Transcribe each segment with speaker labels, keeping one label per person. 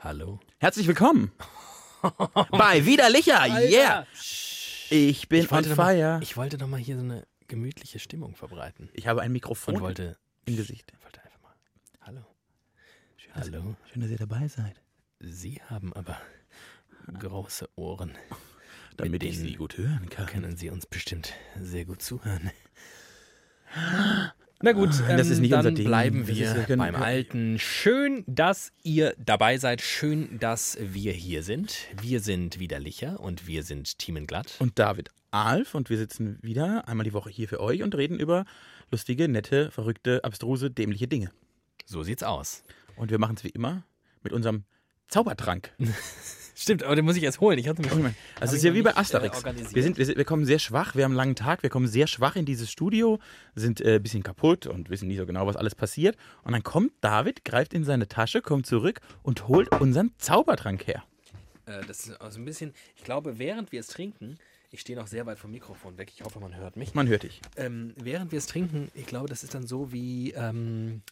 Speaker 1: Hallo.
Speaker 2: Herzlich willkommen bei Widerlicher. Yeah. Ich bin
Speaker 1: Ich
Speaker 2: on
Speaker 1: wollte doch mal-
Speaker 2: fire.
Speaker 1: Ich wollte doch mal hier so eine gemütliche Stimmung verbreiten.
Speaker 2: Ich habe ein
Speaker 1: Und
Speaker 2: Mikrofon
Speaker 1: wollte,
Speaker 2: im Gesicht.
Speaker 1: wollte einfach mal. Hallo.
Speaker 2: Schön, dass,
Speaker 1: Hallo.
Speaker 2: schön, dass ihr dabei seid.
Speaker 1: Sie haben aber große Ohren.
Speaker 2: Damit ich
Speaker 1: denen-
Speaker 2: sie gut hören kann.
Speaker 1: Können Sie uns bestimmt sehr gut zuhören. Na gut, ähm,
Speaker 2: das ist nicht
Speaker 1: dann
Speaker 2: unser Ding.
Speaker 1: bleiben
Speaker 2: Das ist-
Speaker 1: wir
Speaker 2: wir können-
Speaker 1: beim Alten. Schön, dass ihr dabei seid. Schön, dass wir hier sind. Wir sind Widerlicher und wir sind Thiemenglatt.
Speaker 2: Und David Alf und wir sitzen wieder einmal die Woche hier für euch und reden über lustige, nette, verrückte, abstruse, dämliche Dinge.
Speaker 1: So sieht's aus.
Speaker 2: Und wir machen es wie immer mit unserem Zaubertrank.
Speaker 1: Stimmt, aber den muss ich erst holen. Ich hatte mich
Speaker 2: Also
Speaker 1: ich
Speaker 2: es ist ja
Speaker 1: noch
Speaker 2: wie bei
Speaker 1: nicht, äh,
Speaker 2: Asterix.
Speaker 1: organisiert.
Speaker 2: wir, sind, wir, sind, wir kommen sehr schwach, wir haben einen langen Tag, wir kommen sehr schwach in dieses Studio, sind äh, ein bisschen kaputt und wissen nicht so genau, was alles passiert. Und dann kommt David, greift in seine Tasche, kommt zurück und holt unseren Zaubertrank her.
Speaker 1: Äh, das ist also ein bisschen, ich glaube, während wir es trinken, ich stehe noch sehr weit vom Mikrofon weg, ich hoffe, man hört mich.
Speaker 2: Man hört dich.
Speaker 1: Ähm, während wir es trinken, ich glaube, das ist dann so wie, ähm,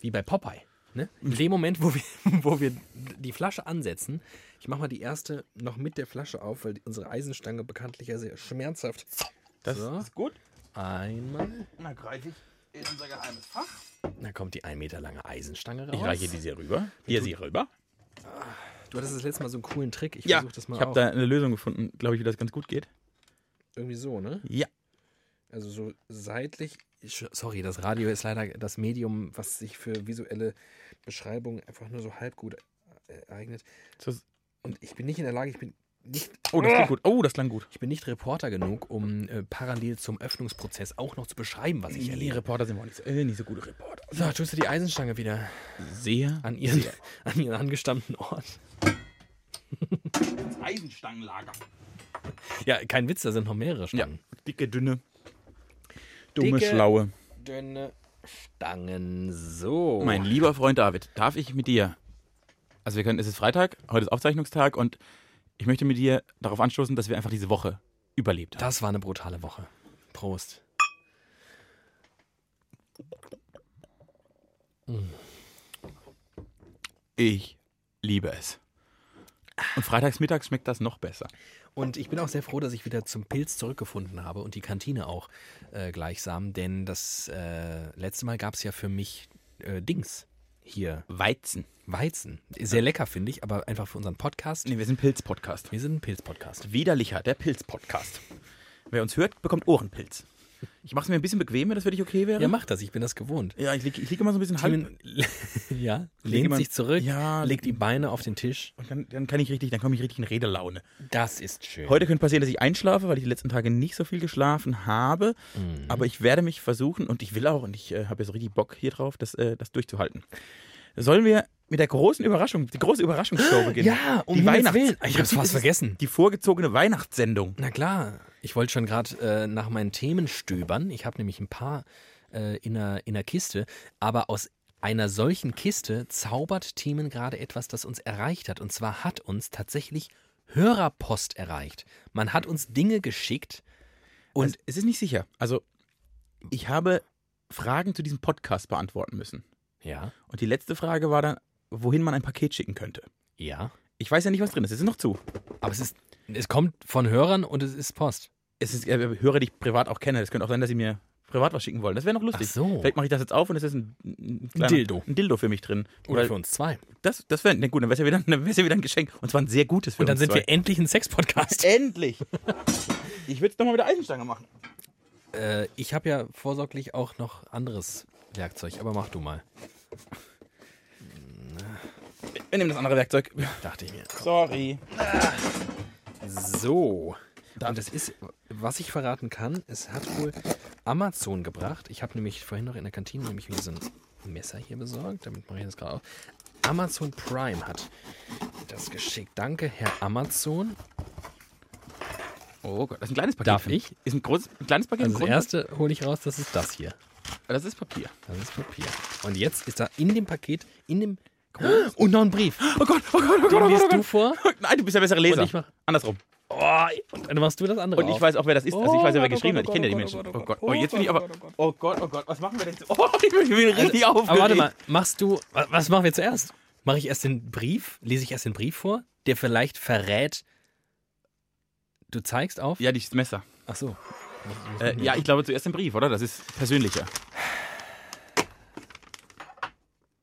Speaker 1: wie bei Popeye. Ne? In dem Moment, wo wir, wo wir die Flasche ansetzen, ich mache mal die erste noch mit der Flasche auf, weil die- unsere Eisenstange bekanntlicher sehr schmerzhaft.
Speaker 2: Das
Speaker 1: So.
Speaker 2: ist gut.
Speaker 1: Einmal.
Speaker 2: Na, greife ich in unser geheimes Fach.
Speaker 1: Da kommt die ein Meter lange Eisenstange raus.
Speaker 2: Ich reiche diese rüber. Dir sie rüber.
Speaker 1: Du hattest das letzte Mal so einen coolen Trick. Ich
Speaker 2: Ja,
Speaker 1: versuche das mal
Speaker 2: ich habe
Speaker 1: auch.
Speaker 2: da eine Lösung gefunden, glaube ich, wie das ganz gut geht.
Speaker 1: Irgendwie so, ne?
Speaker 2: Ja.
Speaker 1: Also so seitlich. Ich, sorry, das Radio ist leider das Medium, was sich für visuelle Beschreibungen einfach nur so halb gut äh, eignet.
Speaker 2: So,
Speaker 1: Und ich bin nicht in der Lage, ich bin nicht,
Speaker 2: oh, das klingt gut. Oh, das klang gut.
Speaker 1: Äh. ich bin nicht Reporter genug, um äh, parallel zum Öffnungsprozess auch noch zu beschreiben, was ich erlebe.
Speaker 2: Reporter sind wir auch nicht so, äh, nicht so gute Reporter.
Speaker 1: So, tust du die Eisenstange wieder
Speaker 2: Sehr
Speaker 1: an ihren, an ihren angestammten Ort.
Speaker 2: Eisenstangenlager.
Speaker 1: Ja, kein Witz, da sind noch mehrere
Speaker 2: Ja,
Speaker 1: Stangen.
Speaker 2: dicke, dünne, dumme,
Speaker 1: Dicke-
Speaker 2: schlaue.
Speaker 1: Dünne Stangen. So.
Speaker 2: Mein lieber Freund David, darf ich mit dir, also wir können, es ist Freitag, heute ist Aufzeichnungstag und ich möchte mit dir darauf anstoßen, dass wir einfach diese Woche überlebt haben.
Speaker 1: Das war eine brutale Woche. Prost.
Speaker 2: Ich liebe es. Und freitags mittags schmeckt das noch besser.
Speaker 1: Und ich bin auch sehr froh, dass ich wieder zum Pilz zurückgefunden habe und die Kantine auch äh, gleichsam, denn das äh, letzte Mal gab es ja für mich äh, Dings hier,
Speaker 2: Weizen.
Speaker 1: Weizen. Sehr lecker, finde ich, aber einfach für unseren Podcast.
Speaker 2: Nee, wir sind Pilz-Podcast.
Speaker 1: Wir sind ein Pilz-Podcast.
Speaker 2: Widerlicher, der Pilz-Podcast. Wer uns hört, bekommt Ohrenpilz. Ich mache es mir ein bisschen bequemer, das für dich okay wäre.
Speaker 1: Ja, mach das, ich bin das gewohnt.
Speaker 2: ja ich liege ich lieg immer so ein bisschen halb.
Speaker 1: Timon- ja,
Speaker 2: Leg
Speaker 1: lehnt
Speaker 2: Halt. jemand-
Speaker 1: sich zurück,
Speaker 2: Ja.
Speaker 1: legt die Beine auf den Tisch.
Speaker 2: Und dann, dann kann ich richtig, dann komme ich richtig in Redelaune.
Speaker 1: Das ist schön.
Speaker 2: Heute könnte passieren, dass ich einschlafe, weil ich die letzten Tage nicht so viel geschlafen habe.
Speaker 1: Mhm.
Speaker 2: Aber ich werde mich versuchen und ich will auch und ich äh, habe jetzt richtig Bock hier drauf, das, äh, das durchzuhalten. Sollen wir mit der großen Überraschung, die große Überraschungsshow beginnen?
Speaker 1: ja, um
Speaker 2: die
Speaker 1: Himmels
Speaker 2: Weihnachts-
Speaker 1: Willen.
Speaker 2: Im
Speaker 1: Ich hab's
Speaker 2: Prinzip
Speaker 1: fast
Speaker 2: ist es
Speaker 1: vergessen.
Speaker 2: Die vorgezogene Weihnachtssendung.
Speaker 1: Na klar, ich wollte schon gerade äh, nach meinen Themen stöbern. Ich habe nämlich ein paar äh, in, einer, in einer Kiste, aber aus einer solchen Kiste zaubert Themen gerade etwas, das uns erreicht hat. Und zwar hat uns tatsächlich Hörerpost erreicht. Man hat uns Dinge geschickt
Speaker 2: Und
Speaker 1: und
Speaker 2: es ist nicht sicher. Also, ich habe Fragen zu diesem Podcast beantworten müssen.
Speaker 1: ja,
Speaker 2: Und die letzte Frage war dann, wohin man ein Paket schicken könnte.
Speaker 1: ja.
Speaker 2: Ich weiß ja nicht, was drin ist. Es ist noch zu.
Speaker 1: Aber es ist, es kommt von Hörern und es ist Post.
Speaker 2: Es ist äh, Hörer, die ich privat auch kenne. Es könnte auch sein, dass sie mir privat was schicken wollen. Das wäre noch lustig.
Speaker 1: Ach so.
Speaker 2: Vielleicht mache ich das jetzt auf und es ist ein, ein, kleiner,
Speaker 1: Dildo.
Speaker 2: Ein Dildo für mich drin.
Speaker 1: Oder
Speaker 2: Weil
Speaker 1: für uns zwei.
Speaker 2: Das, das wäre ne, gut, dann wäre ja wieder, dann wär's ja wieder ein Geschenk. Und zwar ein sehr gutes für
Speaker 1: Und dann
Speaker 2: uns
Speaker 1: sind
Speaker 2: zwei.
Speaker 1: wir endlich ein Sex-Podcast.
Speaker 2: Endlich! ich würde es nochmal mit der Eisenstange machen.
Speaker 1: Äh, ich habe ja vorsorglich auch noch anderes Werkzeug, aber mach du mal.
Speaker 2: Wir nehmen das andere Werkzeug.
Speaker 1: Dachte ich mir.
Speaker 2: Sorry.
Speaker 1: So. Und es ist, was ich verraten kann, es hat wohl Amazon gebracht. Ich habe nämlich vorhin noch in der Kantine nämlich wieder so ein Messer hier besorgt. Damit mache ich das gerade auf. Amazon Prime hat das geschickt. Danke, Herr Amazon. Also
Speaker 2: Oh Gott, das ist ein kleines Paket.
Speaker 1: Darf
Speaker 2: für mich.
Speaker 1: ich?
Speaker 2: Ist ein, großes, ein kleines Paket.
Speaker 1: Also das
Speaker 2: ein großes-
Speaker 1: erste hole ich raus, das ist das hier.
Speaker 2: das ist Papier.
Speaker 1: Das ist Papier. Und jetzt ist da in dem Paket, in dem... Und noch ein Brief.
Speaker 2: Oh Gott, oh Gott, oh Gott,
Speaker 1: Den
Speaker 2: oh Gott,
Speaker 1: liest
Speaker 2: oh
Speaker 1: du
Speaker 2: Gott.
Speaker 1: vor.
Speaker 2: Nein, du bist der bessere Leser.
Speaker 1: Und ich mach-
Speaker 2: Andersrum.
Speaker 1: Oh, und dann machst du das andere
Speaker 2: Und ich
Speaker 1: auf.
Speaker 2: weiß auch, wer das ist. Also ich
Speaker 1: Oh
Speaker 2: weiß ja, wer
Speaker 1: Gott, oh
Speaker 2: geschrieben
Speaker 1: Gott,
Speaker 2: hat. Ich kenne ja die
Speaker 1: oh
Speaker 2: Menschen.
Speaker 1: Gott,
Speaker 2: Oh
Speaker 1: oh
Speaker 2: Gott,
Speaker 1: Gott,
Speaker 2: oh,
Speaker 1: oh
Speaker 2: jetzt bin ich
Speaker 1: Gott,
Speaker 2: aber. Oh Gott, oh Gott, was machen wir denn jetzt? Oh, ich bin, ich bin richtig
Speaker 1: Also,
Speaker 2: aufgeregt.
Speaker 1: aber warte mal, machst du... Was machen wir zuerst? Mache ich erst den Brief, lese ich erst den Brief vor, der vielleicht verrät, du zeigst auf?
Speaker 2: Ja, dieses Messer.
Speaker 1: Ach so.
Speaker 2: Äh, ja, ich glaube zuerst den Brief, oder? Das ist persönlicher.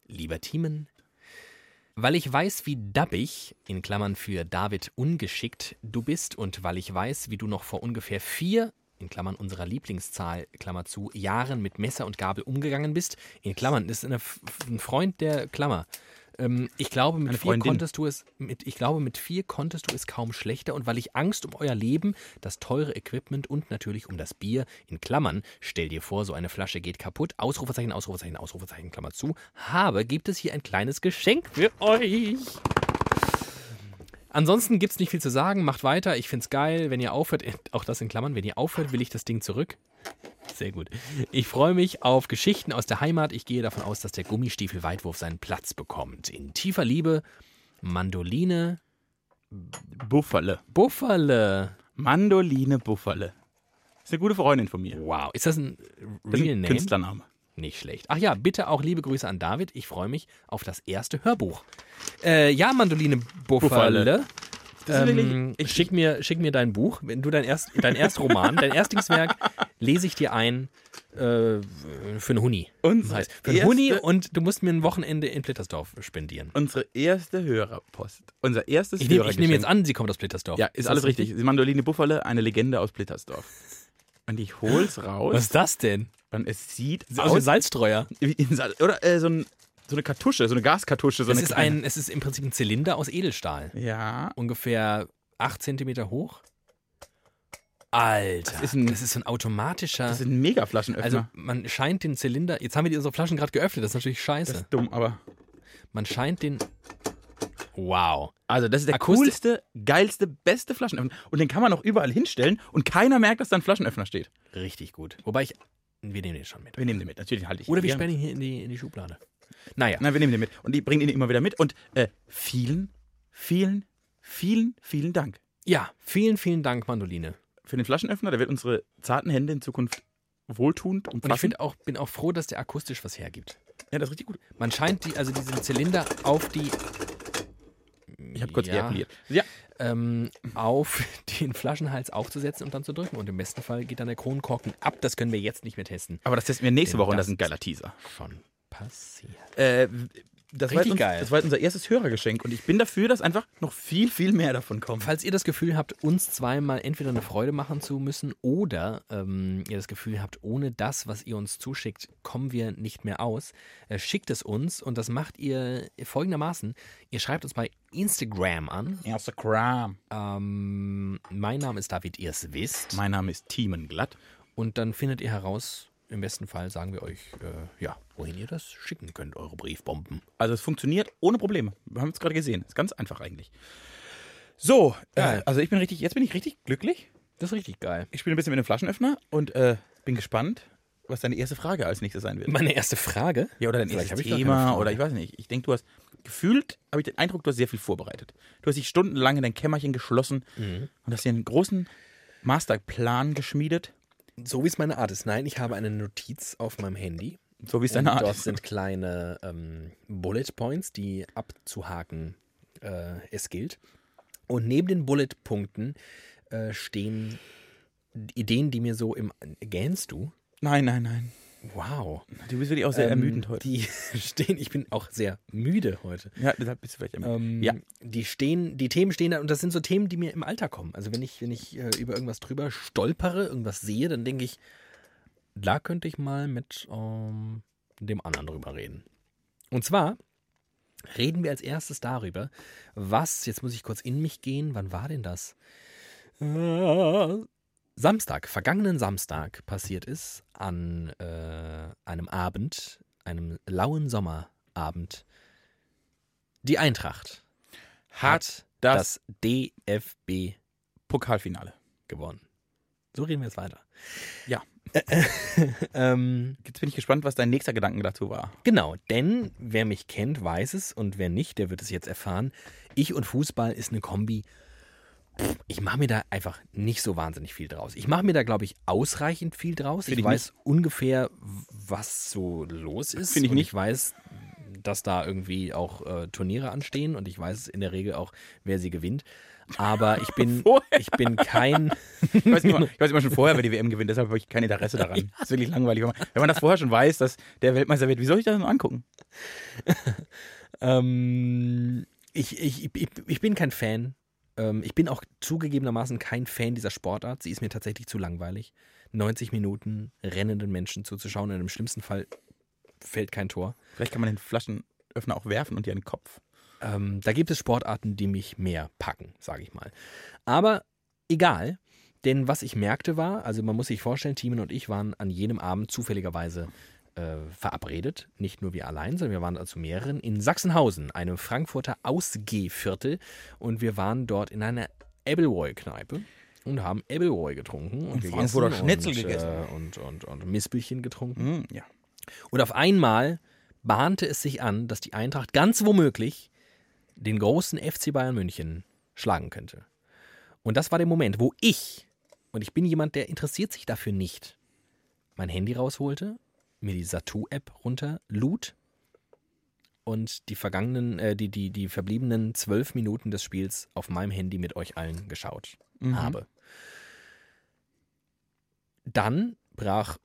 Speaker 1: Lieber Thiemen, weil ich weiß, wie dabbig, in Klammern für David ungeschickt, du bist und weil ich weiß, wie du noch vor ungefähr vier, in Klammern unserer Lieblingszahl, Klammer zu, Jahren mit Messer und Gabel umgegangen bist, in Klammern, das ist eine, F- ein Freund der Klammer. Ähm, ich glaube, mit
Speaker 2: Eine
Speaker 1: vier
Speaker 2: Freundin.
Speaker 1: konntest du es, mit, ich glaube, mit vier konntest du es kaum schlechter und weil ich Angst um euer Leben, das teure Equipment und natürlich um das Bier, in Klammern, stell dir vor, so eine Flasche geht kaputt, Ausrufezeichen, Ausrufezeichen, Ausrufezeichen, Klammer zu, habe, gibt es hier ein kleines Geschenk für euch. Ansonsten gibt's nicht viel zu sagen. Macht weiter. Ich find's geil. Wenn ihr aufhört, äh, auch das in Klammern, wenn ihr aufhört, will ich das Ding zurück. Sehr gut. Ich freue mich auf Geschichten aus der Heimat. Ich gehe davon aus, dass der Gummistiefel-Weitwurf seinen Platz bekommt. In tiefer Liebe, Mandoline,
Speaker 2: Buffale.
Speaker 1: Buffale.
Speaker 2: Mandoline Buffale. Ist eine gute Freundin von mir.
Speaker 1: Wow. Ist das ein
Speaker 2: Das ist
Speaker 1: Real
Speaker 2: ein
Speaker 1: Name?
Speaker 2: Künstlername.
Speaker 1: Nicht schlecht. Ach ja, bitte auch liebe Grüße an David. Ich freue mich auf das erste Hörbuch. Äh, ja, Mandoline Buffale.
Speaker 2: Buffale.
Speaker 1: Ähm,
Speaker 2: Das ist wirklich- ich-
Speaker 1: schick, mir, schick mir dein Buch. Wenn du dein, erst, dein Erstroman, dein Erstlingswerk, lese ich dir ein äh, für einen Huni.
Speaker 2: Unsere
Speaker 1: Das heißt, für einen
Speaker 2: erste-
Speaker 1: Huni und du musst mir ein Wochenende in Plittersdorf spendieren.
Speaker 2: Unsere erste Hörerpost. Unser erstes
Speaker 1: Ich nehme ich
Speaker 2: Hörergeschenk.
Speaker 1: nehme jetzt an, sie kommt aus Plittersdorf.
Speaker 2: Ja, ist,
Speaker 1: das
Speaker 2: alles richtig. Die Mandoline Buffale, eine Legende aus Blittersdorf. Und ich hol's raus
Speaker 1: Was ist das denn?
Speaker 2: und es sieht
Speaker 1: Aus dem
Speaker 2: aus
Speaker 1: Salzstreuer.
Speaker 2: wie in Sal oder äh, so, ein, so eine Kartusche, so eine Gaskartusche. So
Speaker 1: Es
Speaker 2: eine
Speaker 1: ist,
Speaker 2: kleine.
Speaker 1: ein, es ist im Prinzip ein Zylinder aus Edelstahl.
Speaker 2: Ja.
Speaker 1: ungefähr 8 cm hoch. Alter, das ist
Speaker 2: ist
Speaker 1: ein,
Speaker 2: ein-
Speaker 1: automatischer.
Speaker 2: Das sind mega Flaschenöffner.
Speaker 1: also man scheint den Zylinder. Jetzt haben wir die- unsere Flaschen gerade geöffnet, das ist natürlich
Speaker 2: das
Speaker 1: scheiße.
Speaker 2: ist dumm, aber.
Speaker 1: Man scheint den. Wow.
Speaker 2: Also, das ist der
Speaker 1: Akustisch-
Speaker 2: coolste, geilste, beste Flaschenöffner. Und den kann man auch überall hinstellen und keiner merkt, dass da ein Flaschenöffner steht.
Speaker 1: Richtig gut. Wobei ich. Wir nehmen den schon mit.
Speaker 2: Wir nehmen den mit, natürlich halte ich
Speaker 1: Oder wir
Speaker 2: Ja.
Speaker 1: sperren ihn hier in die, in die Schublade. Naja.
Speaker 2: Nein, wir nehmen den mit. Und die bringen ihn immer wieder mit. Und äh, vielen, vielen, vielen, vielen Dank
Speaker 1: Ja, vielen, vielen Dank, Mandoline.
Speaker 2: für den Flaschenöffner. Der wird unsere zarten Hände in Zukunft wohltuend
Speaker 1: Und ich
Speaker 2: umfassen.
Speaker 1: find auch, bin auch froh, dass der akustisch was hergibt.
Speaker 2: ja, das ist richtig gut.
Speaker 1: Man scheint die, also diesen Zylinder auf die.
Speaker 2: Ich habe kurz
Speaker 1: Ja.
Speaker 2: ja. ejakuliert. Ja,
Speaker 1: ähm, auf den Flaschenhals aufzusetzen und dann zu drücken. Und im besten Fall geht dann der Kronkorken ab. Das können wir jetzt nicht mehr testen.
Speaker 2: aber das testen wir nächste
Speaker 1: Den
Speaker 2: Woche und
Speaker 1: Gast.
Speaker 2: das ist ein geiler Teaser.
Speaker 1: Schon passiert.
Speaker 2: Äh, das, war
Speaker 1: Richtig
Speaker 2: jetzt uns,
Speaker 1: geil.
Speaker 2: das war jetzt unser erstes Hörergeschenk und ich bin dafür, dass einfach noch viel, viel mehr davon kommt.
Speaker 1: Falls ihr das Gefühl habt, uns zweimal entweder eine Freude machen zu müssen oder ähm, ihr das Gefühl habt, ohne das, was ihr uns zuschickt, kommen wir nicht mehr aus, äh, schickt es uns und das macht ihr folgendermaßen. Ihr schreibt uns bei Instagram an.
Speaker 2: Instagram.
Speaker 1: Ähm, mein Name ist David, ihr es wisst.
Speaker 2: Mein Name ist Thiemen Glatt.
Speaker 1: Und dann findet ihr heraus, im besten Fall sagen wir euch, äh, ja, wohin ihr das schicken könnt, eure Briefbomben.
Speaker 2: Also es funktioniert ohne Probleme. Wir haben es gerade gesehen. Ist ganz einfach eigentlich. So, äh,
Speaker 1: Geil.
Speaker 2: also ich bin richtig, jetzt bin ich richtig glücklich.
Speaker 1: Das ist richtig geil.
Speaker 2: Ich spiele ein bisschen mit dem Flaschenöffner und äh, bin gespannt, was deine erste Frage als nächstes sein wird.
Speaker 1: Meine erste Frage.
Speaker 2: Ja, oder dein
Speaker 1: Vielleicht
Speaker 2: erstes
Speaker 1: hab ich gar keine
Speaker 2: Thema
Speaker 1: Frage.
Speaker 2: oder ich weiß nicht. Ich denke, du hast gefühlt, habe ich den Eindruck, du hast sehr viel vorbereitet. Du hast dich stundenlang in dein Kämmerchen geschlossen
Speaker 1: Mhm.
Speaker 2: und hast dir einen großen Masterplan geschmiedet,
Speaker 1: So wie es meine Art ist. Nein, ich habe eine Notiz auf meinem Handy.
Speaker 2: so wie es
Speaker 1: Und
Speaker 2: deine Art
Speaker 1: dort
Speaker 2: ist.
Speaker 1: sind kleine ähm, Bullet Points, die abzuhaken äh, es gilt. Und neben den Bullet-Punkten äh, stehen Ideen, die mir so im... Gähnst du?
Speaker 2: Nein, nein, nein.
Speaker 1: Wow.
Speaker 2: Du bist wirklich auch sehr
Speaker 1: Ähm,
Speaker 2: Äh, ermüdend heute.
Speaker 1: Die stehen... Ich bin auch sehr müde heute.
Speaker 2: Ja, deshalb bist du vielleicht ermüdend.
Speaker 1: Ähm,
Speaker 2: Ja.
Speaker 1: Die stehen, die Themen stehen da und das sind so Themen, die mir im Alter kommen. Also wenn ich, wenn ich äh, über irgendwas drüber stolpere, irgendwas sehe, dann denke ich, da könnte ich mal mit ähm, dem anderen drüber reden. Und zwar reden wir als erstes darüber, was, jetzt muss ich kurz in mich gehen, wann war denn das? Äh, Samstag, vergangenen Samstag passiert ist an äh, einem Abend, einem lauen Sommerabend. Die Eintracht hat das, DFB
Speaker 2: Pokalfinale.
Speaker 1: gewonnen. So reden wir jetzt weiter. Äh,
Speaker 2: Ja.
Speaker 1: ähm,
Speaker 2: Jetzt bin ich gespannt, was dein nächster Gedanke dazu war.
Speaker 1: genau, denn wer mich kennt, weiß es und wer nicht, der wird es jetzt erfahren. Ich und Fußball ist eine Kombi. Pff, Ich mache mir da einfach nicht so wahnsinnig viel draus. Ich mache mir da, glaube ich, ausreichend viel draus.
Speaker 2: Find
Speaker 1: ich
Speaker 2: ich
Speaker 1: weiß ungefähr, was so los ist.
Speaker 2: Find ich
Speaker 1: und
Speaker 2: nicht.
Speaker 1: Ich weiß, dass da irgendwie auch äh, Turniere anstehen und ich weiß in der Regel auch, wer sie gewinnt. Aber ich bin,
Speaker 2: Vorher.
Speaker 1: ich bin kein.
Speaker 2: Ich weiß, immer, ich weiß immer schon vorher, wer die WM gewinnt, deshalb habe ich kein Interesse daran. Das ist wirklich langweilig. Wenn man, wenn man das vorher schon weiß, dass der Weltmeister wird, wie soll ich das noch angucken?
Speaker 1: Ähm, ich, ich, ich, ich bin kein Fan. Ähm, ich bin auch zugegebenermaßen kein Fan dieser Sportart. Sie ist mir tatsächlich zu langweilig. 90 Minuten rennenden Menschen zuzuschauen und im schlimmsten Fall fällt kein Tor.
Speaker 2: Vielleicht kann man den Flaschenöffner auch werfen und dir einen Kopf.
Speaker 1: Ähm, da gibt es Sportarten, die mich mehr packen, sage ich mal. Aber egal, denn was ich merkte war, also man muss sich vorstellen, Timen und ich waren an jenem Abend zufälligerweise äh, verabredet, nicht nur wir allein, sondern wir waren also mehreren in Sachsenhausen, einem Frankfurter Ausgehviertel und wir waren dort in einer Ebelroy-Kneipe und haben Ebelroy getrunken und,
Speaker 2: Und
Speaker 1: gegessen
Speaker 2: Frankfurter Schnitzel
Speaker 1: und,
Speaker 2: gegessen.
Speaker 1: Äh, und, und, und Mispelchen getrunken.
Speaker 2: Hm, ja.
Speaker 1: Und auf einmal bahnte es sich an, dass die Eintracht ganz womöglich den großen FC Bayern München schlagen könnte. Und das war der Moment, wo ich, und ich bin jemand, der interessiert sich dafür nicht, mein Handy rausholte, mir die Satu-App runter lud und die vergangenen, äh, die, die, die verbliebenen zwölf Minuten des Spiels auf meinem Handy mit euch allen geschaut
Speaker 2: Mhm.
Speaker 1: habe. Dann brach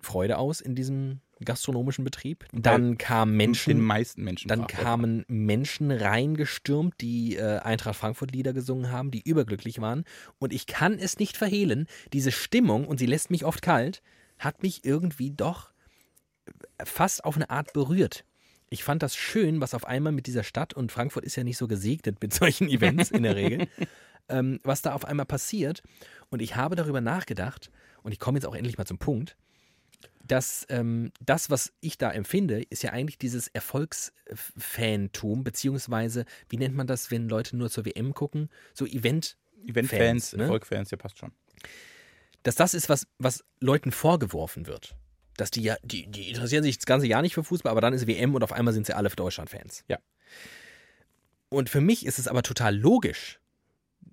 Speaker 1: Freude aus in diesem gastronomischen Betrieb. Dann kamen
Speaker 2: den
Speaker 1: Menschen,
Speaker 2: meisten Menschen.
Speaker 1: dann
Speaker 2: fragt er.
Speaker 1: kamen Menschen reingestürmt, die äh, Eintracht Frankfurt Lieder gesungen haben, die überglücklich waren. Und ich kann es nicht verhehlen, diese Stimmung, und sie lässt mich oft kalt, hat mich irgendwie doch äh, fast auf eine Art berührt. Ich fand das schön, was auf einmal mit dieser Stadt, und Frankfurt ist ja nicht so gesegnet mit solchen Events in der Regel, ähm, was da auf einmal passiert. Und ich habe darüber nachgedacht, und ich komme jetzt auch endlich mal zum Punkt, dass ähm, das, was ich da empfinde, ist ja eigentlich dieses Erfolgsfantum, beziehungsweise, wie nennt man das, wenn Leute nur zur WM gucken, so Event, Fans,
Speaker 2: Eventfans,
Speaker 1: ne?
Speaker 2: Volkfans, ja passt schon.
Speaker 1: dass das ist, was, was Leuten vorgeworfen wird. Dass die ja, die, die interessieren sich das ganze Jahr nicht für Fußball, aber dann ist WM und auf einmal sind sie alle Deutschland-Fans.
Speaker 2: Ja.
Speaker 1: Und für mich ist es aber total logisch,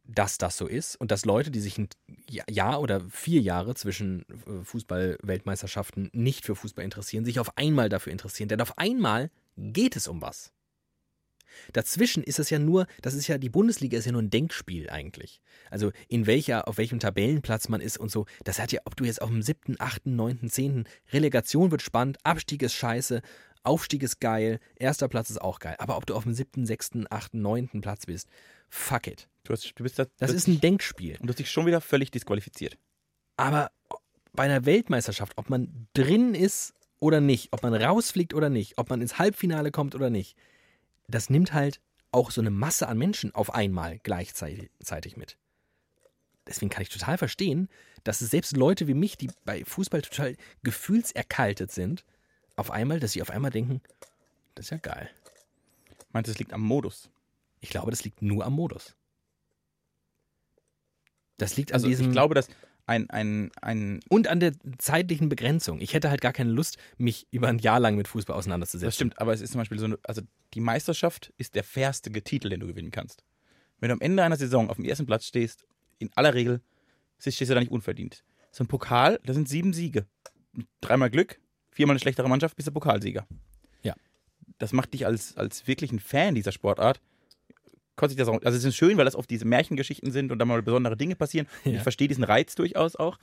Speaker 1: dass das so ist und dass Leute, die sich ein Ja- Jahr oder vier Jahre zwischen äh, Fußball-Weltmeisterschaften nicht für Fußball interessieren, sich auf einmal dafür interessieren. Denn auf einmal geht es um was. Dazwischen ist es ja nur, das ist ja, die Bundesliga ist ja nur ein Denkspiel eigentlich. Also in welcher, auf welchem Tabellenplatz man ist und so, das hat ja, ob du jetzt auf dem siebten, achten, neunten, zehnten, Relegation wird spannend, Abstieg ist scheiße, Aufstieg ist geil, erster Platz ist auch geil. Aber ob du auf dem siebten, sechsten, achten, neunten Platz bist, fuck it.
Speaker 2: Du, hast, du bist da,
Speaker 1: Das
Speaker 2: du-
Speaker 1: ist ein Denkspiel.
Speaker 2: und du hast dich schon wieder völlig disqualifiziert.
Speaker 1: Aber bei einer Weltmeisterschaft, ob man drin ist oder nicht, ob man rausfliegt oder nicht, ob man ins Halbfinale kommt oder nicht, das nimmt halt auch so eine Masse an Menschen auf einmal gleichzeitig mit. Deswegen kann ich total verstehen, dass es selbst Leute wie mich, die bei Fußball total gefühlserkaltet sind, auf einmal, dass sie auf einmal denken, das ist ja geil.
Speaker 2: Meinst du, es liegt am Modus?
Speaker 1: Ich glaube, das liegt nur am Modus. Das liegt an
Speaker 2: Also
Speaker 1: diesem
Speaker 2: ich glaube, dass ein, ein, ein
Speaker 1: Und an der zeitlichen Begrenzung. Ich hätte halt gar keine Lust, mich über ein Jahr lang mit Fußball auseinanderzusetzen.
Speaker 2: Das stimmt, aber es ist zum Beispiel so eine, also die Meisterschaft ist der fairste Titel, den du gewinnen kannst. Wenn du am Ende einer Saison auf dem ersten Platz stehst, in aller Regel stehst du da nicht unverdient. So ein Pokal, da sind sieben Siege. Dreimal Glück, viermal eine schlechtere Mannschaft, bist du Pokalsieger.
Speaker 1: Ja.
Speaker 2: Das macht dich als, als wirklichen Fan dieser Sportart. Konnte ich das auch, also es ist schön, weil das oft diese Märchengeschichten sind und da mal besondere Dinge passieren. Und
Speaker 1: Ja.
Speaker 2: ich verstehe diesen Reiz durchaus auch.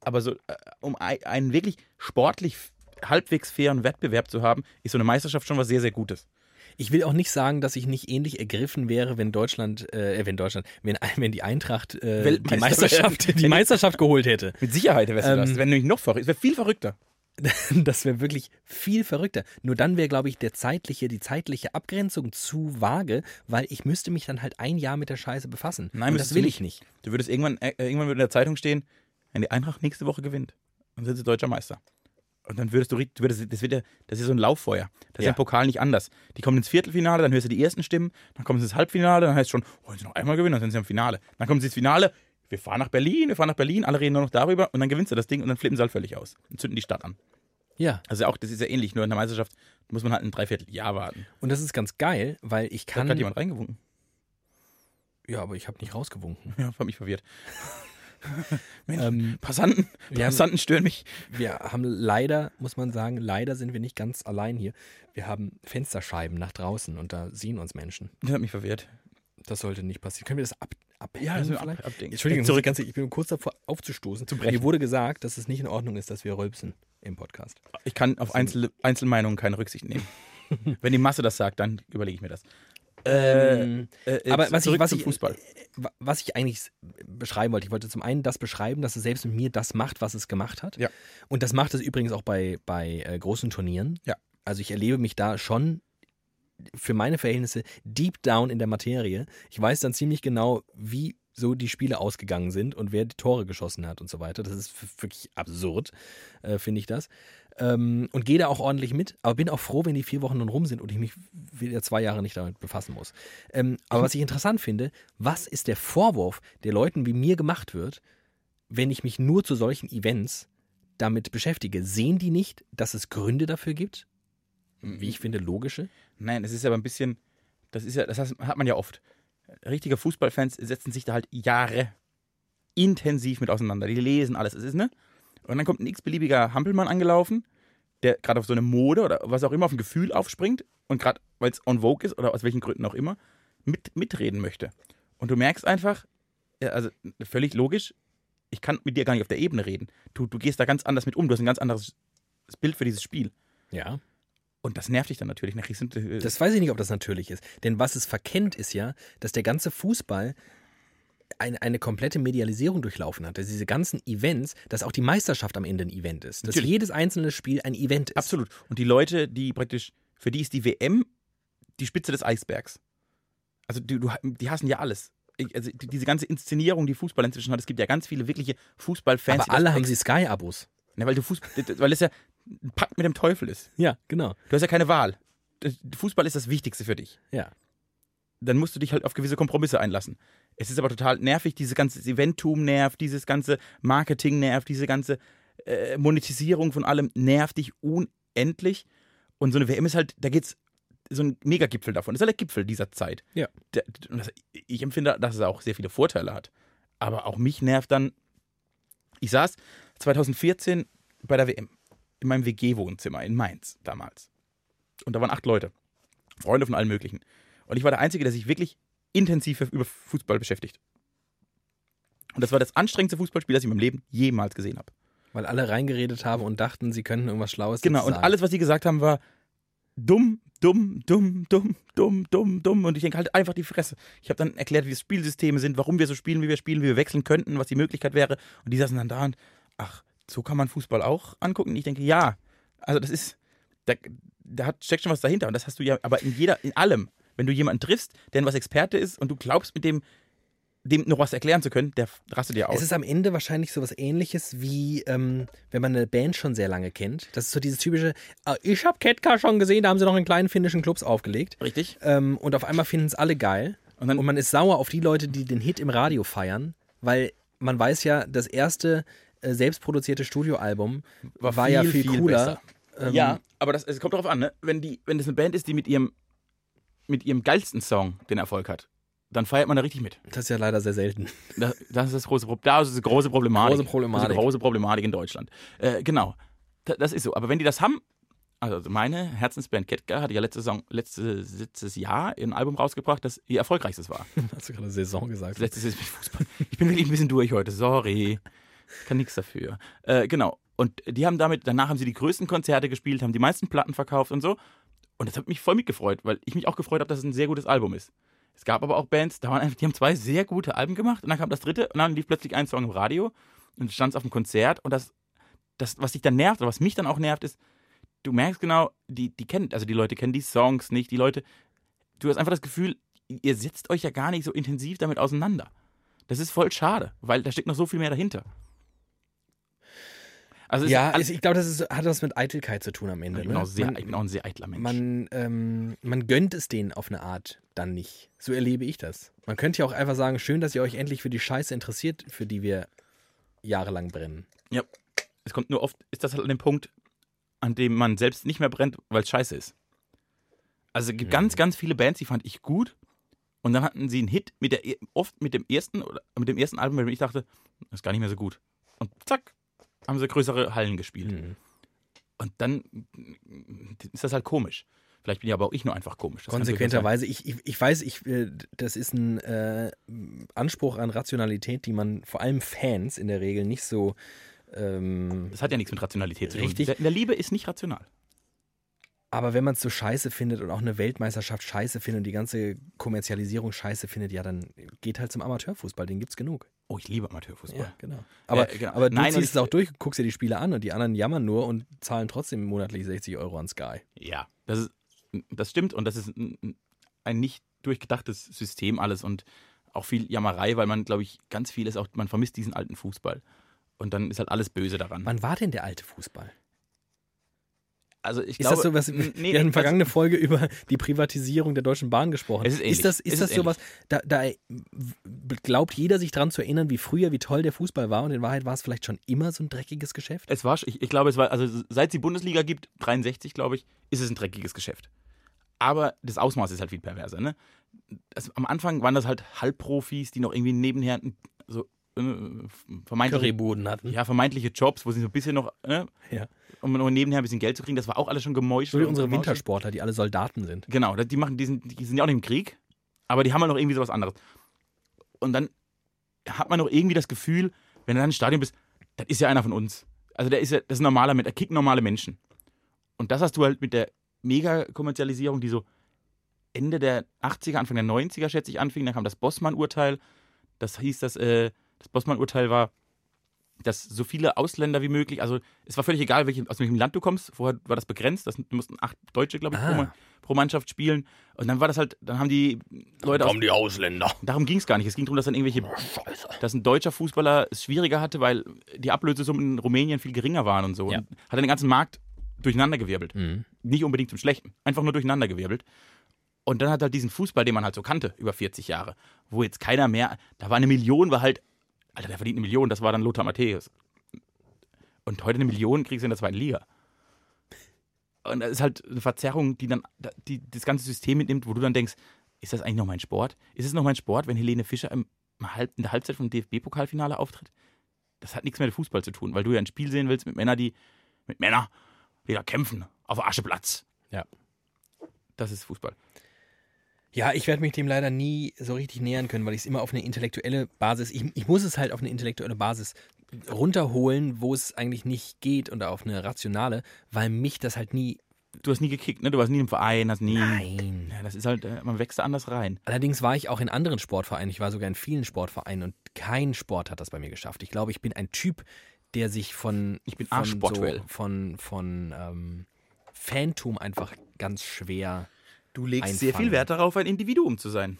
Speaker 2: Aber so, äh, um ei- einen wirklich sportlich halbwegs fairen Wettbewerb zu haben, ist so eine Meisterschaft schon was sehr, sehr Gutes.
Speaker 1: Ich will auch nicht sagen, dass ich nicht ähnlich ergriffen wäre, wenn Deutschland, äh, wenn Deutschland, wenn, wenn die Eintracht äh, die,
Speaker 2: Weltmeister
Speaker 1: Meisterschaft,
Speaker 2: werden.
Speaker 1: die Meisterschaft geholt hätte.
Speaker 2: Mit Sicherheit wärst
Speaker 1: Ähm,
Speaker 2: du das. Das wäre nämlich noch verrückter. Es wäre viel verrückter.
Speaker 1: Das wäre wirklich viel verrückter. Nur dann wäre, glaube ich, der zeitliche, die zeitliche Abgrenzung zu vage, weil ich müsste mich dann halt ein Jahr mit der Scheiße befassen.
Speaker 2: Nein,
Speaker 1: Und
Speaker 2: müsstest
Speaker 1: das
Speaker 2: du
Speaker 1: will ich nicht.
Speaker 2: Du würdest irgendwann, äh, irgendwann würde in der Zeitung stehen, wenn die Eintracht nächste Woche gewinnt, dann sind sie deutscher Meister. Und dann würdest du, richtig- du würdest, das, wird ja, das ist so ein Lauffeuer. Das ist
Speaker 1: Ja.
Speaker 2: ja. im Pokal nicht anders. Die kommen ins Viertelfinale, dann hörst du die ersten Stimmen, dann kommen sie ins Halbfinale, dann heißt es schon, wollen sie noch einmal gewinnen, dann sind sie im Finale. Dann kommen sie ins Finale, wir fahren nach Berlin, wir fahren nach Berlin, alle reden nur noch darüber und dann gewinnst du das Ding und dann flippen sie halt völlig aus und zünden die Stadt an.
Speaker 1: Ja.
Speaker 2: Also auch, das ist ja ähnlich, nur in der Meisterschaft muss man halt ein Dreivierteljahr warten.
Speaker 1: Und das ist ganz geil, weil ich
Speaker 2: Da hat
Speaker 1: kann.
Speaker 2: gerade jemand reingewunken.
Speaker 1: Ja, aber ich habe nicht rausgewunken.
Speaker 2: Ja, war mich verwirrt.
Speaker 1: Ähm,
Speaker 2: Passanten,
Speaker 1: wir haben-
Speaker 2: Passanten stören mich.
Speaker 1: wir haben leider, muss man sagen, leider sind wir nicht ganz allein hier. Wir haben Fensterscheiben nach draußen und da sehen uns Menschen.
Speaker 2: Das hat mich verwirrt.
Speaker 1: Das sollte nicht passieren. Können wir das ab, abhängen
Speaker 2: Ja, das müssen wir
Speaker 1: also vielleicht?
Speaker 2: ab- abdenken.
Speaker 1: Entschuldigung,
Speaker 2: Zurück.
Speaker 1: zurück. Ganze, ich bin kurz davor aufzustoßen.
Speaker 2: Brechen.
Speaker 1: Mir wurde gesagt, dass es nicht in Ordnung ist, dass wir rülpsen im Podcast.
Speaker 2: Ich kann auf Einzel Einzelmeinungen keine Rücksicht nehmen. Wenn die Masse das sagt, dann überlege ich mir das.
Speaker 1: Ähm,
Speaker 2: äh,
Speaker 1: aber was ich,
Speaker 2: zurück
Speaker 1: was,
Speaker 2: zum
Speaker 1: ich, äh,
Speaker 2: Fußball.
Speaker 1: wa- was ich eigentlich s- beschreiben wollte, ich wollte zum einen das beschreiben, dass es selbst mit mir das macht, was es gemacht hat.
Speaker 2: Ja.
Speaker 1: Und das macht es übrigens auch bei, bei äh, großen Turnieren.
Speaker 2: Ja.
Speaker 1: Also ich erlebe mich da schon für meine Verhältnisse deep down in der Materie. Ich weiß dann ziemlich genau, wie so die Spiele ausgegangen sind und wer die Tore geschossen hat und so weiter. Das ist f- wirklich absurd, äh, finde ich das. Ähm, und gehe da auch ordentlich mit, aber bin auch froh, wenn die vier Wochen nun rum sind und ich mich wieder zwei Jahre nicht damit befassen muss. Ähm, aber was ich interessant finde, was ist der Vorwurf, der Leuten wie mir gemacht wird, wenn ich mich nur zu solchen Events damit beschäftige? Sehen die nicht, dass es Gründe dafür gibt? Wie ich finde, logische?
Speaker 2: Nein, es ist aber ein bisschen, das ist ja, das heißt, hat man ja oft. Richtige Fußballfans setzen sich da halt Jahre intensiv mit auseinander. Die lesen alles, es ist, ne? Und dann kommt ein x-beliebiger Hampelmann angelaufen, der gerade auf so eine Mode oder was auch immer, auf ein Gefühl aufspringt und gerade, weil es on vogue ist oder aus welchen Gründen auch immer, mit, mitreden möchte. Und du merkst einfach, ja, also völlig logisch, ich kann mit dir gar nicht auf der Ebene reden. Du, du gehst da ganz anders mit um, du hast ein ganz anderes Bild für dieses Spiel.
Speaker 1: Ja.
Speaker 2: Und das nervt dich dann natürlich. Nachher sind, äh,
Speaker 1: Das weiß ich nicht, ob das natürlich ist. Denn was es verkennt, ist ja, dass der ganze Fußball eine, eine komplette Medialisierung durchlaufen hat. Dass diese ganzen Events, dass auch die Meisterschaft am Ende ein Event ist. Dass
Speaker 2: Natürlich.
Speaker 1: jedes einzelne Spiel ein Event ist.
Speaker 2: Absolut. Und die Leute, die praktisch, für die ist die WM die Spitze des Eisbergs. Also die, du, die hassen ja alles. Ich- Also die, diese ganze Inszenierung, die Fußball inzwischen hat, es gibt ja ganz viele wirkliche Fußballfans.
Speaker 1: Aber
Speaker 2: die das
Speaker 1: alle haben
Speaker 2: ex-
Speaker 1: sie Sky-Abos.
Speaker 2: Ja, weil, du Fußball, weil es ja ein Pakt mit dem Teufel ist.
Speaker 1: Ja, genau.
Speaker 2: Du hast ja keine Wahl. Das- Fußball ist das Wichtigste für dich.
Speaker 1: Ja.
Speaker 2: Dann musst du dich halt auf gewisse Kompromisse einlassen. Es ist aber total nervig, dieses ganze Eventum nervt, dieses ganze Marketing nervt, diese ganze äh, Monetisierung von allem nervt dich unendlich. Und so eine WM ist halt, da geht's so ein Megagipfel davon. Das ist halt der Gipfel dieser Zeit.
Speaker 1: Ja.
Speaker 2: Der, und das, ich empfinde, dass es auch sehr viele Vorteile hat. Aber auch mich nervt dann, ich saß 2014 bei der WM in meinem WG-Wohnzimmer in Mainz damals. Und da waren acht Leute. Freunde von allen möglichen. Und ich war der Einzige, der sich wirklich intensiv für- über Fußball beschäftigt. Und das war das anstrengendste Fußballspiel, das ich in meinem Leben jemals gesehen habe.
Speaker 1: Weil alle reingeredet haben und dachten, sie könnten irgendwas Schlaues
Speaker 2: Genau,
Speaker 1: dazu
Speaker 2: und
Speaker 1: sagen.
Speaker 2: alles, was sie gesagt haben, war dumm, dumm, dumm, dumm, dumm, dumm, dumm. Und ich denke halt einfach die Fresse. Ich habe dann erklärt, wie die Spielsysteme sind, warum wir so spielen, wie wir spielen, wie wir wechseln könnten, was die Möglichkeit wäre. Und die saßen dann da und, ach, so kann man Fußball auch angucken. Und ich denke, ja, also das ist, da, da hat, steckt schon was dahinter. Und das hast du ja, aber in jeder, in allem, wenn du jemanden triffst, der in was Experte ist und du glaubst, mit dem, dem noch was erklären zu können, der rastet dir aus.
Speaker 1: Es ist am Ende wahrscheinlich sowas ähnliches wie, ähm, wenn man eine Band schon sehr lange kennt. Das ist so dieses typische, ah, ich habe Ketka schon gesehen, da haben sie noch in kleinen finnischen Clubs aufgelegt.
Speaker 2: richtig.
Speaker 1: Ähm, und auf einmal finden es alle geil.
Speaker 2: Und dann-
Speaker 1: und man ist sauer auf die Leute, die den Hit im Radio feiern, weil man weiß ja, das erste äh, selbstproduzierte Studioalbum war, ja
Speaker 2: viel,
Speaker 1: viel,
Speaker 2: viel
Speaker 1: cooler. Ähm,
Speaker 2: Ja, aber das, es kommt darauf an, ne? wenn, die, wenn das eine Band ist, die mit ihrem, mit ihrem geilsten Song den Erfolg hat, dann feiert man da richtig mit.
Speaker 1: Das ist ja leider sehr selten.
Speaker 2: Das, das ist das große, Pro- das ist die große Problematik.
Speaker 1: Große Problematik.
Speaker 2: Das ist die große Problematik in Deutschland. Äh, genau, Da- das ist so. Aber wenn die das haben, also meine Herzensband Ketka hatte ja letztes, Song, letztes, letztes Jahr ein Album rausgebracht, das ihr erfolgreichstes war.
Speaker 1: Hast du gerade Saison gesagt?
Speaker 2: Letztes ist mit Fußball. Ich bin wirklich ein bisschen durch heute, sorry. Ich kann nichts dafür. Äh, genau. Und die haben damit, danach haben sie die größten Konzerte gespielt, haben die meisten Platten verkauft und so. Und das hat mich voll mitgefreut, weil ich mich auch gefreut habe, dass es ein sehr gutes Album ist. Es gab aber auch Bands, da waren einfach, die haben zwei sehr gute Alben gemacht und dann kam das dritte und dann lief plötzlich ein Song im Radio und stand es auf dem Konzert und das, das, was dich dann nervt oder was mich dann auch nervt, ist, du merkst genau, die, die kennen, also die Leute kennen die Songs nicht, die Leute, du hast einfach das Gefühl, ihr setzt euch ja gar nicht so intensiv damit auseinander. Das ist voll schade, weil da steckt noch so viel mehr dahinter. Also es
Speaker 1: ja,
Speaker 2: ist alles,
Speaker 1: es- ich glaube, das ist, hat was mit Eitelkeit zu tun am Ende.
Speaker 2: ich, bin
Speaker 1: ne?
Speaker 2: auch sehr, genau,
Speaker 1: Man-
Speaker 2: ich bin auch ein sehr eitler Mensch.
Speaker 1: man, ähm, man gönnt es denen auf eine Art dann nicht. So erlebe ich das. Man könnte ja auch einfach sagen, schön, dass ihr euch endlich für die Scheiße interessiert, für die wir jahrelang brennen.
Speaker 2: Ja. Es kommt nur oft, ist das halt an dem Punkt, an dem man selbst
Speaker 1: Mhm.
Speaker 2: nicht mehr brennt, weil es scheiße ist. Also es gibt ganz, ganz viele Bands, die fand ich gut Und dann hatten sie einen Hit mit der e- oft mit dem ersten oder mit dem ersten Album, bei dem ich dachte, das ist gar nicht mehr so gut. Und zack, haben sie größere Hallen gespielt.
Speaker 1: Mhm.
Speaker 2: Und dann mm, ist das halt komisch. Vielleicht bin ja aber auch ich nur einfach komisch. Das kann
Speaker 1: Konsequenterweise, ich, ich, ich weiß, ich, äh, das ist ein äh, Anspruch an Rationalität, die man vor allem Fans in der Regel nicht so. Ähm,
Speaker 2: durchaus sein. Das hat ja nichts mit Rationalität zu tun.
Speaker 1: Richtig.
Speaker 2: Der, der Liebe ist nicht rational.
Speaker 1: aber wenn man es so scheiße findet und auch eine Weltmeisterschaft scheiße findet und die ganze Kommerzialisierung scheiße findet, ja, dann geht halt zum Amateurfußball, den gibt's genug.
Speaker 2: Oh, ich liebe Amateurfußball.
Speaker 1: Ja, genau. Aber,
Speaker 2: genau.
Speaker 1: aber du
Speaker 2: Nein, und
Speaker 1: ziehst
Speaker 2: ich-
Speaker 1: es auch durch, guckst dir die Spiele an und die anderen jammern nur und zahlen trotzdem monatlich 60 Euro an Sky.
Speaker 2: Ja, das, ist, das stimmt und das ist ein, ein nicht durchgedachtes System alles und auch viel Jammerei, weil man, glaube ich, ganz viel ist auch, man vermisst diesen alten Fußball. Und dann ist halt alles böse daran.
Speaker 1: Wann war denn der alte Fußball?
Speaker 2: also ich
Speaker 1: Ist
Speaker 2: glaube,
Speaker 1: das so was?
Speaker 2: nee, nee, also
Speaker 1: wir hatten
Speaker 2: das-
Speaker 1: vergangene Folge über die Privatisierung der Deutschen Bahn gesprochen.
Speaker 2: Es ist ähnlich.
Speaker 1: ist das, ist
Speaker 2: Es
Speaker 1: das
Speaker 2: ist
Speaker 1: sowas? Da, da glaubt jeder sich dran zu erinnern, wie früher, wie toll der Fußball war und in Wahrheit war es vielleicht schon immer so ein dreckiges Geschäft.
Speaker 2: Es war, sch- ich, ich glaube, es war, also seit die Bundesliga gibt, 63, glaube ich, ist es ein dreckiges Geschäft. Aber das Ausmaß ist halt viel perverser, ne? Das, am Anfang waren das halt Halbprofis, die noch irgendwie nebenher so äh, vermeintliche
Speaker 1: Curryboden hatten.
Speaker 2: ja, vermeintliche Jobs, wo sie so ein bisschen noch, ne,
Speaker 1: Hm? Ja.
Speaker 2: um noch nebenher ein bisschen Geld zu kriegen, das war auch alles schon gemeuschelt.
Speaker 1: So wie unsere
Speaker 2: gemauschelt.
Speaker 1: Wintersportler, die alle Soldaten sind.
Speaker 2: Genau, die machen diesen, die sind ja auch nicht im Krieg, aber die haben halt noch irgendwie sowas anderes. Und dann hat man noch irgendwie das Gefühl, wenn du dann im Stadion bist, das ist ja einer von uns. Also der ist ja, das ist ein normaler, Mensch, der kickt normale Menschen. Und das hast du halt mit der Mega-Kommerzialisierung, die so Ende der 80er, Anfang der 90er, schätze ich, anfing. Dann kam das Bossmann-Urteil. Das hieß, dass äh, das Bossmann-Urteil war, dass so viele Ausländer wie möglich, also es war völlig egal, welche, aus welchem Land du kommst. Vorher war das begrenzt, das mussten acht Deutsche, glaube ich, pro,
Speaker 1: Ah.
Speaker 2: Ma- pro Mannschaft spielen. Und dann war das halt, dann haben die Leute aus
Speaker 1: die Ausländer.
Speaker 2: Darum ging es gar nicht. Es ging darum, dass dann irgendwelche,
Speaker 1: Scheiße.
Speaker 2: dass ein deutscher Fußballer es schwieriger hatte, weil die Ablösesummen in Rumänien viel geringer waren und so.
Speaker 1: Ja.
Speaker 2: Und hat den ganzen Markt durcheinandergewirbelt.
Speaker 1: Mhm.
Speaker 2: Nicht unbedingt zum Schlechten, einfach nur durcheinandergewirbelt. Und dann hat halt diesen Fußball, den man halt so kannte, über 40 Jahre, wo jetzt keiner mehr, da war eine Million, war halt, Alter, der verdient eine Million, das war dann Lothar Matthäus. Und heute eine Million kriegst du in der zweiten Liga. Und das ist halt eine Verzerrung, die dann die, das ganze System mitnimmt, wo du dann denkst, ist das eigentlich noch mein Sport? Ist es noch mein Sport, wenn Helene Fischer im, im Halb, in der Halbzeit vom DFB-Pokalfinale auftritt? Das hat nichts mehr mit Fußball zu tun, weil du ja ein Spiel sehen willst mit Männern, die mit Männern wieder kämpfen auf dem Ascheplatz.
Speaker 1: Ja.
Speaker 2: Das ist Fußball.
Speaker 1: Ja, ich werde mich dem leider nie so richtig nähern können, weil ich es immer auf eine intellektuelle Basis, ich, ich muss es halt auf eine intellektuelle Basis runterholen, wo es eigentlich nicht geht und auf eine rationale, weil mich das halt nie.
Speaker 2: Du hast nie gekickt, ne? Du warst nie im Verein, hast nie.
Speaker 1: Nein.
Speaker 2: Ja, das ist halt, äh, man wächst da anders rein.
Speaker 1: Allerdings war ich auch in anderen Sportvereinen, ich war sogar in vielen Sportvereinen und kein Sport hat das bei mir geschafft. Ich glaube, ich bin ein Typ, der sich von
Speaker 2: Ich bin
Speaker 1: von,
Speaker 2: arschsportuell.
Speaker 1: von, von ähm, Fantum einfach ganz schwer.
Speaker 2: Du legst
Speaker 1: Einfangen.
Speaker 2: sehr viel Wert darauf, ein Individuum zu sein.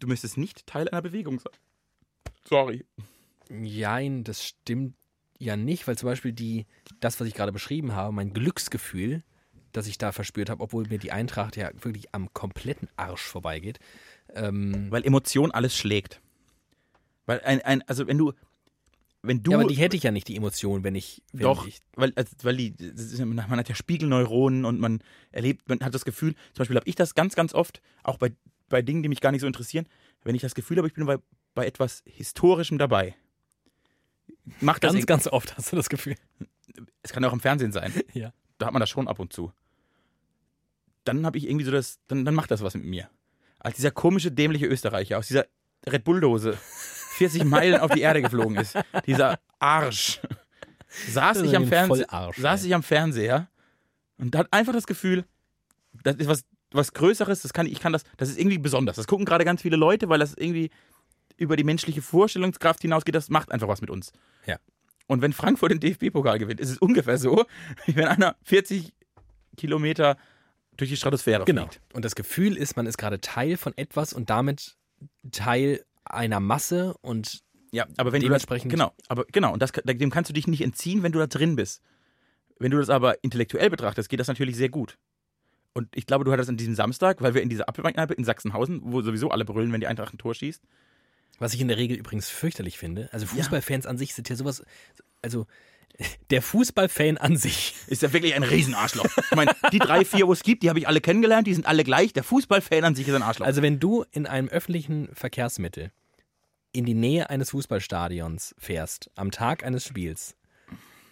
Speaker 2: Du müsstest nicht Teil einer Bewegung sein. Sorry.
Speaker 1: Jein, das stimmt ja nicht, weil zum Beispiel die, das, was ich gerade beschrieben habe, mein Glücksgefühl, das ich da verspürt habe, obwohl mir die Eintracht ja wirklich am kompletten Arsch vorbeigeht. Ähm,
Speaker 2: Weil Emotion alles schlägt. Weil ein, ein also wenn du, wenn du,
Speaker 1: ja, aber die hätte ich ja nicht, die Emotion, wenn ich. Wenn
Speaker 2: doch,
Speaker 1: Ich,
Speaker 2: weil, also, weil die, das ist ja- man hat ja Spiegelneuronen und man erlebt, man hat das Gefühl, zum Beispiel habe ich das ganz, ganz oft, auch bei, bei Dingen, die mich gar nicht so interessieren, wenn ich das Gefühl habe, ich bin bei, bei etwas Historischem dabei. Macht das,
Speaker 1: ganz, ganz oft hast du das Gefühl.
Speaker 2: es kann auch im Fernsehen sein.
Speaker 1: Ja.
Speaker 2: Da hat man das schon ab und zu. Dann habe ich irgendwie so das, dann, dann macht das was mit mir. Als dieser komische, dämliche Österreicher aus dieser Red Bull-Dose 40 Meilen auf die Erde geflogen ist, dieser Arsch, saß
Speaker 1: Das ist
Speaker 2: ich am
Speaker 1: ein
Speaker 2: Fernseher,
Speaker 1: Vollarsch,
Speaker 2: saß
Speaker 1: ey.
Speaker 2: ich am Fernseher und hat einfach das Gefühl, das ist was, was Größeres, das kann ich, ich kann das, das ist irgendwie besonders. Das gucken gerade ganz viele Leute, weil das irgendwie über die menschliche Vorstellungskraft hinausgeht, das macht einfach was mit uns.
Speaker 1: Ja.
Speaker 2: Und wenn Frankfurt den DFB-Pokal gewinnt, ist es ungefähr so, wie wenn einer 40 Kilometer durch die Stratosphäre
Speaker 1: Genau.
Speaker 2: fliegt.
Speaker 1: Und das Gefühl ist, man ist gerade Teil von etwas und damit Teil einer Masse und
Speaker 2: Ja, aber wenn
Speaker 1: Dementsprechend-
Speaker 2: du da, genau, aber genau und das, dem kannst du dich nicht entziehen, wenn du da drin bist. Wenn du das aber intellektuell betrachtest, geht das natürlich sehr gut. Und ich glaube, du hattest an diesem Samstag, weil wir in dieser Apfelbankkneipe in Sachsenhausen, wo sowieso alle brüllen, wenn die Eintracht ein Tor schießt.
Speaker 1: was ich in der Regel übrigens fürchterlich finde. Also Fußballfans an sich sind ja sowas, also Der Fußballfan an sich.
Speaker 2: Ist ja wirklich ein Riesenarschloch. Ich meine, die drei, vier, wo es gibt, die habe ich alle kennengelernt, die sind alle gleich. Der Fußballfan an sich ist ein Arschloch.
Speaker 1: Also wenn du in einem öffentlichen Verkehrsmittel in die Nähe eines Fußballstadions fährst, am Tag eines Spiels,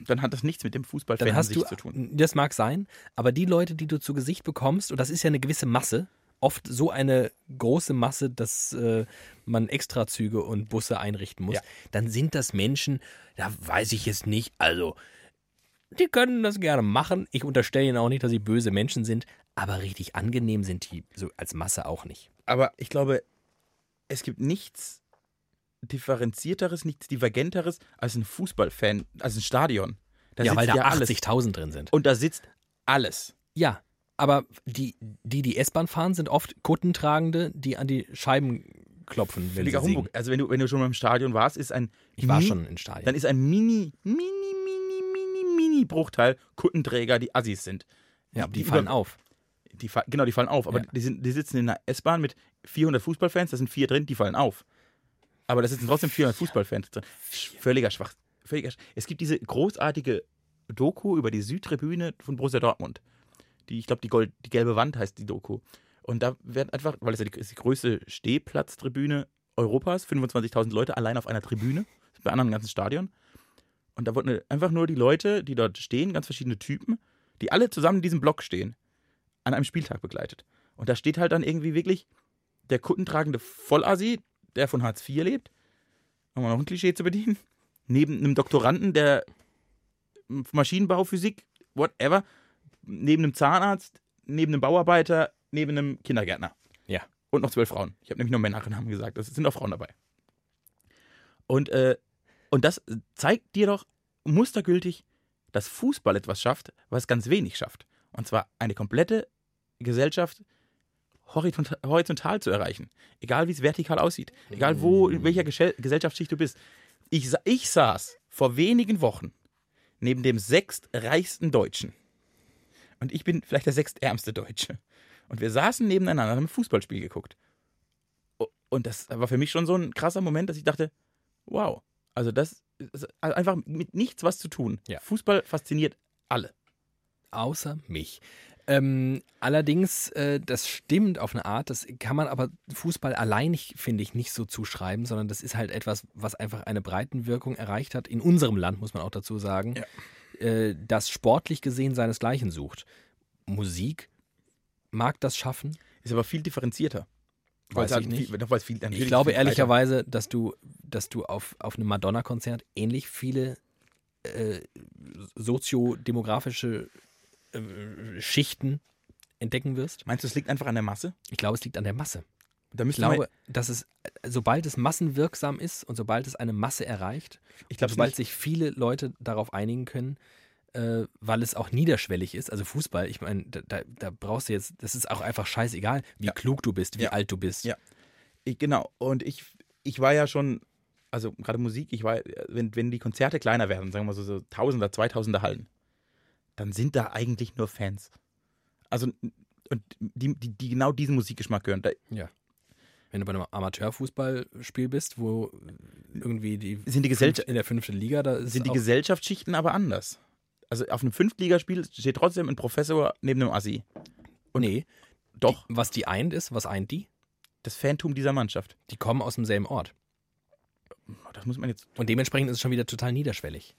Speaker 2: dann hat das nichts mit dem Fußballfan
Speaker 1: dann
Speaker 2: an
Speaker 1: hast
Speaker 2: sich
Speaker 1: du,
Speaker 2: zu tun.
Speaker 1: das mag sein, aber die Leute, die du zu Gesicht bekommst, und das ist ja eine gewisse Masse, oft so eine große Masse, dass äh, man Extrazüge und Busse einrichten muss,
Speaker 2: Ja.
Speaker 1: dann sind das Menschen, da weiß ich jetzt nicht, also die können das gerne machen. Ich unterstelle ihnen auch nicht, dass sie böse Menschen sind, aber richtig angenehm sind die so als Masse auch nicht.
Speaker 2: Aber ich glaube, es gibt nichts differenzierteres, nichts divergenteres als ein Fußballfan, als ein Stadion. Da
Speaker 1: ja,
Speaker 2: sitzt
Speaker 1: weil da
Speaker 2: ja alles.
Speaker 1: 80.000 drin sind.
Speaker 2: Und da sitzt alles.
Speaker 1: Ja, aber die, die, die S-Bahn fahren, sind oft Kuttentragende, die an die Scheiben klopfen, wenn sie
Speaker 2: Völliger
Speaker 1: singen.
Speaker 2: Humbug. Also wenn du, wenn du schon mal im Stadion warst, ist ein
Speaker 1: Ich war
Speaker 2: Mi-
Speaker 1: schon in Stadien.
Speaker 2: Mhm. dann ist ein Mini, Mini, Mini, Mini, Mini Bruchteil Kuttenträger, die Assis sind.
Speaker 1: ja, aber die fallen
Speaker 2: über-
Speaker 1: auf.
Speaker 2: Die, fa- genau, die fallen auf. Aber
Speaker 1: Ja.
Speaker 2: die, sind, die sitzen in einer S-Bahn mit 400 Fußballfans, da sind vier drin, die fallen auf. Aber da sitzen trotzdem 400 Fußballfans drin. Sch- Völliger Schwach. Völliger Sch es gibt diese großartige Doku über die Südtribüne von Borussia Dortmund. Die, ich glaube, die, Gold- die gelbe Wand heißt die Doku. Und da werden einfach, weil es ja die, ist die größte Stehplatztribüne Europas, 25.000 Leute allein auf einer Tribüne, bei anderen im ganzen Stadion. Und da wurden einfach nur die Leute, die dort stehen, ganz verschiedene Typen, die alle zusammen in diesem Block stehen, an einem Spieltag begleitet. Und da steht halt dann irgendwie wirklich der kuttentragende Vollasi, der von Hartz IV lebt, um noch ein Klischee zu bedienen, neben einem Doktoranden, der Maschinenbau, Physik, whatever, neben einem Zahnarzt, neben einem Bauarbeiter, neben einem Kindergärtner.
Speaker 1: Ja.
Speaker 2: Und noch zwölf Frauen. Ich habe nämlich nur Männernamen gesagt, es sind auch Frauen dabei. Und, äh, und das zeigt dir doch mustergültig, dass Fußball etwas schafft, was ganz wenig schafft. Und zwar eine komplette Gesellschaft horizontal, horizontal zu erreichen. Egal wie es vertikal aussieht. Egal wo, in welcher Gesell- Gesellschaftsschicht du bist. Ich, sa- ich saß vor wenigen Wochen neben dem sechstreichsten Deutschen. Und ich bin vielleicht der sechstärmste Deutsche. Und wir saßen nebeneinander und haben ein Fußballspiel geguckt. O- Und das war für mich schon so ein krasser Moment, dass ich dachte, wow, also das ist also einfach mit nichts was zu tun.
Speaker 1: Ja.
Speaker 2: Fußball fasziniert alle.
Speaker 1: Außer mich. Ähm, allerdings, äh, das stimmt auf eine Art, das kann man aber Fußball allein, nicht, finde ich, nicht so zuschreiben, sondern das ist halt etwas, was einfach eine Breitenwirkung erreicht hat. In unserem Land, muss man auch dazu sagen, äh, das sportlich gesehen seinesgleichen sucht. Musik mag das schaffen.
Speaker 2: Ist aber viel differenzierter.
Speaker 1: Weiß
Speaker 2: Weil's
Speaker 1: ich
Speaker 2: halt
Speaker 1: nicht.
Speaker 2: Viel, doch, weil's viel, natürlich
Speaker 1: Ich glaube
Speaker 2: viel breiter-
Speaker 1: ehrlicherweise, dass du, dass du auf, auf einem Madonna-Konzert ähnlich viele äh, soziodemografische äh, Schichten entdecken wirst.
Speaker 2: Meinst du, es liegt einfach an der Masse?
Speaker 1: Ich glaube, es liegt an der Masse.
Speaker 2: Da
Speaker 1: Ich glaube, dass es, äh, sobald es massenwirksam ist und sobald es eine Masse erreicht,
Speaker 2: ich
Speaker 1: und
Speaker 2: glaube,
Speaker 1: sobald sich viele Leute darauf einigen können, äh, weil es auch niederschwellig ist, also Fußball, ich meine, da, da, da brauchst du jetzt, das ist auch einfach scheißegal, wie
Speaker 2: Ja.
Speaker 1: klug du bist, wie
Speaker 2: Ja.
Speaker 1: alt du bist.
Speaker 2: Ja. Ich, genau, und ich, ich war ja schon, also gerade Musik, ich war, wenn, wenn die Konzerte kleiner werden, sagen wir mal so, so Tausender, Zweitausender Hallen, dann sind da eigentlich nur Fans. Also, und die, die, die genau diesen Musikgeschmack hören. Da
Speaker 1: Wenn du bei einem Amateurfußballspiel bist, wo irgendwie die
Speaker 2: sind die, Gesellschaft,
Speaker 1: fünf, in der fünften Liga, da ist
Speaker 2: sind die
Speaker 1: auch,
Speaker 2: Gesellschaftsschichten aber anders. Also auf einem Fünftligaspiel steht trotzdem ein Professor neben einem Assi.
Speaker 1: nee,
Speaker 2: Doch,
Speaker 1: Die, was die eint ist, was eint die?
Speaker 2: das Phantom dieser Mannschaft.
Speaker 1: Die kommen aus demselben Ort.
Speaker 2: Oh, Das muss man jetzt.
Speaker 1: Und dementsprechend ist es schon wieder total niederschwellig.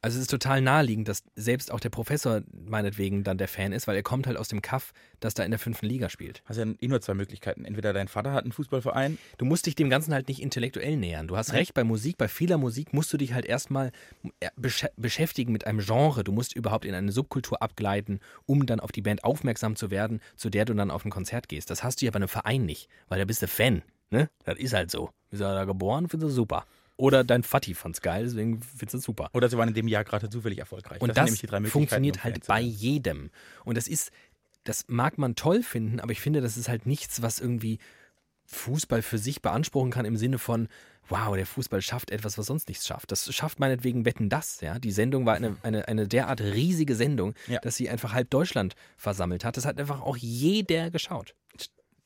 Speaker 1: Also es ist total naheliegend, dass selbst auch der Professor meinetwegen dann der Fan ist, weil er kommt halt aus dem Kaff, das da in der fünften Liga spielt.
Speaker 2: Hast ja eh nur zwei Möglichkeiten. Entweder dein Vater hat einen Fußballverein
Speaker 1: Du musst dich dem Ganzen halt nicht intellektuell nähern. Du hast recht, bei Musik, bei vieler Musik musst du dich halt erstmal äh, besch beschäftigen mit einem Genre. Du musst überhaupt in eine Subkultur abgleiten, um dann auf die Band aufmerksam zu werden, zu der du dann auf ein Konzert gehst. Das hast du ja bei einem Verein nicht, weil da bist du Fan. Ne? Das ist halt so. Bist ja da geboren, findest du super. Oder dein Vati fand's geil, deswegen findest du super.
Speaker 2: Oder sie waren in dem Jahr gerade zufällig erfolgreich.
Speaker 1: Und
Speaker 2: sind
Speaker 1: das,
Speaker 2: nämlich die drei Möglichkeiten, um
Speaker 1: funktioniert
Speaker 2: Fan
Speaker 1: halt
Speaker 2: zu
Speaker 1: bei
Speaker 2: werden.
Speaker 1: jedem. Und das ist, das mag man toll finden, aber ich finde, das ist halt nichts, was irgendwie Fußball für sich beanspruchen kann im Sinne von, wow, der Fußball schafft etwas, was sonst nichts schafft. Das schafft meinetwegen Wetten das, ja. Die Sendung war eine, eine, eine derart riesige Sendung,
Speaker 2: Ja.
Speaker 1: dass sie einfach halb Deutschland versammelt hat. Das hat einfach auch jeder geschaut.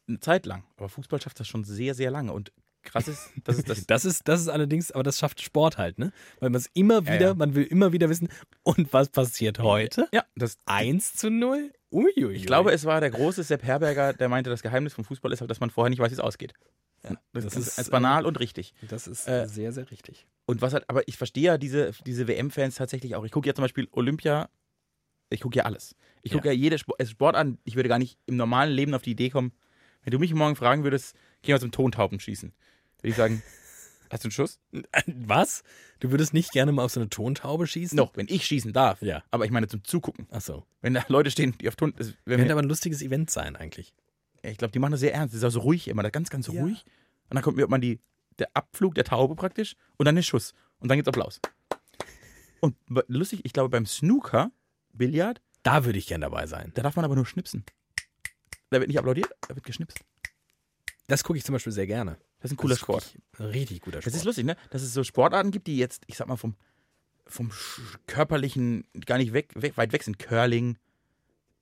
Speaker 2: Eine Zeit lang. Aber Fußball schafft das schon sehr, sehr lange. Und krass ist, dass es das
Speaker 1: Das ist, das ist allerdings, aber das schafft Sport halt, ne? Weil man es immer
Speaker 2: Ja,
Speaker 1: wieder,
Speaker 2: ja.
Speaker 1: man will immer wieder wissen, und was passiert heute?
Speaker 2: Ja, das,
Speaker 1: 1 zu 0? Uiuiui.
Speaker 2: ich glaube, es war der große Sepp Herberger, der meinte, das Geheimnis vom Fußball ist halt, dass man vorher nicht weiß, wie es ausgeht. das,
Speaker 1: das Also,
Speaker 2: ist
Speaker 1: ist, äh,
Speaker 2: als banal und richtig.
Speaker 1: das ist
Speaker 2: äh,
Speaker 1: sehr, sehr richtig.
Speaker 2: Und was halt, aber ich verstehe ja diese, diese WM-Fans tatsächlich auch. Ich gucke ja zum Beispiel Olympia, ich gucke ja alles. Ich gucke ja, jede Sport, Sport an. Ich würde gar nicht im normalen Leben auf die Idee kommen, wenn du mich morgen fragen würdest, geh mal zum Tontauben schießen. Würde ich sagen, hast du einen Schuss?
Speaker 1: äh, Was? Du würdest nicht gerne mal auf so eine Tontaube schießen?
Speaker 2: Noch, wenn ich schießen darf.
Speaker 1: Ja.
Speaker 2: Aber ich meine zum Zugucken.
Speaker 1: Achso.
Speaker 2: Wenn da Leute stehen, die auf Ton. das- Wenn
Speaker 1: Könnte
Speaker 2: wir,
Speaker 1: aber ein lustiges Event sein, eigentlich.
Speaker 2: ich glaube, die machen das sehr ernst. Das ist auch so ruhig immer, da ganz, ganz
Speaker 1: Ja.
Speaker 2: ruhig. Und dann kommt mir man die, der Abflug der Taube praktisch und dann der Schuss. Und dann gibt's Applaus. Und be- lustig, ich glaube, beim Snooker, Billard,
Speaker 1: Da würde ich gern dabei sein.
Speaker 2: Da darf man aber nur schnipsen. Da wird nicht applaudiert, da wird geschnipst.
Speaker 1: Das gucke ich zum Beispiel sehr gerne.
Speaker 2: Das ist ein cooler
Speaker 1: Das ist
Speaker 2: Sport.
Speaker 1: wirklich Ein richtig guter Sport.
Speaker 2: Das ist lustig, ne? Dass es so Sportarten gibt, die jetzt, ich sag mal, vom, vom sch- körperlichen gar nicht weg, weg, weit weg sind. Curling,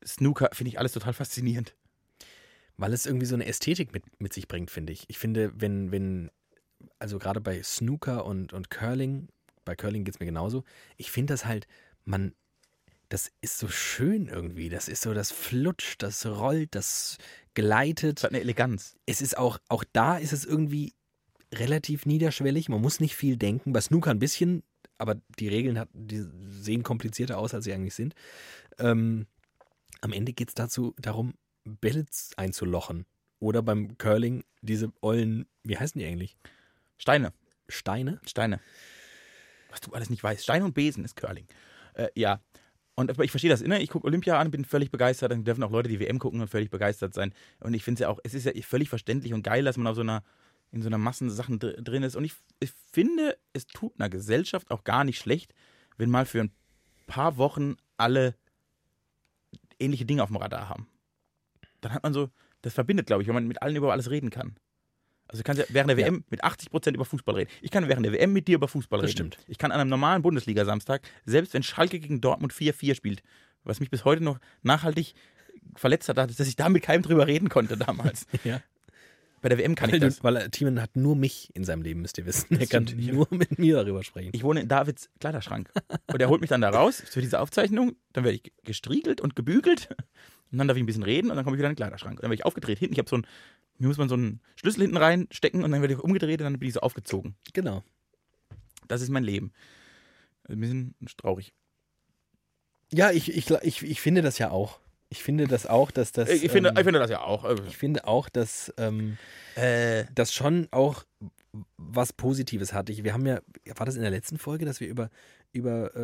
Speaker 2: Snooker, finde ich alles total faszinierend.
Speaker 1: Weil es irgendwie so eine Ästhetik mit, mit sich bringt, finde ich. Ich finde, wenn, wenn, also gerade bei Snooker und, und Curling, bei Curling geht es mir genauso, ich finde das halt, man, das ist so schön irgendwie. Das ist so, das flutscht, das rollt, das
Speaker 2: Es
Speaker 1: gleitet.
Speaker 2: hat eine Eleganz.
Speaker 1: Es ist auch, auch da ist es irgendwie relativ niederschwellig. Man muss nicht viel denken. Bei Snooker ein bisschen, aber die Regeln hat, die sehen komplizierter aus, als sie eigentlich sind. Ähm, am Ende geht es dazu darum, Bälle z- einzulochen. Oder beim Curling diese ollen, wie heißen die eigentlich?
Speaker 2: Steine,
Speaker 1: Steine?
Speaker 2: Steine. Was du alles nicht weißt. Steine und Besen ist Curling. Äh, ja. Und aber ich verstehe das, ne? Ich gucke Olympia an, bin völlig begeistert. Dann dürfen auch Leute, die WM gucken, völlig begeistert sein. Und ich finde es ja auch, es ist ja völlig verständlich und geil, dass man auf so einer, in so einer Massensachen dr drin ist. Und ich, ich finde, es tut einer Gesellschaft auch gar nicht schlecht, wenn mal für ein paar Wochen alle ähnliche Dinge auf dem Radar haben. Dann hat man so, das verbindet, glaube ich, wenn man mit allen über alles reden kann. Also du kannst ja während der
Speaker 1: Ja.
Speaker 2: WM mit 80% über Fußball reden. Ich kann während der WM mit dir über Fußball
Speaker 1: Das
Speaker 2: reden.
Speaker 1: stimmt.
Speaker 2: Ich kann an einem normalen Bundesliga-Samstag, selbst wenn Schalke gegen Dortmund 4-4 spielt, was mich bis heute noch nachhaltig verletzt hat, dass ich da mit keinem drüber reden konnte damals.
Speaker 1: Ja.
Speaker 2: Bei der WM kann
Speaker 1: Weil,
Speaker 2: ich
Speaker 1: du,
Speaker 2: das.
Speaker 1: weil äh, Timon hat nur mich in seinem Leben, müsst ihr wissen. Er kann
Speaker 2: stimmt.
Speaker 1: nur mit mir darüber sprechen.
Speaker 2: Ich wohne in Davids Kleiderschrank. Und er holt mich dann da raus für diese Aufzeichnung. Dann werde ich gestriegelt und gebügelt. Und dann darf ich ein bisschen reden und dann komme ich wieder in den Kleiderschrank. Und dann werde ich aufgedreht. Hinten, ich habe so einen, mir muss man so einen Schlüssel hinten reinstecken und dann werde ich umgedreht und dann bin ich so aufgezogen.
Speaker 1: Genau.
Speaker 2: Das ist mein Leben. Ein bisschen traurig.
Speaker 1: Ja, ich, ich, ich, ich finde das ja auch. Ich finde das auch, dass das.
Speaker 2: ich, finde,
Speaker 1: ähm,
Speaker 2: ich finde das ja auch.
Speaker 1: Ich finde auch, dass ähm,
Speaker 2: Äh,
Speaker 1: das schon auch was Positives hatte. Ich, wir haben ja, war das in der letzten Folge, dass wir über, über äh,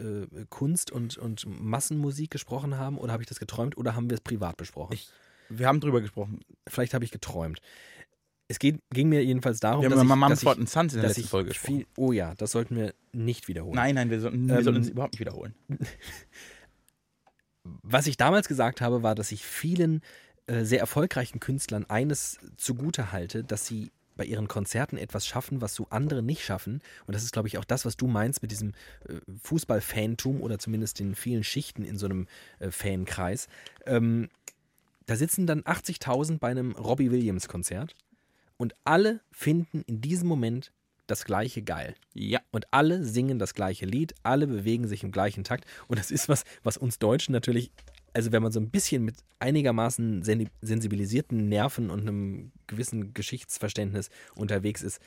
Speaker 1: äh, Kunst und, und Massenmusik gesprochen haben? Oder habe ich das geträumt? Oder haben wir es privat besprochen?
Speaker 2: Ich- wir haben drüber gesprochen.
Speaker 1: Vielleicht habe ich geträumt. Es geht, ging mir jedenfalls darum,
Speaker 2: Wir
Speaker 1: um dass
Speaker 2: haben
Speaker 1: ich,
Speaker 2: über
Speaker 1: dass
Speaker 2: Mumford
Speaker 1: ich,
Speaker 2: und Sons in der
Speaker 1: dass
Speaker 2: letzten
Speaker 1: ich
Speaker 2: Folge gesprochen.
Speaker 1: viel, oh ja, das sollten wir nicht wiederholen.
Speaker 2: Nein, nein, wir sollten, wir
Speaker 1: Ähm,
Speaker 2: sollten es überhaupt nicht wiederholen.
Speaker 1: was ich damals gesagt habe, war, dass ich vielen äh, sehr erfolgreichen Künstlern eines zugute halte, dass sie bei ihren Konzerten etwas schaffen, was so andere nicht schaffen. Und das ist, glaube ich, auch das, was du meinst mit diesem äh, Fußballfantum oder zumindest den vielen Schichten in so einem äh, Fankreis. Ähm, da sitzen dann 80.000 bei einem Robbie Williams-Konzert und alle finden in diesem Moment das gleiche geil.
Speaker 2: Ja.
Speaker 1: Und alle singen das gleiche Lied, alle bewegen sich im gleichen Takt. Und das ist was, was uns Deutschen natürlich, also wenn man so ein bisschen mit einigermaßen sen- sensibilisierten Nerven und einem gewissen Geschichtsverständnis unterwegs ist,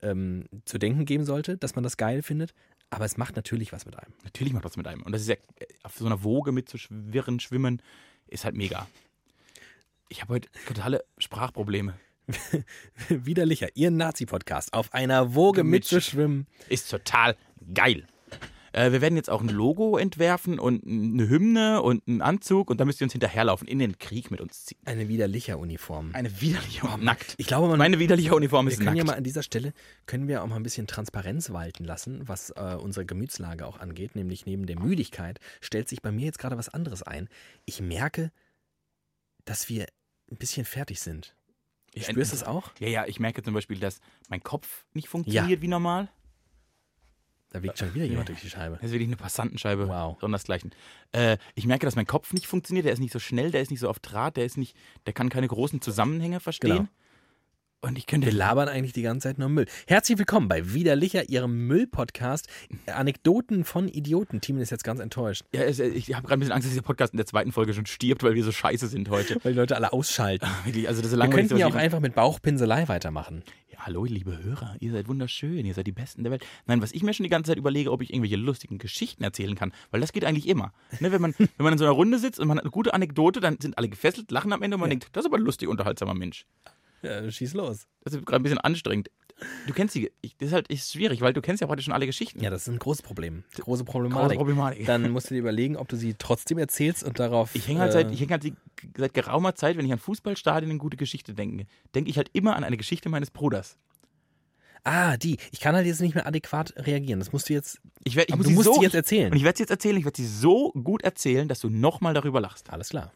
Speaker 1: ähm, zu denken geben sollte, dass man das geil findet. Aber es macht natürlich was mit einem.
Speaker 2: Natürlich macht das mit einem. Und das ist ja, äh, auf so einer Woge mitzuschwirren, schwimmen, ist halt mega. Ich habe heute totale Sprachprobleme.
Speaker 1: Widerlicher, ihr Nazi-Podcast, auf einer Woge
Speaker 2: Gemitsch.
Speaker 1: mitzuschwimmen.
Speaker 2: Ist total geil. Äh, wir werden jetzt auch ein Logo entwerfen und eine Hymne und einen Anzug und dann müsst ihr uns hinterherlaufen, in den Krieg mit uns ziehen.
Speaker 1: Eine widerlicher Uniform.
Speaker 2: Eine widerliche Uniform. Nackt.
Speaker 1: Ich glaube, man
Speaker 2: Meine widerliche Uniform
Speaker 1: Wir
Speaker 2: ist
Speaker 1: können
Speaker 2: nackt.
Speaker 1: ja mal an dieser Stelle, können wir auch mal ein bisschen Transparenz walten lassen, was äh, unsere Gemütslage auch angeht, nämlich neben der Müdigkeit stellt sich bei mir jetzt gerade was anderes ein. Ich merke, dass wir ein bisschen fertig sind.
Speaker 2: Ich-
Speaker 1: Spürst du es auch?
Speaker 2: Ja, ja, ich merke zum Beispiel, dass mein Kopf nicht funktioniert wie normal.
Speaker 1: Da wiegt schon wieder jemand durch die Scheibe.
Speaker 2: Das ist wirklich eine Passantenscheibe.
Speaker 1: Wow.
Speaker 2: Sondersgleichen. Äh, ich merke, dass mein Kopf nicht funktioniert. Der ist nicht so schnell, der ist nicht so auf Draht, der ist nicht, der kann keine großen Zusammenhänge verstehen.
Speaker 1: Genau.
Speaker 2: Und ich könnte
Speaker 1: Wir labern eigentlich die ganze Zeit nur Müll. Herzlich willkommen bei Widerlicher, Ihrem Müll-Podcast. Anekdoten von Idioten. Timen ist jetzt ganz enttäuscht,
Speaker 2: Ja, es- ich habe gerade ein bisschen Angst, dass dieser Podcast in der zweiten Folge schon stirbt, weil wir so scheiße sind heute.
Speaker 1: weil die Leute alle ausschalten.
Speaker 2: Wirklich, also das ist so
Speaker 1: Wir
Speaker 2: langweilig,
Speaker 1: könnten ja auch
Speaker 2: sowas wie-
Speaker 1: einfach mit Bauchpinselei weitermachen.
Speaker 2: ja, hallo, liebe Hörer, ihr seid wunderschön, ihr seid die Besten der Welt. Nein, was ich mir schon die ganze Zeit überlege, ob ich irgendwelche lustigen Geschichten erzählen kann, weil das geht eigentlich immer. Ne, wenn, man, wenn man in so einer Runde sitzt und man hat eine gute Anekdote, dann sind alle gefesselt, lachen am Ende und man denkt, das ist aber ein lustig, unterhaltsamer Mensch.
Speaker 1: Ja, schieß los.
Speaker 2: Das ist gerade ein bisschen anstrengend. Du kennst die, ich, das ist halt ist schwierig, weil du kennst ja heute schon alle Geschichten.
Speaker 1: Ja, das ist ein großes Problem. Große
Speaker 2: Große
Speaker 1: Problematik.
Speaker 2: Problematik.
Speaker 1: Dann musst du dir überlegen, ob du sie trotzdem erzählst und darauf.
Speaker 2: Ich hänge halt,
Speaker 1: äh,
Speaker 2: seit, ich häng halt die, seit geraumer Zeit, wenn ich an Fußballstadien eine gute Geschichte denke, denke ich halt immer an eine Geschichte meines Bruders.
Speaker 1: Ah, die. Ich kann halt jetzt nicht mehr adäquat reagieren. Das musst du jetzt.
Speaker 2: Ich werd, ich
Speaker 1: aber
Speaker 2: muss
Speaker 1: du
Speaker 2: sie
Speaker 1: musst
Speaker 2: so,
Speaker 1: sie jetzt
Speaker 2: Und
Speaker 1: erzählen.
Speaker 2: ich werde sie jetzt erzählen, ich werde sie so gut erzählen, dass du nochmal darüber lachst.
Speaker 1: Alles klar.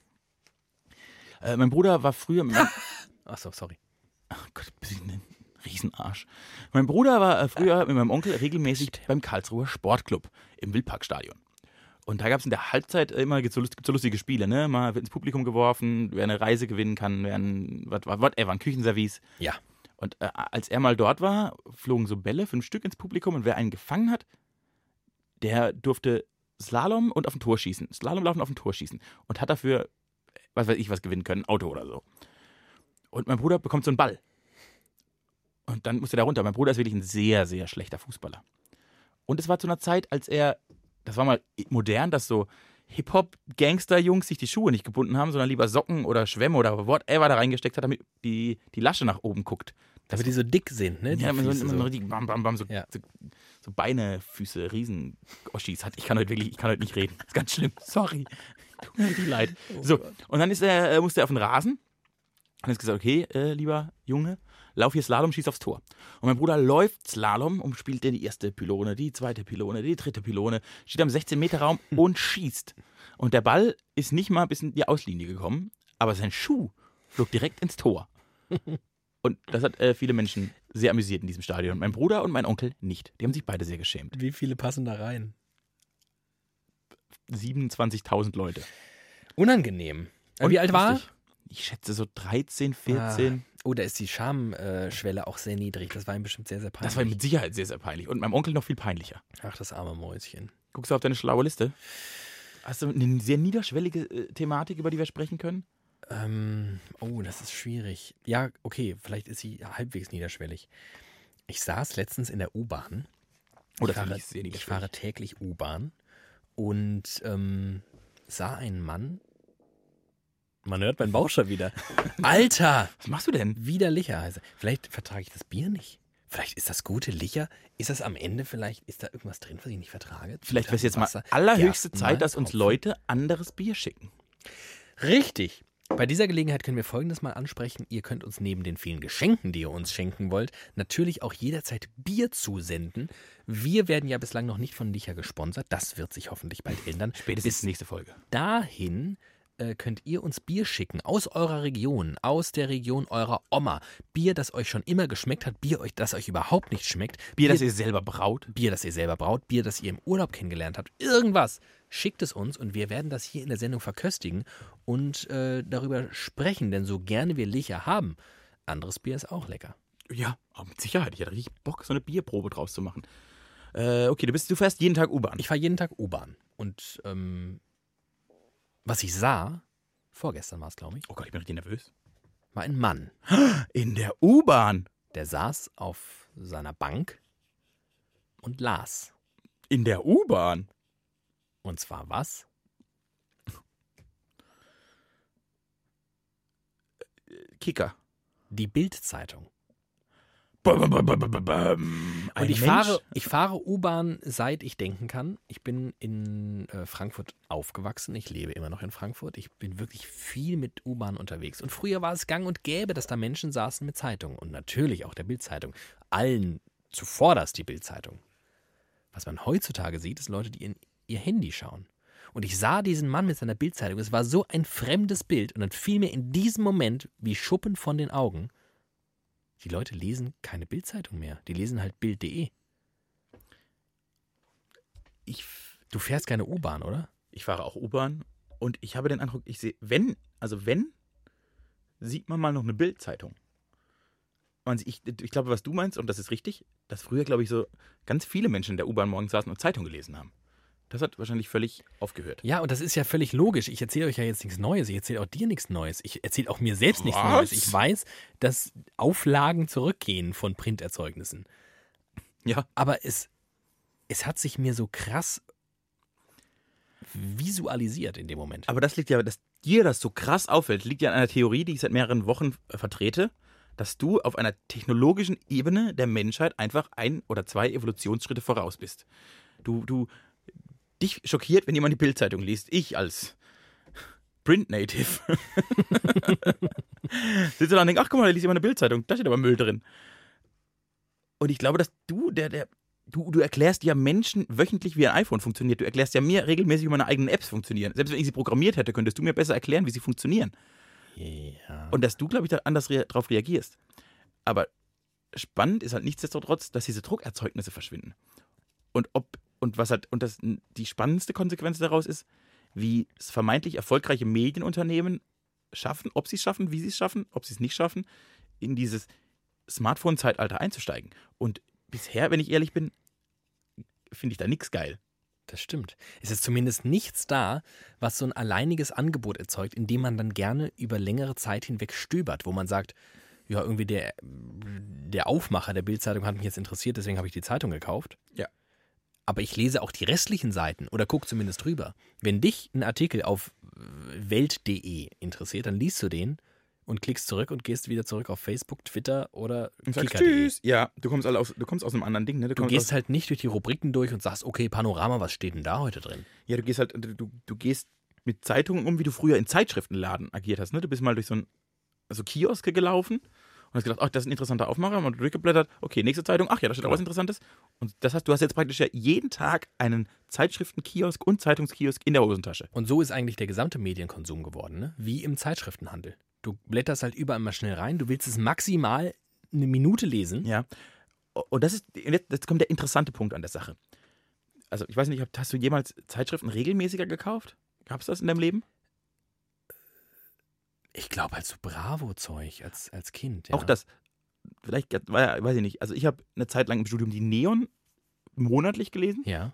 Speaker 2: Äh, mein Bruder war früher. Mein,
Speaker 1: Achso, sorry.
Speaker 2: ach Gott, bin ich ein Riesenarsch. Mein Bruder war äh, früher mit meinem Onkel regelmäßig beim Karlsruher Sportclub im Wildparkstadion. Und da gab es in der Halbzeit immer gibt's so, lust- gibt's so lustige Spiele, ne? Mal wird ins Publikum geworfen, wer eine Reise gewinnen kann, wer ein, wat- wat- whatever, ein Küchenservice.
Speaker 1: Ja.
Speaker 2: Und äh, als er mal dort war, flogen so Bälle, fünf Stück ins Publikum und wer einen gefangen hat, der durfte Slalom und auf ein Tor schießen. Slalom laufen auf ein Tor schießen. Und hat dafür, was weiß ich, was gewinnen können, ein Auto oder so. Und mein Bruder bekommt so einen Ball. Und dann musste er da runter. Mein Bruder ist wirklich ein sehr, sehr schlechter Fußballer. Und es war zu einer Zeit, als er, das war mal modern, dass so Hip-Hop-Gangster-Jungs sich die Schuhe nicht gebunden haben, sondern lieber Socken oder Schwämme oder whatever da reingesteckt hat, damit die, die Lasche nach oben guckt.
Speaker 1: Damit die so dick sind, ne? Die
Speaker 2: Ja, man so,
Speaker 1: Füße
Speaker 2: so.
Speaker 1: so.
Speaker 2: richtig bam, bam, bam, so,
Speaker 1: Ja.
Speaker 2: so, so Beine, Füße, riesen Oschis hat. Ich kann heute wirklich, ich kann heute nicht reden. Das ist ganz schlimm. Sorry. Tut mir richtig leid. So, und dann ist er, äh, musste er auf den Rasen und ist gesagt, okay, äh, lieber Junge, lauf hier Slalom, schieß aufs Tor. Und mein Bruder läuft Slalom und spielt die erste Pylone, die zweite Pylone, die dritte Pylone, steht am 16-Meter-Raum
Speaker 1: Hm.
Speaker 2: und schießt. Und der Ball ist nicht mal bis in die Auslinie gekommen, aber sein Schuh flog direkt ins Tor. Und das hat äh, viele Menschen sehr amüsiert in diesem Stadion. Mein Bruder und mein Onkel nicht. Die haben sich beide sehr geschämt.
Speaker 1: Wie viele passen da rein?
Speaker 2: 27.000 Leute.
Speaker 1: Unangenehm. Äh,
Speaker 2: Und
Speaker 1: Wie alt war er?
Speaker 2: lustig. Ich schätze so 13, 14.
Speaker 1: Ah. Oh, da ist die Schamschwelle auch sehr niedrig. Das war ihm bestimmt sehr, sehr peinlich.
Speaker 2: Das war ihm mit Sicherheit sehr, sehr peinlich. Und meinem Onkel noch viel peinlicher.
Speaker 1: Ach, das arme Mäuschen.
Speaker 2: Guckst du auf deine schlaue Liste? Hast du eine sehr niederschwellige äh, Thematik, über die wir sprechen können?
Speaker 1: Ähm, oh, das ist schwierig. Ja, okay, vielleicht ist sie halbwegs niederschwellig. Ich saß letztens in der U-Bahn.
Speaker 2: Oder
Speaker 1: ich fahre,
Speaker 2: ich sehr
Speaker 1: ich
Speaker 2: niederschwellig?
Speaker 1: fahre täglich U-Bahn und ähm, sah einen Mann. Man hört meinen Bauch schon wieder. Alter!
Speaker 2: Was machst du denn?
Speaker 1: Widerlicher heißt er. Vielleicht vertrage ich das Bier nicht. Vielleicht ist das gute Licher. Ist das am Ende vielleicht, ist da irgendwas drin, was ich nicht vertrage?
Speaker 2: Vielleicht wäre es jetzt mal
Speaker 1: Wasser,
Speaker 2: allerhöchste
Speaker 1: Gerstenmalz,
Speaker 2: Zeit, dass uns
Speaker 1: Hopfen.
Speaker 2: Leute anderes Bier schicken.
Speaker 1: Richtig. Bei dieser Gelegenheit können wir Folgendes mal ansprechen. Ihr könnt uns neben den vielen Geschenken, die ihr uns schenken wollt, natürlich auch jederzeit Bier zusenden. Wir werden ja bislang noch nicht von Licher gesponsert. Das wird sich hoffentlich bald ändern.
Speaker 2: Spätestens nächste Folge.
Speaker 1: dahin äh, könnt ihr uns Bier schicken aus eurer Region, aus der Region eurer Oma. Bier, das euch schon immer geschmeckt hat, Bier, euch, das euch überhaupt nicht schmeckt,
Speaker 2: Bier, das ihr selber braut.
Speaker 1: Bier, das ihr selber braut, Bier, das ihr im Urlaub kennengelernt habt, irgendwas. Schickt es uns und wir werden das hier in der Sendung verköstigen und äh, darüber sprechen, denn so gerne wir Licher haben, anderes Bier ist auch lecker.
Speaker 2: Ja, aber mit Sicherheit. Ich hätte richtig Bock, so eine Bierprobe draus zu machen. Äh, okay, du, bist, du fährst jeden Tag U-Bahn.
Speaker 1: Ich fahre jeden Tag U-Bahn und ähm, was ich sah, vorgestern war es, glaube ich,
Speaker 2: Oh Gott, ich bin richtig nervös.
Speaker 1: war ein Mann.
Speaker 2: In der U-Bahn.
Speaker 1: Der saß auf seiner Bank und las.
Speaker 2: In der U-Bahn.
Speaker 1: Und zwar was?
Speaker 2: Kicker.
Speaker 1: Die Bild-Zeitung.
Speaker 2: Bam, bam, bam, bam, bam, bam. Ein
Speaker 1: Und ich
Speaker 2: Mensch.
Speaker 1: fahre, ich fahre U-Bahn, seit ich denken kann. Ich bin in äh, Frankfurt aufgewachsen. Ich lebe immer noch in Frankfurt. Ich bin wirklich viel mit U-Bahn unterwegs. Und früher war es gang und gäbe, dass da Menschen saßen mit Zeitungen. Und natürlich auch der Bild-Zeitung. Allen zuvorderst die Bild-Zeitung. Was man heutzutage sieht, ist Leute, die in ihr Handy schauen. Und ich sah diesen Mann mit seiner Bildzeitung. Es war so ein fremdes Bild. Und dann fiel mir in diesem Moment wie Schuppen von den Augen. Die Leute lesen keine Bildzeitung mehr. Die lesen halt Bild.de.
Speaker 2: Ich,
Speaker 1: Du fährst keine U-Bahn, oder?
Speaker 2: ich fahre auch U-Bahn und ich habe den Eindruck, ich sehe, wenn, also wenn, sieht man mal noch eine Bildzeitung. man, ich, ich glaube, was du meinst, und das ist richtig, dass früher, glaube ich, so ganz viele Menschen in der U-Bahn morgens saßen und Zeitung gelesen haben. Das hat wahrscheinlich völlig aufgehört.
Speaker 1: Ja, und das ist ja völlig logisch. Ich erzähle euch ja jetzt nichts Neues. Ich erzähle auch dir nichts Neues. Ich erzähle auch mir selbst nichts
Speaker 2: Was?
Speaker 1: Neues. Ich weiß, dass Auflagen zurückgehen von Printerzeugnissen.
Speaker 2: Ja.
Speaker 1: Aber es, es hat sich mir so krass visualisiert in dem Moment.
Speaker 2: Aber das liegt ja, dass dir das so krass auffällt, liegt ja an einer Theorie, die ich seit mehreren Wochen äh, vertrete, dass du auf einer technologischen Ebene der Menschheit einfach ein oder zwei Evolutionsschritte voraus bist. Du, du, dich schockiert, wenn jemand die Bildzeitung liest. Ich als Print Native. Sitze da und denke, ach guck mal, da liest jemand eine Bildzeitung, da steht aber Müll drin. Und ich glaube, dass du, der, der, du, du erklärst ja Menschen wöchentlich, wie ein iPhone funktioniert. Du erklärst ja mir regelmäßig, wie meine eigenen Apps funktionieren. Selbst wenn ich sie programmiert hätte, könntest du mir besser erklären, wie sie funktionieren.
Speaker 1: Ja.
Speaker 2: Und dass du, glaube ich, da anders rea darauf reagierst. Aber spannend ist halt nichtsdestotrotz, dass diese Druckerzeugnisse verschwinden. Und ob und was halt, und das die spannendste Konsequenz daraus ist, wie es vermeintlich erfolgreiche Medienunternehmen schaffen, ob sie es schaffen, wie sie es schaffen, ob sie es nicht schaffen, in dieses Smartphone-Zeitalter einzusteigen. Und bisher, wenn ich ehrlich bin, finde ich da nichts geil.
Speaker 1: Das stimmt. Es ist zumindest nichts da, was so ein alleiniges Angebot erzeugt, in dem man dann gerne über längere Zeit hinweg stöbert, wo man sagt, ja, irgendwie der, der Aufmacher der Bildzeitung hat mich jetzt interessiert, deswegen habe ich die Zeitung gekauft.
Speaker 2: Ja.
Speaker 1: Aber ich lese auch die restlichen Seiten oder gucke zumindest drüber. Wenn dich ein Artikel auf äh, welt.de interessiert, dann liest du den und klickst zurück und gehst wieder zurück auf Facebook, Twitter oder
Speaker 2: Und sagst
Speaker 1: kicker.de.
Speaker 2: Tschüss. Ja, du kommst, alle aus, du kommst aus einem anderen Ding, ne?
Speaker 1: Du
Speaker 2: kommst aus,
Speaker 1: gehst halt nicht durch die Rubriken durch und sagst, okay, Panorama, was steht denn da heute drin?
Speaker 2: Ja, du gehst halt, du, du gehst mit Zeitungen um, wie du früher in Zeitschriftenladen agiert hast. Ne? Du bist mal durch so ein so Kioske gelaufen und hast gedacht, ach, das ist ein interessanter Aufmacher, mal durchgeblättert, okay, nächste Zeitung, ach ja, da steht auch was Interessantes. Und das heißt, du hast jetzt praktisch ja jeden Tag einen Zeitschriftenkiosk und Zeitungskiosk in der Hosentasche.
Speaker 1: Und so ist eigentlich der gesamte Medienkonsum geworden, ne? wie im Zeitschriftenhandel. Du blätterst halt überall mal schnell rein, du willst es maximal eine Minute lesen.
Speaker 2: Ja. Und das ist, jetzt jetzt kommt der interessante Punkt an der Sache. Also, ich weiß nicht, ob- hast du jemals Zeitschriften regelmäßiger gekauft? Gab es das in deinem Leben?
Speaker 1: Ich glaube halt so Bravo-Zeug als, als Kind. Ja.
Speaker 2: Auch das, vielleicht, war ja, weiß ich nicht. Also, ich habe eine Zeit lang im Studium die Neon monatlich gelesen
Speaker 1: Ja,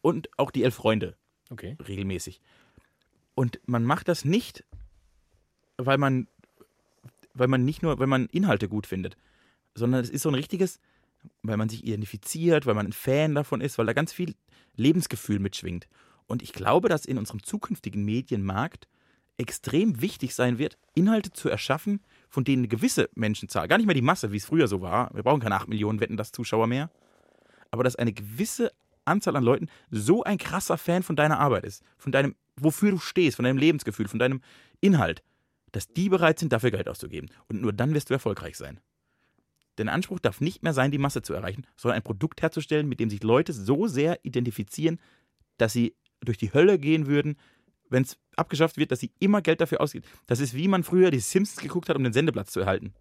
Speaker 2: und auch die Elf Freunde
Speaker 1: okay.
Speaker 2: regelmäßig. Und man macht das nicht, weil man, weil man nicht nur, weil man Inhalte gut findet, sondern es ist so ein richtiges, weil man sich identifiziert, weil man ein Fan davon ist, weil da ganz viel Lebensgefühl mitschwingt. Und ich glaube, dass in unserem zukünftigen Medienmarkt extrem wichtig sein wird, Inhalte zu erschaffen, von denen eine gewisse Menschenzahl, gar nicht mehr die Masse, wie es früher so war, wir brauchen keine 8 Millionen Wetten, das Zuschauer mehr, aber dass eine gewisse Anzahl an Leuten so ein krasser Fan von deiner Arbeit ist, von deinem, wofür du stehst, von deinem Lebensgefühl, von deinem Inhalt, dass die bereit sind, dafür Geld auszugeben. Und nur dann wirst du erfolgreich sein. Dein Anspruch darf nicht mehr sein, die Masse zu erreichen, sondern ein Produkt herzustellen, mit dem sich Leute so sehr identifizieren, dass sie durch die Hölle gehen würden, wenn es abgeschafft wird, dass sie immer Geld dafür ausgeben. Das ist wie man früher die Simpsons geguckt hat, um den Sendeplatz zu erhalten.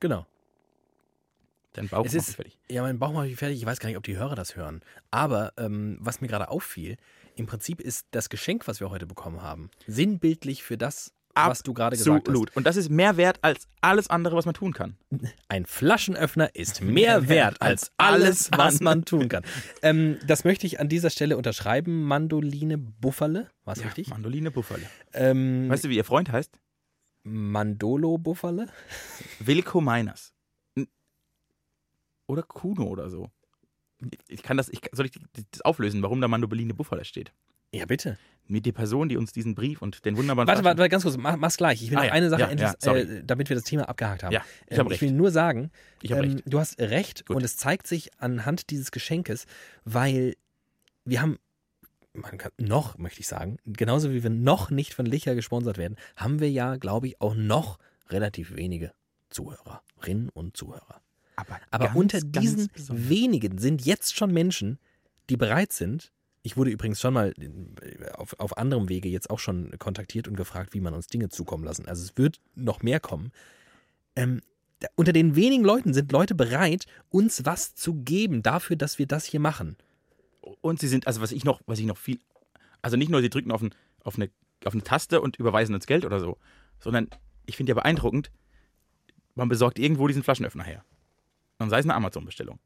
Speaker 1: Genau.
Speaker 2: Dein Bauch
Speaker 1: Es
Speaker 2: macht
Speaker 1: ist-
Speaker 2: dich fertig.
Speaker 1: Ja, mein Bauch macht mich fertig. Ich weiß gar nicht, ob die Hörer das hören. Aber ähm, was mir gerade auffiel, im Prinzip ist das Geschenk, was wir heute bekommen haben, sinnbildlich für das, was du gerade gesagt hast.
Speaker 2: Absolut. Und das ist mehr wert als alles andere, was man tun kann.
Speaker 1: Ein Flaschenöffner ist mehr wert als alles, was man tun kann. Ähm, das möchte ich an dieser Stelle unterschreiben. Mandoline Bufferle, war es richtig?
Speaker 2: Mandoline Bufferle.
Speaker 1: Ähm,
Speaker 2: Weißt du, wie ihr Freund heißt?
Speaker 1: Mandolo Bufferle?
Speaker 2: Wilko Meiners. N- Oder Kuno oder so. Ich- Ich kann das, ich, soll ich die- das auflösen, warum da Mandoline Bufferle steht?
Speaker 1: Ja, bitte.
Speaker 2: Mit der Person, die uns diesen Brief und den wunderbaren.
Speaker 1: Warte, warte, warte, ganz kurz, mach, mach's gleich. Ich will
Speaker 2: Ah,
Speaker 1: noch
Speaker 2: ja,
Speaker 1: eine Sache,
Speaker 2: ja,
Speaker 1: endlich,
Speaker 2: ja, sorry.
Speaker 1: äh, damit wir das Thema abgehakt haben.
Speaker 2: Ja, ich
Speaker 1: Ähm,
Speaker 2: habe
Speaker 1: ich will
Speaker 2: recht.
Speaker 1: nur sagen,
Speaker 2: Ich habe
Speaker 1: ähm,
Speaker 2: recht.
Speaker 1: du hast recht
Speaker 2: Gut.
Speaker 1: und es zeigt sich anhand dieses Geschenkes, weil wir haben, man kann, noch möchte ich sagen, genauso wie wir noch nicht von Licher gesponsert werden, haben wir ja, glaube ich, auch noch relativ wenige Zuhörerinnen und Zuhörer.
Speaker 2: Aber,
Speaker 1: ähm, Aber
Speaker 2: ganz,
Speaker 1: unter
Speaker 2: ganz
Speaker 1: diesen
Speaker 2: besonders.
Speaker 1: wenigen sind jetzt schon Menschen, die bereit sind. Ich wurde übrigens schon mal äh, auf, auf anderem Wege jetzt auch schon kontaktiert und gefragt, wie man uns Dinge zukommen lassen. Also es wird noch mehr kommen. Ähm, da, unter den wenigen Leuten sind Leute bereit, uns was zu geben dafür, dass wir das hier machen.
Speaker 2: Und sie sind, also was ich noch, was ich noch viel. Also nicht nur, sie drücken auf, ein, auf, eine, auf eine Taste und überweisen uns Geld oder so, sondern ich finde ja beeindruckend, man besorgt irgendwo diesen Flaschenöffner her. Dann sei es eine Amazon-Bestellung.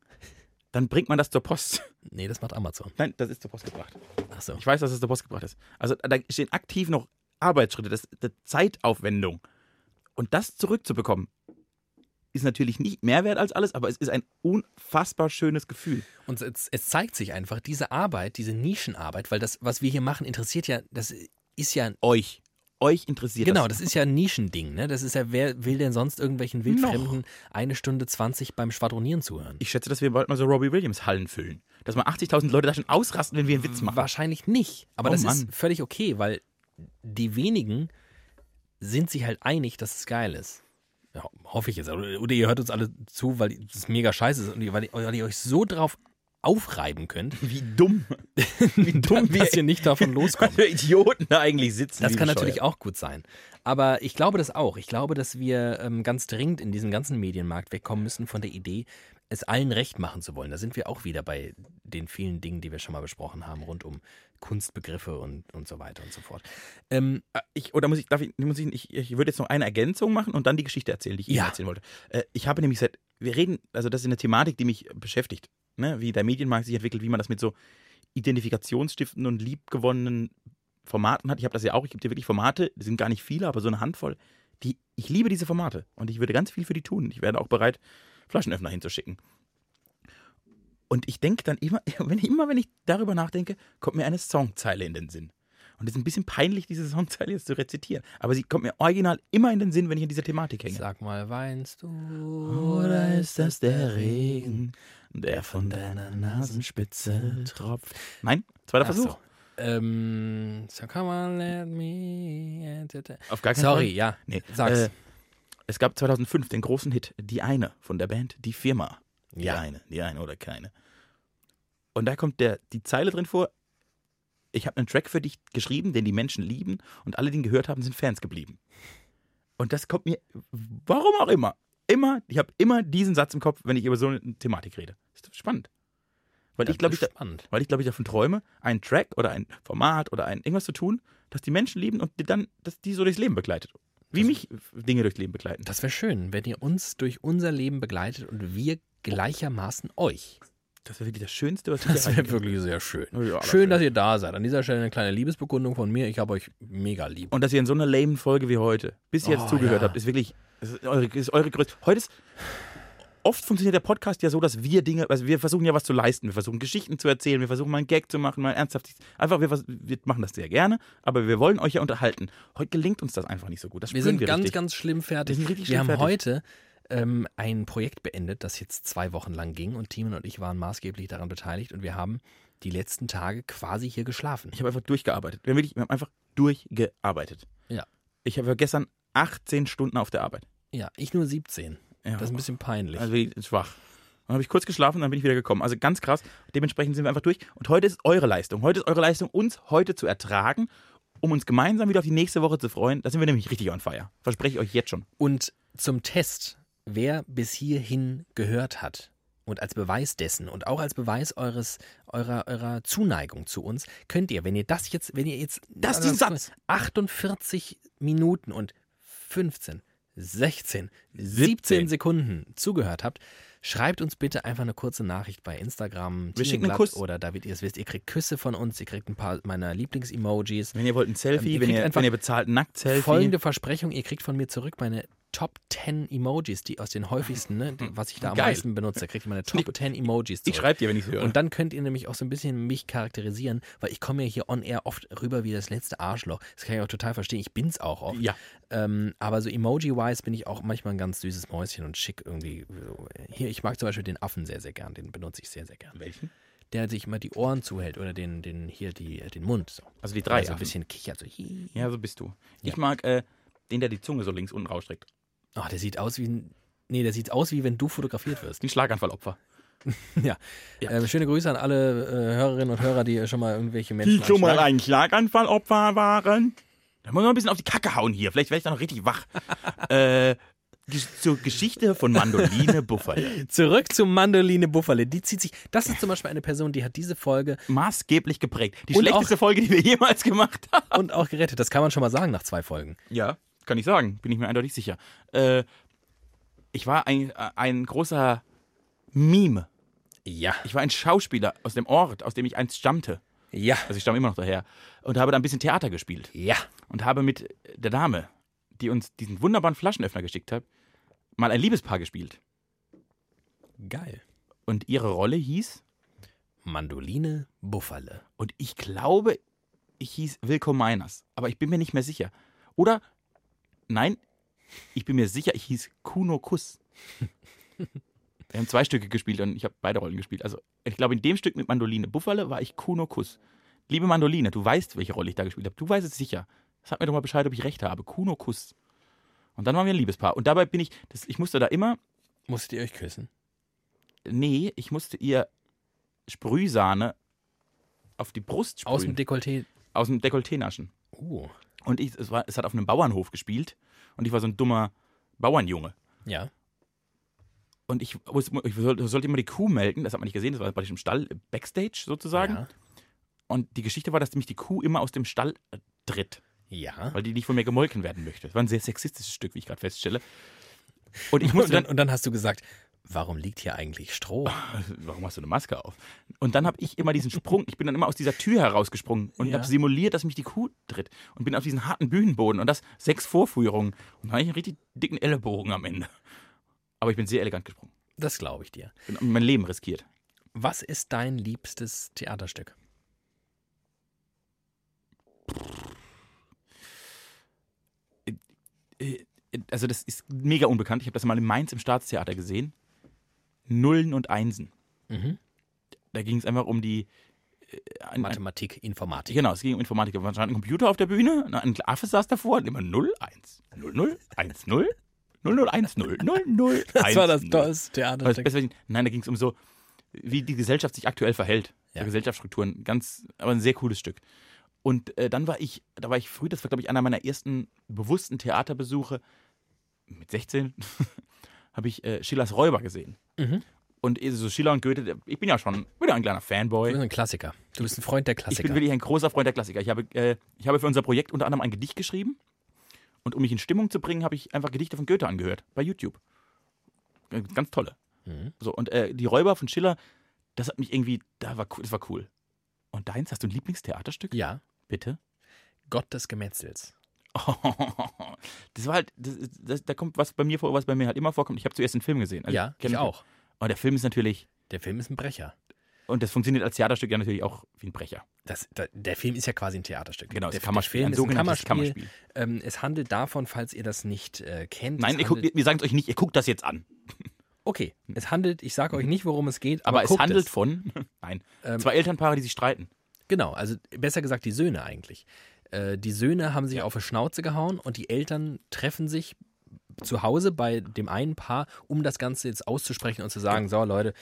Speaker 2: Dann bringt man das zur Post.
Speaker 1: Nee, das macht Amazon.
Speaker 2: Nein, das ist zur Post gebracht.
Speaker 1: Achso.
Speaker 2: Ich weiß, dass es zur Post gebracht ist. Also da stehen aktiv noch Arbeitsschritte, das, das Zeitaufwendung. Und das zurückzubekommen, ist natürlich nicht mehr wert als alles, aber es ist ein unfassbar schönes Gefühl.
Speaker 1: Und es, es zeigt sich einfach, diese Arbeit, diese Nischenarbeit, weil das, was wir hier machen, interessiert ja, das ist ja
Speaker 2: Euch. Euch interessiert
Speaker 1: Genau,
Speaker 2: das.
Speaker 1: das ist ja ein Nischending, ne? Das ist ja, wer will denn sonst irgendwelchen Wildfremden eine Stunde 20 beim Schwadronieren zuhören?
Speaker 2: Ich schätze, dass wir bald mal so Robbie Williams Hallen füllen. Dass mal 80.000 Leute da schon ausrasten, wenn wir einen Witz machen.
Speaker 1: Wahrscheinlich nicht. Aber
Speaker 2: Oh
Speaker 1: das
Speaker 2: Mann.
Speaker 1: ist völlig okay, weil die wenigen sind sich halt einig, dass es geil ist. Ja, hoffe ich jetzt. Oder oder ihr hört uns alle zu, weil das mega scheiße ist und ihr, weil, ihr, weil ihr euch so drauf aufreiben könnt,
Speaker 2: Wie dumm. Wie dumm wir
Speaker 1: dass ihr nicht davon loskommt.
Speaker 2: wir Idioten da eigentlich sitzen.
Speaker 1: Das kann natürlich auch gut sein. Aber ich glaube das auch. Ich glaube, dass wir ähm, ganz dringend in diesem ganzen Medienmarkt wegkommen müssen von der Idee, es allen recht machen zu wollen. Da sind wir auch wieder bei den vielen Dingen, die wir schon mal besprochen haben, rund um Kunstbegriffe und, und so weiter und so fort. Ähm,
Speaker 2: Ich, oder muss ich, darf ich, muss ich, ich, ich würde jetzt noch eine Ergänzung machen und dann die Geschichte erzählen, die ich Ihnen
Speaker 1: Ja.
Speaker 2: erzählen wollte. Äh, ich habe nämlich seit, wir reden, also das ist eine Thematik, die mich beschäftigt. Ne? Wie der Medienmarkt sich entwickelt, wie man das mit so identifikationsstiftenden und liebgewonnenen Formaten hat. Ich habe das ja auch, ich habe dir wirklich Formate, die sind gar nicht viele, aber so eine Handvoll. Die, ich liebe diese Formate und ich würde ganz viel für die tun. Ich werde auch bereit, Flaschenöffner hinzuschicken. Und ich denke dann immer, wenn, immer wenn ich darüber nachdenke, kommt mir eine Songzeile in den Sinn. Und es ist ein bisschen peinlich, diese Songzeile jetzt zu rezitieren. Aber sie kommt mir original immer in den Sinn, wenn ich an dieser Thematik hänge.
Speaker 1: sag mal, weinst du
Speaker 2: Oder ist das der Regen, der von deiner Nasenspitze tropft? Nein, zweiter
Speaker 1: Ach
Speaker 2: Versuch.
Speaker 1: so. Ähm, so come on, let me.
Speaker 2: Auf gar keinen
Speaker 1: Sorry,
Speaker 2: Fall.
Speaker 1: ja.
Speaker 2: Nee,
Speaker 1: Sag's.
Speaker 2: Äh, es gab 2005 den großen Hit Die eine von der Band Die Firma. Die
Speaker 1: Ja.
Speaker 2: eine, die eine oder keine. Und da kommt der, die Zeile drin vor. Ich habe einen Track für dich geschrieben, den die Menschen lieben und alle, die ihn gehört haben, sind Fans geblieben. Und das kommt mir, warum auch immer, immer, ich habe immer diesen Satz im Kopf, wenn ich über so eine Thematik rede. Ist spannend. Weil ich glaube, ich, da,
Speaker 1: spannend.
Speaker 2: weil ich glaube ich davon träume, einen Track oder ein Format oder ein irgendwas zu tun, das die Menschen lieben und die dann, dass die so durchs Leben begleitet. Wie mich Dinge durchs Leben begleiten.
Speaker 1: Das wäre schön, wenn ihr uns durch unser Leben begleitet und wir gleichermaßen euch.
Speaker 2: Das wäre wirklich das Schönste, was ich
Speaker 1: Das
Speaker 2: erreichen
Speaker 1: wäre
Speaker 2: kann.
Speaker 1: wirklich sehr schön.
Speaker 2: Ja, aber
Speaker 1: schön,
Speaker 2: schön.
Speaker 1: dass ihr da seid. An dieser Stelle eine kleine Liebesbekundung von mir. Ich habe euch mega lieb.
Speaker 2: Und dass ihr in so einer lame Folge wie heute bis jetzt
Speaker 1: Oh,
Speaker 2: zugehört
Speaker 1: ja.
Speaker 2: habt, ist wirklich das ist eure, ist eure größte. Heute ist oft funktioniert der Podcast ja so, dass wir Dinge, also wir versuchen ja was zu leisten, wir versuchen Geschichten zu erzählen, wir versuchen mal einen Gag zu machen, mal ernsthaft, einfach wir, vers- wir machen das sehr gerne, aber wir wollen euch ja unterhalten. Heute gelingt uns das einfach nicht so gut. Das
Speaker 1: Wir
Speaker 2: spüren
Speaker 1: sind ganz,
Speaker 2: richtig.
Speaker 1: ganz schlimm fertig.
Speaker 2: Wir sind richtig
Speaker 1: haben
Speaker 2: schlimm fertig.
Speaker 1: heute ähm, ein Projekt beendet, das jetzt zwei Wochen lang ging und Timon und ich waren maßgeblich daran beteiligt und wir haben die letzten Tage quasi hier geschlafen.
Speaker 2: Ich habe einfach durchgearbeitet. Wir haben, wirklich, wir haben einfach durchgearbeitet.
Speaker 1: Ja.
Speaker 2: Ich habe gestern 18 Stunden auf der Arbeit.
Speaker 1: Ja, ich nur 17.
Speaker 2: Ja.
Speaker 1: Das ist ein bisschen peinlich.
Speaker 2: also wirklich schwach. Dann habe ich kurz geschlafen, dann bin ich wieder gekommen. Also ganz krass. Dementsprechend sind wir einfach durch. Und heute ist eure Leistung. Heute ist eure Leistung, uns heute zu ertragen, um uns gemeinsam wieder auf die nächste Woche zu freuen. Da sind wir nämlich richtig on fire. Verspreche ich euch jetzt schon.
Speaker 1: Und zum Test, wer bis hierhin gehört hat und als Beweis dessen und auch als Beweis eures eurer eurer Zuneigung zu uns, könnt ihr, wenn ihr das jetzt, wenn ihr jetzt
Speaker 2: Das ist ein Satz.
Speaker 1: 48 Minuten und 15 16, 17,
Speaker 2: 17
Speaker 1: Sekunden zugehört habt, schreibt uns bitte einfach eine kurze Nachricht bei Instagram,
Speaker 2: Wir schicken einen
Speaker 1: Tienenblatt
Speaker 2: Kuss.
Speaker 1: oder David, ihr es wisst, ihr kriegt Küsse von uns, ihr kriegt ein paar meiner Lieblings-Emojis.
Speaker 2: Wenn ihr wollt ein Selfie,
Speaker 1: Ähm, ihr
Speaker 2: wenn,
Speaker 1: kriegt
Speaker 2: ihr,
Speaker 1: einfach
Speaker 2: wenn ihr bezahlt ein Nackt-Selfie.
Speaker 1: Folgende Versprechung, ihr kriegt von mir zurück meine Top 10 Emojis, die aus den häufigsten, ne, die, was ich da am
Speaker 2: Geil.
Speaker 1: meisten benutze, kriegt ihr meine Top 10 Emojis
Speaker 2: Ich
Speaker 1: zurück.
Speaker 2: schreibe dir, wenn ich es höre.
Speaker 1: Und dann könnt ihr nämlich auch so ein bisschen mich charakterisieren, weil ich komme ja hier on air oft rüber wie das letzte Arschloch. Das kann ich auch total verstehen. Ich bin's auch oft.
Speaker 2: ja.
Speaker 1: Ähm, aber so emoji-wise bin ich auch manchmal ein ganz süßes Mäuschen und schick irgendwie. So. Hier, ich mag zum Beispiel den Affen sehr, sehr gern. Den benutze ich sehr, sehr gern.
Speaker 2: Welchen?
Speaker 1: Der sich immer die Ohren zuhält oder den, den hier die, den Mund. So.
Speaker 2: Also die drei.
Speaker 1: Also ein
Speaker 2: Affen.
Speaker 1: bisschen kichert. So. hi.
Speaker 2: Ja, so bist du.
Speaker 1: Ja.
Speaker 2: Ich mag äh, den, der die Zunge so links unten rausstreckt.
Speaker 1: Oh, der sieht aus wie ein. Nee, der sieht aus wie wenn du fotografiert wirst.
Speaker 2: Wie ein Schlaganfallopfer.
Speaker 1: Ja.
Speaker 2: Ja.
Speaker 1: Ähm, schöne Grüße an alle äh, Hörerinnen und Hörer, die schon mal irgendwelche Menschen. anschlagen.
Speaker 2: ein Schlaganfallopfer waren. Da muss man ein bisschen auf die Kacke hauen hier. Vielleicht werde ich dann noch richtig wach. äh, ges- zur Geschichte von Mandoline Buffalo.
Speaker 1: Zurück zu Mandoline Buffale. Die zieht sich. Das ist zum Beispiel eine Person, die hat diese Folge
Speaker 2: Maßgeblich geprägt. Die
Speaker 1: Und
Speaker 2: schlechteste Folge, die wir jemals gemacht haben.
Speaker 1: und auch gerettet. Das kann man schon mal sagen nach zwei Folgen.
Speaker 2: Ja, kann ich sagen. Bin ich mir eindeutig sicher. Äh, Ich war ein, ein großer Mime.
Speaker 1: Ja.
Speaker 2: Ich war ein Schauspieler aus dem Ort, aus dem ich einst stammte.
Speaker 1: Ja.
Speaker 2: Also ich stamme immer noch daher. Und habe da ein bisschen Theater gespielt.
Speaker 1: Ja.
Speaker 2: Und habe mit der Dame, die uns diesen wunderbaren Flaschenöffner geschickt hat, mal ein Liebespaar gespielt.
Speaker 1: Geil.
Speaker 2: Und ihre Rolle hieß,
Speaker 1: Mandoline, Buffale.
Speaker 2: und ich glaube, ich hieß Wilco Meiners. Aber ich bin mir nicht mehr sicher. Oder, nein, ich bin mir sicher, ich hieß Kuno Kuss. Wir haben zwei Stücke gespielt und ich habe beide Rollen gespielt. Also ich glaube, in dem Stück mit Mandoline Buffale war ich Kuno Kuss. Liebe Mandoline, du weißt, welche Rolle ich da gespielt habe. Du weißt es sicher. Sag mir doch mal Bescheid, ob ich recht habe. Kuno Kuss. Und dann waren wir ein Liebespaar. Und dabei bin ich, das, ich musste da immer
Speaker 1: Musstet ihr euch küssen?
Speaker 2: Nee, ich musste ihr Sprühsahne auf die Brust sprühen.
Speaker 1: Aus dem Dekolleté.
Speaker 2: aus dem Dekolleté naschen.
Speaker 1: Uh.
Speaker 2: Und ich, es, war, es hat auf einem Bauernhof gespielt und ich war so ein dummer Bauernjunge.
Speaker 1: Ja.
Speaker 2: Und ich, muss- ich sollte, sollte immer die Kuh melken, das hat man nicht gesehen, das war praktisch im Stall, äh, Backstage sozusagen.
Speaker 1: Ja.
Speaker 2: Und die Geschichte war, dass mich die Kuh immer aus dem Stall äh, tritt,
Speaker 1: ja.
Speaker 2: weil die nicht von mir gemolken werden möchte. Das war ein sehr sexistisches Stück, wie ich gerade feststelle. Und ich
Speaker 1: Und
Speaker 2: musste
Speaker 1: dann,
Speaker 2: dann,
Speaker 1: und dann hast du gesagt, warum liegt hier eigentlich Stroh?
Speaker 2: warum hast du eine Maske auf? Und dann habe ich immer diesen Sprung, ich bin dann immer aus dieser Tür herausgesprungen und
Speaker 1: Ja.
Speaker 2: habe simuliert, dass mich die Kuh tritt und bin auf diesen harten Bühnenboden und das sechs Vorführungen und dann habe ich einen richtig dicken Ellenbogen am Ende. Aber ich bin sehr elegant gesprungen
Speaker 1: Das glaube ich dir.
Speaker 2: und mein Leben riskiert.
Speaker 1: Was ist dein liebstes Theaterstück?
Speaker 2: Äh, Also das ist mega unbekannt. Ich habe das mal in Mainz im Staatstheater gesehen. Nullen und Einsen.
Speaker 1: Mhm.
Speaker 2: Da ging es einfach um die äh, ein, ein,
Speaker 1: Mathematik, Informatik.
Speaker 2: Genau, es ging um Informatik. Da stand ein Computer auf der Bühne, na, ein Affe saß davor und immer 0, 1, 0, 0, 1, 0, 0, 0, 1, 0, 0, 0,
Speaker 1: Das
Speaker 2: 1,
Speaker 1: war das
Speaker 2: 0.
Speaker 1: tollste
Speaker 2: Aber das
Speaker 1: Theaterstück.
Speaker 2: Beste, was ich- Nein, da ging es um so, wie die Gesellschaft sich aktuell verhält.
Speaker 1: Ja.
Speaker 2: So Gesellschaftsstrukturen. Ganz, aber ein sehr cooles Stück. Und äh, dann war ich, da war ich früh, das war, glaube ich, einer meiner ersten bewussten Theaterbesuche. Mit 16 habe ich äh, Schillers Räuber gesehen.
Speaker 1: Mhm.
Speaker 2: Und eh, so Schiller und Goethe, ich bin ja schon, bin ja ein kleiner Fanboy.
Speaker 1: Du bist ein Klassiker. Du bist ein Freund der
Speaker 2: Ich bin
Speaker 1: Klassiker.
Speaker 2: wirklich ein großer Freund der Klassiker. Ich habe, äh, ich habe für unser Projekt unter anderem ein Gedicht geschrieben. Und um mich in Stimmung zu bringen, habe ich einfach Gedichte von Goethe angehört. Bei YouTube. Äh, Ganz tolle.
Speaker 1: Mhm.
Speaker 2: So, und äh, die Räuber von Schiller, das hat mich irgendwie, da war cool, das war cool. Und deins, hast du ein Lieblingstheaterstück?
Speaker 1: Ja.
Speaker 2: Bitte.
Speaker 1: Gott des Gemetzels.
Speaker 2: das war halt, das, ist- das, da kommt was bei mir vor, was bei mir halt immer vorkommt. Ich habe zuerst den Film gesehen. Also
Speaker 1: ja,
Speaker 2: kenn
Speaker 1: ich auch.
Speaker 2: Und der Film ist natürlich,
Speaker 1: Der Film ist ein Brecher.
Speaker 2: und das funktioniert als Theaterstück ja natürlich auch wie ein Brecher.
Speaker 1: Das, da, der Film ist ja quasi ein Theaterstück.
Speaker 2: Genau,
Speaker 1: der,
Speaker 2: das Kammerspiel,
Speaker 1: der Film
Speaker 2: ein
Speaker 1: ist ein
Speaker 2: sogenanntes
Speaker 1: Kammerspiel.
Speaker 2: Kammerspiel.
Speaker 1: Ähm, es handelt davon, falls ihr das nicht äh, kennt.
Speaker 2: Nein,
Speaker 1: es
Speaker 2: ihr guckt,
Speaker 1: handelt,
Speaker 2: wir sagen es euch nicht, ihr guckt das jetzt an.
Speaker 1: okay, es handelt, ich sage euch nicht, worum es geht, aber,
Speaker 2: Mhm. Aber, es
Speaker 1: guckt
Speaker 2: handelt
Speaker 1: es.
Speaker 2: von, nein,
Speaker 1: Ähm,
Speaker 2: zwei Elternpaare, die sich streiten.
Speaker 1: Genau, also besser gesagt die Söhne eigentlich. Äh, die Söhne haben sich auf die Schnauze gehauen und die Eltern treffen sich zu Hause bei dem einen Paar, um das Ganze jetzt auszusprechen und zu sagen, so Leute,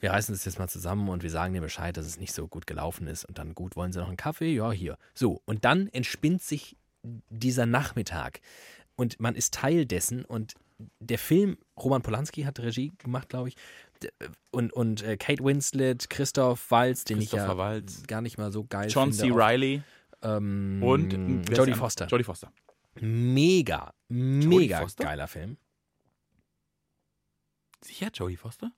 Speaker 1: wir reißen das jetzt mal zusammen und wir sagen dir Bescheid, dass es nicht so gut gelaufen ist und dann gut, wollen sie noch einen Kaffee? Ja, hier. So, und dann entspinnt sich dieser Nachmittag und man ist Teil dessen und der Film, Roman Polanski hat Regie gemacht, glaube ich, d- und, und äh, Kate Winslet, Christoph Waltz, den ich ja
Speaker 2: Christopher Waltz.
Speaker 1: halt gar nicht mal so geil
Speaker 2: Mhm. John C.
Speaker 1: finde.
Speaker 2: Riley
Speaker 1: Ähm,
Speaker 2: und wer ist
Speaker 1: Jodie
Speaker 2: der-
Speaker 1: Foster.
Speaker 2: Jodie Foster.
Speaker 1: Mega, mega
Speaker 2: Foster?
Speaker 1: geiler Film.
Speaker 2: Sicher Jodie Foster?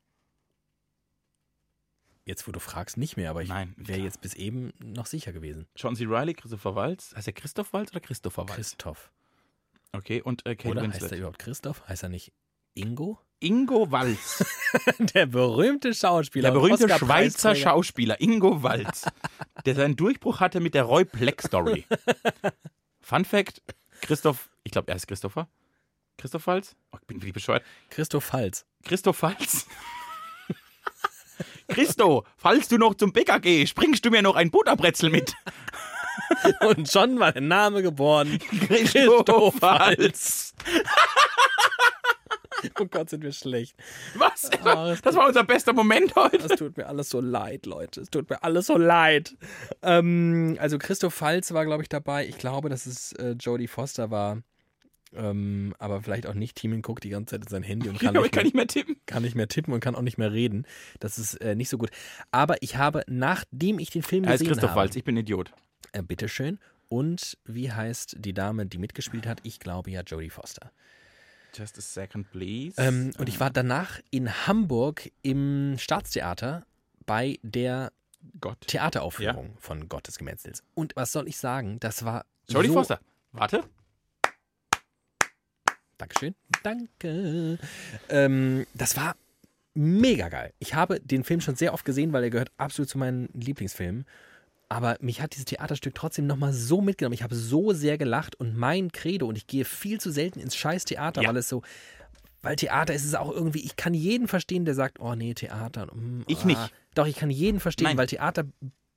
Speaker 1: Jetzt, wo du fragst, nicht mehr, aber ich
Speaker 2: Nein,
Speaker 1: wäre
Speaker 2: klar.
Speaker 1: jetzt bis eben noch sicher gewesen.
Speaker 2: John C. Riley, Christopher Waltz. Heißt er Christoph Waltz oder Christopher Waltz?
Speaker 1: Christoph.
Speaker 2: okay, und äh, Kate
Speaker 1: Oder heißt er
Speaker 2: Winslet.
Speaker 1: überhaupt Christoph? Heißt er nicht Ingo?
Speaker 2: Ingo Walz.
Speaker 1: Der berühmte Schauspieler.
Speaker 2: Der berühmte
Speaker 1: Oscar-Preisträger.
Speaker 2: Schweizer Schauspieler Ingo Walz, der seinen Durchbruch hatte mit der Roy Black Story. Fun Fact: Christoph, ich glaube, er ist Christopher. Christoph Walz? Oh, ich bin wirklich bescheuert.
Speaker 1: Christoph Hals.
Speaker 2: Christoph Walz. Christo, falls du noch zum Bäcker gehst, bringst du mir noch ein Butterbrezel mit.
Speaker 1: Und schon war der Name geboren.
Speaker 2: Christoph Walz.
Speaker 1: Oh Gott, sind wir schlecht.
Speaker 2: Was?
Speaker 1: Ah, das
Speaker 2: Das war unser bester Moment heute.
Speaker 1: Es tut mir alles so leid, Leute. Es tut mir alles so leid. Ähm, also Christoph Falz war, glaube ich, dabei. Ich glaube, dass es äh, Jodie Foster war. Ähm, aber vielleicht auch nicht. Timin guckt die ganze Zeit in sein Handy und
Speaker 2: Ich
Speaker 1: kann,
Speaker 2: glaube,
Speaker 1: nicht,
Speaker 2: ich kann
Speaker 1: mehr,
Speaker 2: nicht mehr tippen.
Speaker 1: kann nicht mehr tippen und kann auch nicht mehr reden. Das ist äh, nicht so gut. Aber ich habe, nachdem ich den Film
Speaker 2: Er ist
Speaker 1: gesehen
Speaker 2: Christoph
Speaker 1: habe,
Speaker 2: Walz, ich bin Idiot.
Speaker 1: äh, bitteschön. Und wie heißt die Dame, die mitgespielt hat? Ich glaube ja Jodie Foster.
Speaker 2: Just a second, please.
Speaker 1: Ähm, und ich war danach in Hamburg im Staatstheater bei der
Speaker 2: Oh Gott.
Speaker 1: Theateraufführung von Gottes Gemetzels. Und was soll ich sagen? Das war
Speaker 2: Jodie
Speaker 1: so
Speaker 2: Foster. Warte.
Speaker 1: Dankeschön. Danke. Ähm, das war mega geil. Ich habe den Film schon sehr oft gesehen, weil er gehört absolut zu meinen Lieblingsfilmen. Aber mich hat dieses Theaterstück trotzdem nochmal so mitgenommen. Ich habe so sehr gelacht und mein Credo, und ich gehe viel zu selten ins scheiß Theater,
Speaker 2: Ja.
Speaker 1: weil es so, weil Theater ist es auch irgendwie, ich kann jeden verstehen, der sagt, oh nee, Theater. mm,
Speaker 2: Ich
Speaker 1: ah.
Speaker 2: nicht.
Speaker 1: Doch, ich kann jeden verstehen,
Speaker 2: Nein.
Speaker 1: weil Theater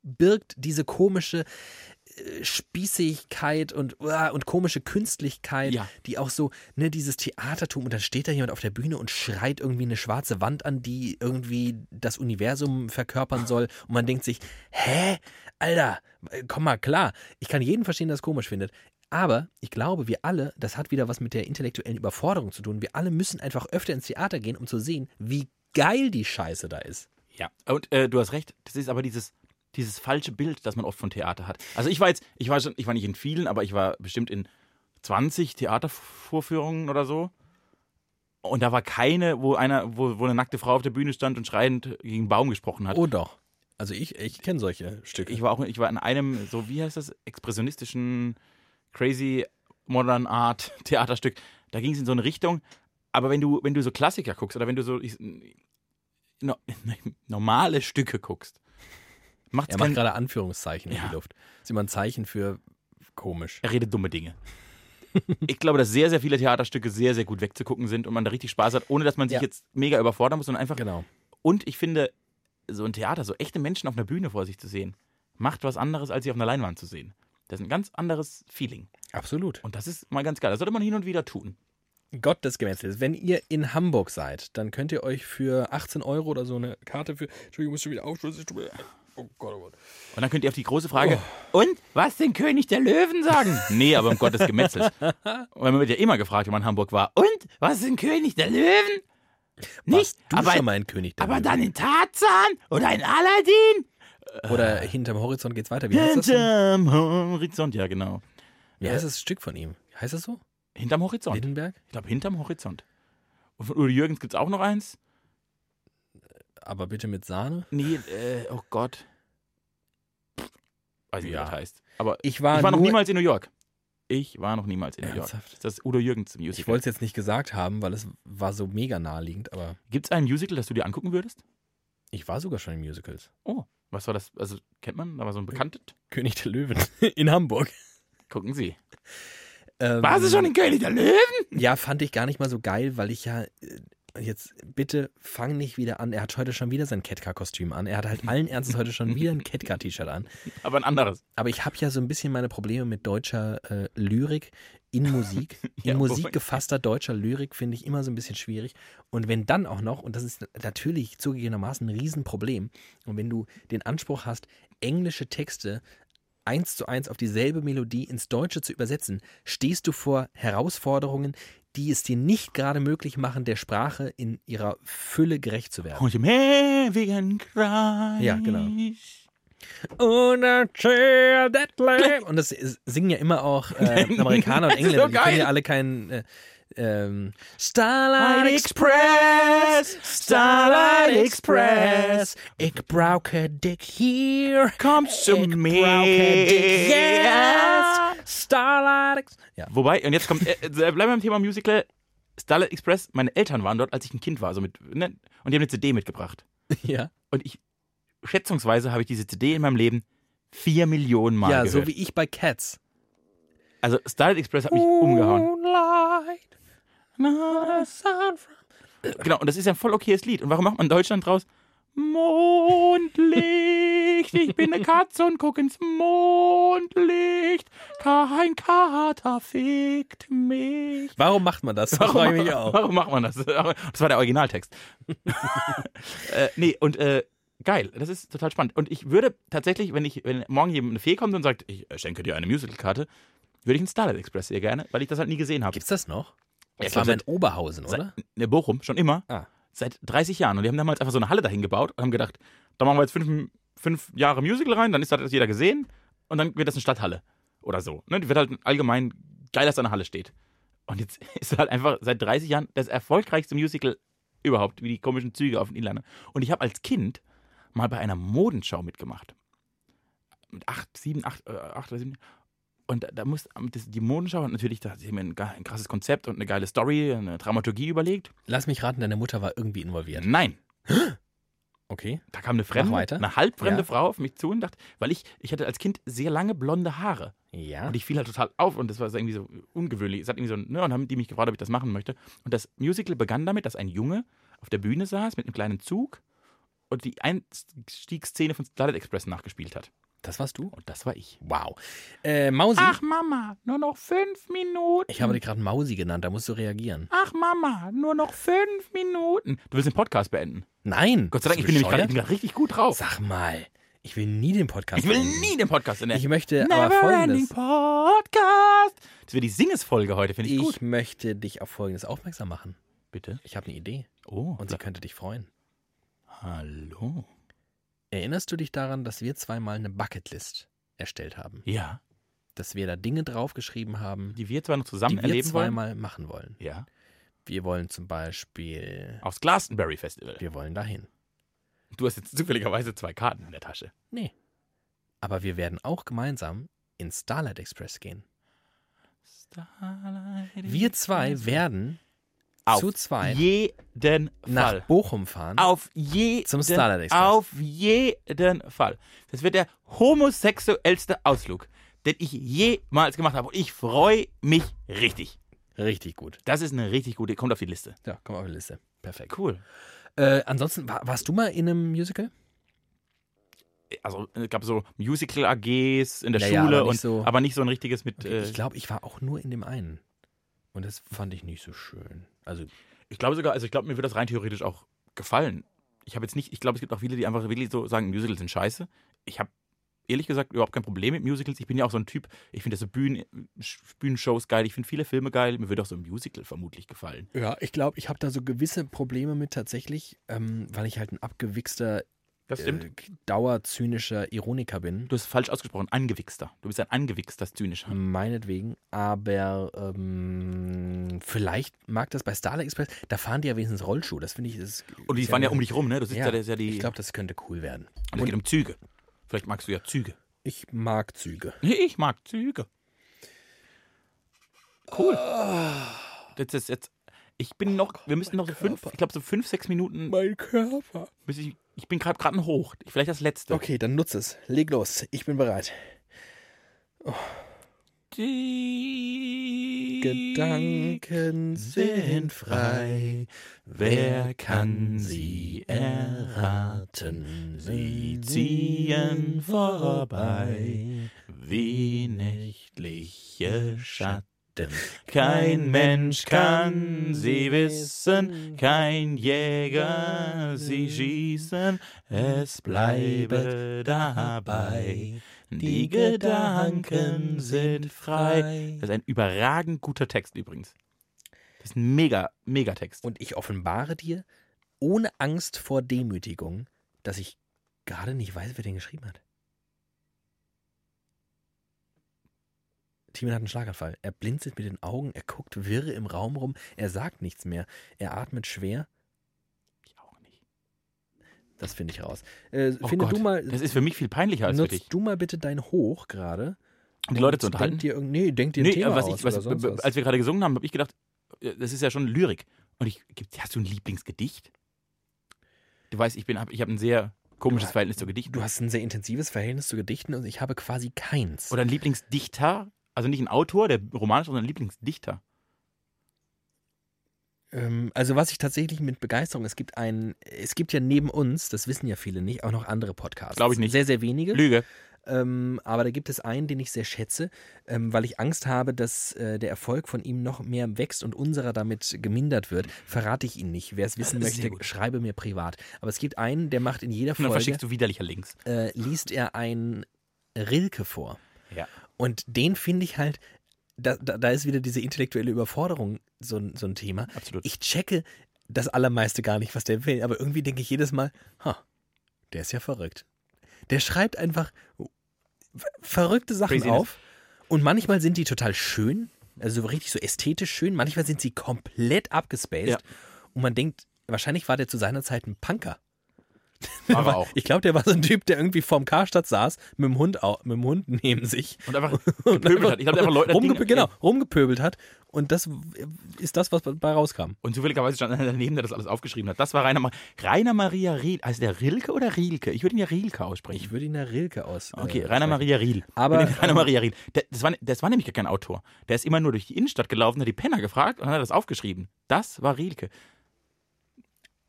Speaker 1: birgt diese komische äh, Spießigkeit und, uah, und komische Künstlichkeit,
Speaker 2: Ja.
Speaker 1: die auch so, ne, dieses Theatertum und dann steht da jemand auf der Bühne und schreit irgendwie eine schwarze Wand an, die irgendwie das Universum verkörpern soll und man denkt sich, hä, Alter, äh, komm mal klar, ich kann jeden verstehen, der es komisch findet. Aber ich glaube, wir alle, das hat wieder was mit der intellektuellen Überforderung zu tun, wir alle müssen einfach öfter ins Theater gehen, um zu sehen, wie geil die Scheiße da ist.
Speaker 2: Ja. Und äh, du hast recht. Das ist aber dieses, dieses falsche Bild, das man oft von Theater hat. Also ich war jetzt, ich war schon, ich war nicht in vielen, aber ich war bestimmt in 20 Theatervorführungen oder so. Und da war keine, wo einer, wo, wo eine nackte Frau auf der Bühne stand und schreiend gegen einen Baum gesprochen hat.
Speaker 1: Oh doch. Also ich, ich kenne solche Stücke.
Speaker 2: Ich war auch, ich war in einem, so wie heißt das, expressionistischen, crazy modern Art Theaterstück. Da ging es in so eine Richtung. Aber wenn du, wenn du so Klassiker guckst oder wenn du so ich, no, normale Stücke guckst, macht's
Speaker 1: er macht
Speaker 2: keinen,
Speaker 1: gerade Anführungszeichen in
Speaker 2: Ja.
Speaker 1: die Luft. Das ist immer ein Zeichen für komisch.
Speaker 2: er redet dumme Dinge. ich glaube, dass sehr, sehr viele Theaterstücke sehr, sehr gut wegzugucken sind und man da richtig Spaß hat, ohne dass man sich
Speaker 1: Ja.
Speaker 2: jetzt mega überfordern muss, sondern einfach.
Speaker 1: Genau.
Speaker 2: Und ich finde, so ein Theater, so echte Menschen auf einer Bühne vor sich zu sehen, macht was anderes, als sie auf einer Leinwand zu sehen. Das ist ein ganz anderes Feeling.
Speaker 1: Absolut.
Speaker 2: Und das ist mal ganz geil. Das sollte man hin und wieder tun.
Speaker 1: Gott des Gemetzels. Wenn ihr in Hamburg seid, dann könnt ihr euch für 18 Euro oder so eine Karte für. Entschuldigung, ich muss schon wieder aufstoßen. ich tut mir- Oh Gott, oh Gott.
Speaker 2: Und dann könnt ihr auf die große Frage, und was den König der Löwen sagen? nee, aber um Gottes Gemetzels. Weil man wird ja immer gefragt, wenn man in Hamburg war. Und was den König der Löwen?
Speaker 1: Warst
Speaker 2: Nicht,
Speaker 1: du
Speaker 2: aber,
Speaker 1: schon mal ein König der
Speaker 2: aber
Speaker 1: Löwen?
Speaker 2: dann in Tarzan oder in Aladdin.
Speaker 1: Oder hinterm Horizont geht's weiter. Wie heißt das? denn?
Speaker 2: Hinterm Horizont, ja genau.
Speaker 1: Wie heißt das Stück von ihm? Heißt das so?
Speaker 2: Hinterm Horizont.
Speaker 1: Lindenberg?
Speaker 2: Ich glaube, hinterm Horizont. Und von Udo Jürgens gibt es auch noch eins.
Speaker 1: Aber bitte mit Sahne?
Speaker 2: Nee, äh, oh Gott. Weiß nicht,
Speaker 1: Ja.
Speaker 2: wie das heißt. Aber
Speaker 1: Ich war,
Speaker 2: ich war noch
Speaker 1: nur,
Speaker 2: niemals in New York. Ich war noch niemals in New York.
Speaker 1: Ernsthaft?
Speaker 2: Das ist Udo Jürgens Musical.
Speaker 1: Ich wollte es jetzt nicht gesagt haben, weil es war so mega naheliegend, aber
Speaker 2: Gibt es ein Musical, das du dir angucken würdest?
Speaker 1: ich war sogar schon in Musicals.
Speaker 2: Oh, was war das? Also kennt man? Da war so ein Bekanntes.
Speaker 1: König der Löwen in Hamburg.
Speaker 2: Gucken Sie.
Speaker 1: Ähm,
Speaker 2: Warst du schon in König der Löwen?
Speaker 1: Ja, fand ich gar nicht mal so geil, weil ich ja äh, jetzt bitte fang nicht wieder an. Er hat heute schon wieder sein Ketka-Kostüm an. Er hat halt allen Ernstes heute schon wieder ein Ketka-T-Shirt an.
Speaker 2: Aber ein anderes.
Speaker 1: Aber ich habe ja so ein bisschen meine Probleme mit deutscher äh, Lyrik in Musik. In
Speaker 2: Ja,
Speaker 1: Musik
Speaker 2: wobei-
Speaker 1: gefasster deutscher Lyrik finde ich immer so ein bisschen schwierig. Und wenn dann auch noch, und das ist natürlich zugegebenermaßen ein Riesenproblem, und wenn du den Anspruch hast, englische Texte eins zu eins auf dieselbe Melodie ins Deutsche zu übersetzen, stehst du vor Herausforderungen, die es dir nicht gerade möglich machen, der Sprache in ihrer Fülle gerecht zu werden.
Speaker 2: Und im ewigen Kreis.
Speaker 1: Ja, genau. Und das singen ja immer auch äh, Amerikaner und
Speaker 2: Das ist
Speaker 1: Engländer.
Speaker 2: so
Speaker 1: die können
Speaker 2: geil.
Speaker 1: ja alle keinen äh, ähm, Starlight
Speaker 2: Starlight
Speaker 1: Express,
Speaker 2: Express,
Speaker 1: Starlight Express. Ich brauche dich hier.
Speaker 2: kommt zu
Speaker 1: ich
Speaker 2: mir.
Speaker 1: brauche dich jetzt. Starlight Express. Ja,
Speaker 2: Wobei, und jetzt kommt, äh, äh, bleiben wir beim Thema Musical. Starlight Express, meine Eltern waren dort, als ich ein Kind war. So mit, ne? Und die haben eine CD mitgebracht.
Speaker 1: ja.
Speaker 2: Und ich, schätzungsweise habe ich diese CD in meinem Leben vier Millionen Mal
Speaker 1: ja so
Speaker 2: gehört.
Speaker 1: wie ich bei Cats.
Speaker 2: also Starlight Express hat mich umgehauen.
Speaker 1: Moonlight, the sun from-
Speaker 2: Genau, und das ist ja ein voll okayes Lied. Und warum macht man in Deutschland draus? Mondlicht, ich bin eine Katze und guck ins Mondlicht. Kein Kater fickt mich.
Speaker 1: Warum macht man das? Das frage ich mich auch.
Speaker 2: warum macht man das? Das war der Originaltext. äh, nee, und äh, geil, das ist total spannend. Und ich würde tatsächlich, wenn ich, wenn morgen jemand eine Fee kommt und sagt, ich äh, schenke dir eine Musical-Karte, würde ich einen Starlight Express sehr gerne, weil ich das halt nie gesehen habe.
Speaker 1: Gibt's das noch? Das
Speaker 2: klar,
Speaker 1: war mein Oberhausen, oder?
Speaker 2: Ne, Bochum, schon immer.
Speaker 1: Ah.
Speaker 2: Seit 30 Jahren. Und die haben damals einfach so eine Halle dahin gebaut und haben gedacht, da machen wir jetzt fünf, fünf Jahre Musical rein, dann ist, hat das jeder gesehen und dann wird das eine Stadthalle oder so. Ne? Die wird halt allgemein geil, dass da eine Halle steht. Und jetzt ist halt einfach seit 30 Jahren das erfolgreichste Musical überhaupt, wie die komischen Züge auf den Inlandern. Und ich habe als Kind mal bei einer Modenschau mitgemacht. Mit acht, sieben, acht, äh, acht oder sieben. Und da, da muss ähm, das, die Modenschau hat natürlich, da hat sie mir ein, ge- ein krasses Konzept und eine geile Story, eine Dramaturgie überlegt.
Speaker 1: Lass mich raten, deine Mutter war irgendwie involviert.
Speaker 2: Nein,
Speaker 1: Okay.
Speaker 2: da kam eine fremde,
Speaker 1: Mach weiter.
Speaker 2: eine halbfremde
Speaker 1: Ja.
Speaker 2: Frau auf mich zu und dachte, weil ich, ich hatte als Kind sehr lange blonde Haare.
Speaker 1: Ja.
Speaker 2: Und ich fiel halt total auf und das war so irgendwie so ungewöhnlich. Es hat irgendwie so, ne, und haben die mich gefragt, ob ich das machen möchte. Und das Musical begann damit, dass ein Junge auf der Bühne saß mit einem kleinen Zug und die Einstiegsszene von Starlight Express nachgespielt hat.
Speaker 1: Das warst du?
Speaker 2: Und das war ich.
Speaker 1: Wow. Äh, Mausi.
Speaker 2: Ach Mama, nur noch fünf Minuten.
Speaker 1: Ich habe dich gerade Mausi genannt, da musst du reagieren.
Speaker 2: Ach Mama, nur noch fünf Minuten. Du willst den Podcast beenden.
Speaker 1: Nein.
Speaker 2: Gott sei Dank, ich
Speaker 1: Bist
Speaker 2: bin
Speaker 1: du
Speaker 2: nämlich gerade ich
Speaker 1: bescheuert?
Speaker 2: bin gerade richtig gut drauf.
Speaker 1: Sag mal, ich will nie den Podcast.
Speaker 2: Ich will
Speaker 1: beenden.
Speaker 2: nie den Podcast in der
Speaker 1: Ich möchte aber
Speaker 2: Neverending
Speaker 1: folgendes.
Speaker 2: Podcast. Das wird die Singesfolge heute, finde ich,
Speaker 1: Ich
Speaker 2: gut.
Speaker 1: möchte dich auf folgendes aufmerksam machen.
Speaker 2: Bitte.
Speaker 1: Ich habe eine Idee
Speaker 2: Oh,
Speaker 1: und sie könnte dich freuen.
Speaker 2: hallo.
Speaker 1: Erinnerst du dich daran, dass wir zweimal eine Bucketlist erstellt haben?
Speaker 2: Ja.
Speaker 1: Dass wir da Dinge draufgeschrieben haben, die,
Speaker 2: Die wir zwar noch zusammen
Speaker 1: wir
Speaker 2: erleben wollen.
Speaker 1: zweimal machen wollen.
Speaker 2: Ja.
Speaker 1: Wir wollen zum Beispiel,
Speaker 2: Aufs Glastonbury Festival.
Speaker 1: wir wollen dahin.
Speaker 2: Du hast jetzt zufälligerweise zwei Karten in der Tasche.
Speaker 1: Nee. Aber wir werden auch gemeinsam in Starlight Express gehen. Wir zwei werden
Speaker 2: Auf
Speaker 1: zu zweit
Speaker 2: jeden Fall.
Speaker 1: nach Bochum fahren.
Speaker 2: Auf jeden
Speaker 1: Zum Starlight Express.
Speaker 2: Auf jeden Fall. Das wird der homosexuellste Ausflug, den ich jemals gemacht habe. Und ich freue mich richtig.
Speaker 1: Richtig gut.
Speaker 2: Das ist eine richtig gute, kommt auf die Liste.
Speaker 1: Ja, komm auf die Liste. Perfekt.
Speaker 2: Cool.
Speaker 1: Äh, ansonsten, wa- warst du mal in einem Musical?
Speaker 2: Also es gab so Musical-AGs in der
Speaker 1: Naja,
Speaker 2: Schule,
Speaker 1: aber nicht
Speaker 2: und,
Speaker 1: so-
Speaker 2: aber nicht so ein richtiges mit. äh,
Speaker 1: Ich glaube, ich war auch nur in dem einen. Und das fand ich nicht so schön. Also,
Speaker 2: Ich glaube sogar, also ich glaube, mir würde das rein theoretisch auch gefallen. Ich habe jetzt nicht, ich glaube, es gibt auch viele, die einfach wirklich so sagen, Musicals sind scheiße. Ich habe ehrlich gesagt überhaupt kein Problem mit Musicals. Ich bin ja auch so ein Typ, ich finde so Bühnen, Sch- Bühnenshows geil, ich finde viele Filme geil. Mir würde auch so ein Musical vermutlich gefallen.
Speaker 1: ja, ich glaube, ich habe da so gewisse Probleme mit tatsächlich, ähm, weil ich halt ein abgewichster,
Speaker 2: Das
Speaker 1: äh, dauerzynischer Ironiker bin.
Speaker 2: Du hast es falsch ausgesprochen, angewichster. Du bist ein angewichster Zynischer.
Speaker 1: Meinetwegen, aber ähm, vielleicht mag das bei Starlight Express, da fahren die ja wenigstens Rollschuh. Das finde ich. Das
Speaker 2: Und die
Speaker 1: ist
Speaker 2: fahren ja um dich rum, ne? Du sitzt ja,
Speaker 1: Ja,
Speaker 2: das ist ja die.
Speaker 1: Ich glaube, das könnte cool werden.
Speaker 2: und um es geht um Züge. Vielleicht magst du ja Züge.
Speaker 1: Ich mag Züge.
Speaker 2: Ich mag Züge. Cool.
Speaker 1: Ah,
Speaker 2: Jetzt ist jetzt. Ich bin noch. wir müssen noch so fünf. Ich glaube so fünf, sechs Minuten.
Speaker 1: Mein Körper.
Speaker 2: Bis ich, ich bin gerade gerade hoch. Vielleicht das letzte.
Speaker 1: Okay, dann nutze es. Leg los. Ich bin bereit.
Speaker 2: Die
Speaker 1: Gedanken sind frei. Wer kann sie erraten? Sie ziehen vorbei.
Speaker 2: wie nächtliche Schatten.
Speaker 1: Denn
Speaker 2: Kein Mensch kann sie wissen, kein Jäger sie schießen, es bleibe dabei. Die Gedanken sind frei. Das ist ein überragend guter Text übrigens. Das ist ein mega, mega Text.
Speaker 1: Und ich offenbare dir, ohne Angst vor Demütigung, dass ich gerade nicht weiß, wer den geschrieben hat. Timon hat einen Schlaganfall. Er blinzelt mit den Augen, er guckt wirre im Raum rum, er sagt nichts mehr, er atmet schwer.
Speaker 2: ich auch nicht.
Speaker 1: Das finde ich raus. Äh,
Speaker 2: Oh
Speaker 1: finde
Speaker 2: Gott,
Speaker 1: du mal,
Speaker 2: Das ist für mich viel peinlicher als für dich.
Speaker 1: nutzt du mal bitte dein Hoch gerade.
Speaker 2: Um die Leute zu
Speaker 1: und
Speaker 2: unterhalten.
Speaker 1: Denk dir, irgend- nee, denk dir ein
Speaker 2: Nee,
Speaker 1: Thema
Speaker 2: aber was
Speaker 1: aus
Speaker 2: ich, was,
Speaker 1: oder sonst
Speaker 2: b- b-
Speaker 1: was.
Speaker 2: als wir gerade gesungen haben, habe ich gedacht, äh, das ist ja schon Lyrik. Und ich, gibt- hast du ein Lieblingsgedicht? Du weißt, ich bin, hab, ich habe ein sehr komisches
Speaker 1: Du-
Speaker 2: Verhältnis zu Gedichten.
Speaker 1: du hast ein sehr intensives Verhältnis zu Gedichten und ich habe quasi keins.
Speaker 2: Oder ein Lieblingsdichter, also nicht ein Autor, der Roman ist, sondern ein Lieblingsdichter.
Speaker 1: Ähm, also was ich tatsächlich mit Begeisterung, es gibt ein, es gibt ja neben uns, das wissen ja viele nicht, auch noch andere Podcasts.
Speaker 2: Glaub ich nicht.
Speaker 1: Sehr, sehr wenige.
Speaker 2: Lüge.
Speaker 1: Ähm, aber da gibt es einen, den ich sehr schätze, ähm, weil ich Angst habe, dass äh, der Erfolg von ihm noch mehr wächst und unserer damit gemindert wird. Verrate ich ihn nicht. Wer es wissen
Speaker 2: Das ist sehr
Speaker 1: möchte,
Speaker 2: gut.
Speaker 1: schreibe mir privat. Aber es gibt einen, der macht in jeder
Speaker 2: Und dann
Speaker 1: Folge,
Speaker 2: verschickst du widerlicher Links.
Speaker 1: äh, liest er ein Rilke vor.
Speaker 2: Ja.
Speaker 1: Und den finde ich halt, da, da, da ist wieder diese intellektuelle Überforderung so, ein- so ein Thema
Speaker 2: Absolut.
Speaker 1: ich checke das Allermeiste gar nicht, was der will, aber irgendwie denke ich jedes Mal, ha, der ist ja verrückt. Der schreibt einfach ver- verrückte Sachen
Speaker 2: Craziness.
Speaker 1: auf und manchmal sind die total schön also so richtig so ästhetisch schön. Manchmal sind sie komplett abgespaced
Speaker 2: Ja.
Speaker 1: und man denkt, wahrscheinlich war der zu seiner Zeit ein Punker.
Speaker 2: Aber
Speaker 1: Weil
Speaker 2: auch.
Speaker 1: Ich glaube, der war so ein Typ, der irgendwie vorm Karstadt saß, mit dem Hund, au- mit dem Hund neben sich.
Speaker 2: Und einfach gepöbelt hat. Ich glaube, einfach Leute.
Speaker 1: rumgepö genau, rumgepöbelt hat. Und das ist das, was bei rauskam.
Speaker 2: Und zufälligerweise stand einer daneben, der das alles aufgeschrieben hat. Das war Rainer, Ma Rainer Maria Riel. Also der Rilke oder Rielke? Ich würde ihn ja Rielke aussprechen.
Speaker 1: Ich würde ihn der Rilke aus.
Speaker 2: Okay,
Speaker 1: äh,
Speaker 2: Rainer Maria Riel.
Speaker 1: Aber- ähm,
Speaker 2: Wir nehmen Rainer Maria Riel. Der, das, war, das war nämlich gar kein Autor. Der ist immer nur durch die Innenstadt gelaufen, hat die Penner gefragt und hat das aufgeschrieben. Das war Rielke.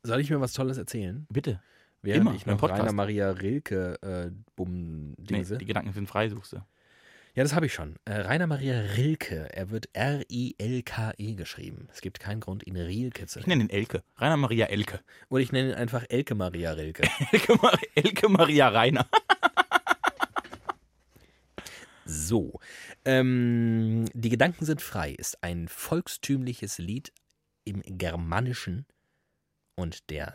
Speaker 1: Soll ich mir was Tolles erzählen?
Speaker 2: Bitte.
Speaker 1: Während
Speaker 2: Immer,
Speaker 1: ich
Speaker 2: im
Speaker 1: noch
Speaker 2: Podcast.
Speaker 1: Rainer Maria Rilke äh, bumm
Speaker 2: Nee,
Speaker 1: Dingse.
Speaker 2: die Gedanken sind frei, suchst du.
Speaker 1: Ja, das habe ich schon. Äh, Rainer Maria Rilke. Er wird R-I-L-K-E E geschrieben. Es gibt keinen Grund, ihn Rilke zu
Speaker 2: Ich ne-
Speaker 1: nennen.
Speaker 2: nenne ihn Elke. Rainer Maria Elke.
Speaker 1: Oder ich nenne ihn einfach Elke Maria Rilke.
Speaker 2: Elke, Mar Elke Maria Rainer.
Speaker 1: So. Ähm, die Gedanken sind frei ist ein volkstümliches Lied im Germanischen und der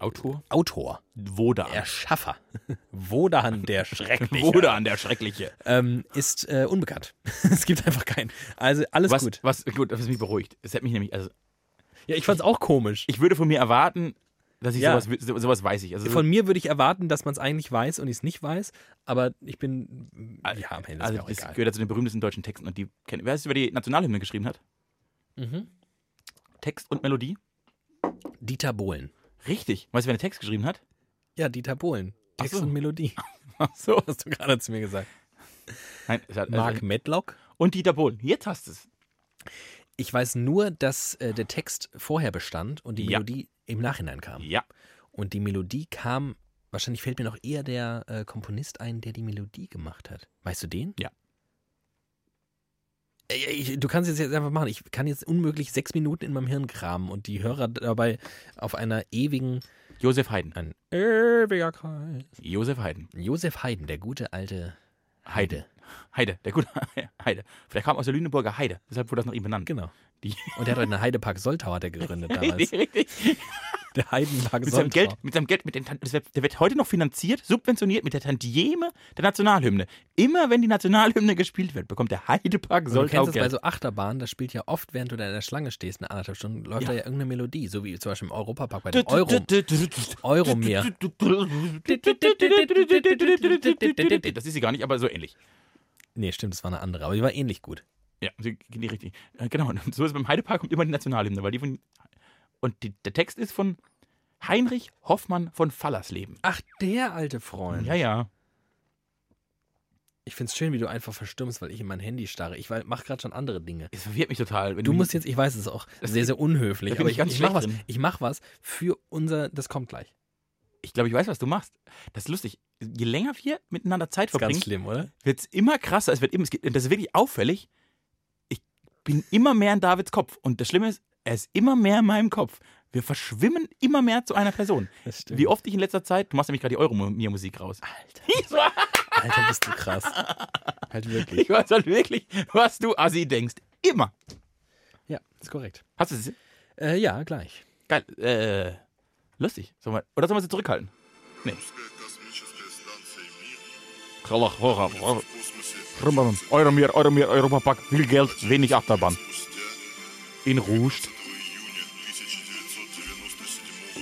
Speaker 2: Autor?
Speaker 1: Autor,
Speaker 2: Wodan.
Speaker 1: Erschaffer, Wodan der Schreckliche,
Speaker 2: Wodan, der Schreckliche.
Speaker 1: ähm, ist äh, unbekannt. es gibt einfach keinen. Also alles
Speaker 2: was,
Speaker 1: gut.
Speaker 2: Was, gut, das mich beruhigt. Es hätte mich nämlich, also
Speaker 1: Ja, ich fand's auch komisch.
Speaker 2: ich würde von mir erwarten, dass ich
Speaker 1: Ja.
Speaker 2: sowas, so- sowas weiß ich. Also,
Speaker 1: Von mir würde ich erwarten, dass man es eigentlich weiß und ich es nicht weiß, aber ich bin. Ja, am Ende ist
Speaker 2: also das
Speaker 1: mir auch egal.
Speaker 2: gehört ja zu den berühmtesten deutschen Texten. Und die kennt, wer es über die Nationalhymne geschrieben hat?
Speaker 1: Mhm.
Speaker 2: Text und Melodie?
Speaker 1: Dieter Bohlen.
Speaker 2: Richtig. Weißt du, wer den Text geschrieben hat?
Speaker 1: Ja, Dieter Bohlen.
Speaker 2: Ach
Speaker 1: Text
Speaker 2: so.
Speaker 1: und Melodie.
Speaker 2: Ach so.
Speaker 1: Hast du gerade zu mir gesagt. Äh,
Speaker 2: Nein, es hat,
Speaker 1: Mark
Speaker 2: also,
Speaker 1: Medlock.
Speaker 2: und Dieter Bohlen. Jetzt hast du es.
Speaker 1: Ich weiß nur, dass äh, der Text vorher bestand und die
Speaker 2: Ja.
Speaker 1: Melodie im Nachhinein kam.
Speaker 2: Ja.
Speaker 1: Und die Melodie kam, wahrscheinlich fällt mir noch eher der äh, Komponist ein, der die Melodie gemacht hat. Weißt du den?
Speaker 2: Ja.
Speaker 1: Äh, Ich, du kannst es jetzt einfach machen. Ich kann jetzt unmöglich sechs Minuten in meinem Hirn kramen und die Hörer dabei auf einer ewigen,
Speaker 2: Josef Haydn.
Speaker 1: ein ewiger Kreis.
Speaker 2: Josef Haydn.
Speaker 1: Josef Haydn, der gute alte
Speaker 2: Heide. Heide. Der gute Heide. Der kam aus der Lüneburger Heide. Deshalb wurde das nach ihm benannt.
Speaker 1: Genau.
Speaker 2: Die-
Speaker 1: Und der hat einen Heidepark Soltau hat er gegründet damals.
Speaker 2: Richtig, richtig.
Speaker 1: Der Heidenpark
Speaker 2: Mit
Speaker 1: Soltau.
Speaker 2: seinem Geld, mit seinem Geld, mit den, Tan- das wird, der wird heute noch finanziert, subventioniert mit der Tantieme der Nationalhymne. Immer wenn die Nationalhymne gespielt wird, bekommt der Heidepark
Speaker 1: Und Du
Speaker 2: Soltau
Speaker 1: kennst es bei
Speaker 2: Geld.
Speaker 1: so Achterbahnen, das spielt ja oft, während du da in der Schlange stehst, eine anderthalb Stunden, läuft da ja irgendeine Melodie, so wie zum Beispiel im Europapark bei dem Euro, Euromeer.
Speaker 2: Das ist sie gar nicht, aber so ähnlich.
Speaker 1: Nee, stimmt, das war eine andere, aber die war ähnlich gut.
Speaker 2: Ja, sie geht nicht richtig. Äh, Genau, und so ist es beim Heidepark kommt immer die Nationalhymne, weil die von. Und die, der Text ist von Heinrich Hoffmann von Fallersleben.
Speaker 1: Ach, der alte Freund.
Speaker 2: Ja, ja.
Speaker 1: Ich find's schön, wie du einfach verstummst, weil ich in mein Handy starre. Ich weil- mach gerade schon andere Dinge.
Speaker 2: Es verwirrt mich total. wenn
Speaker 1: Du musst jetzt, ich weiß es ist auch, sehr, sehr unhöflich,
Speaker 2: da bin
Speaker 1: aber
Speaker 2: ich
Speaker 1: ich,
Speaker 2: ganz
Speaker 1: ich mach was.
Speaker 2: schlecht drin.
Speaker 1: Ich mach was für unser, das kommt gleich.
Speaker 2: Ich glaube, ich weiß, was du machst. Das ist lustig. Je länger wir miteinander Zeit
Speaker 1: ist ganz
Speaker 2: verbringen,
Speaker 1: schlimm, oder?
Speaker 2: wird es immer krasser. Es wird immer, es geht, das ist wirklich auffällig. Ich bin immer mehr in Davids Kopf. Und das Schlimme ist, er ist immer mehr in meinem Kopf. Wir verschwimmen immer mehr zu einer Person.
Speaker 1: Das stimmt.
Speaker 2: Wie oft ich in letzter Zeit, du machst nämlich gerade die Euro-Musik raus. Alter.
Speaker 1: Alter, bist du krass. halt wirklich.
Speaker 2: Ich weiß halt wirklich, was du Assi denkst. Immer.
Speaker 1: Ja, ist korrekt.
Speaker 2: Hast du es?
Speaker 1: Äh, ja, gleich.
Speaker 2: Geil. Äh, lustig. Sollen wir, oder sollen wir sie zurückhalten?
Speaker 3: Русская космическая станция «Мир» в космосе
Speaker 2: Euromeer, Euromeer, Europapark, viel Geld, wenig Achterbahn.
Speaker 3: спустя
Speaker 2: In Rust.
Speaker 3: 2 июня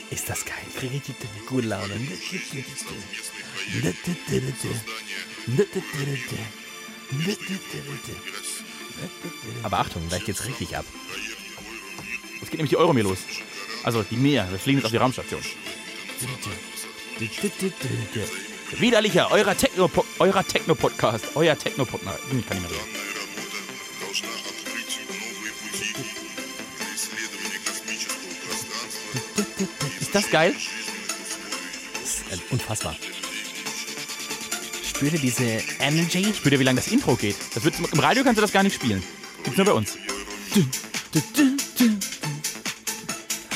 Speaker 3: 1997
Speaker 1: Ist das geil? Krieg ich die gute Laune.
Speaker 3: года совместный проект создания и России.
Speaker 1: Aber Achtung, gleich geht's richtig ab.
Speaker 3: Проект «Ойромир»
Speaker 2: Es geht nämlich die Euromeer los. Also die Meer, wir fliegen jetzt auf die Raumstation. Widerlicher, eurer Techno-Podcast, eurer Techno-Podcast, euer Techno-Podcast. Ich kann nicht mehr reden.
Speaker 3: Данная работа должна открыть новые пути для исследования космического пространства
Speaker 2: Ist das geil?
Speaker 1: Äh, unfassbar. Spürte diese Energy?
Speaker 2: Spürt ihr, wie lange das Intro geht? Das wird, Im Radio kannst du das gar nicht spielen. Gibt's nur bei uns.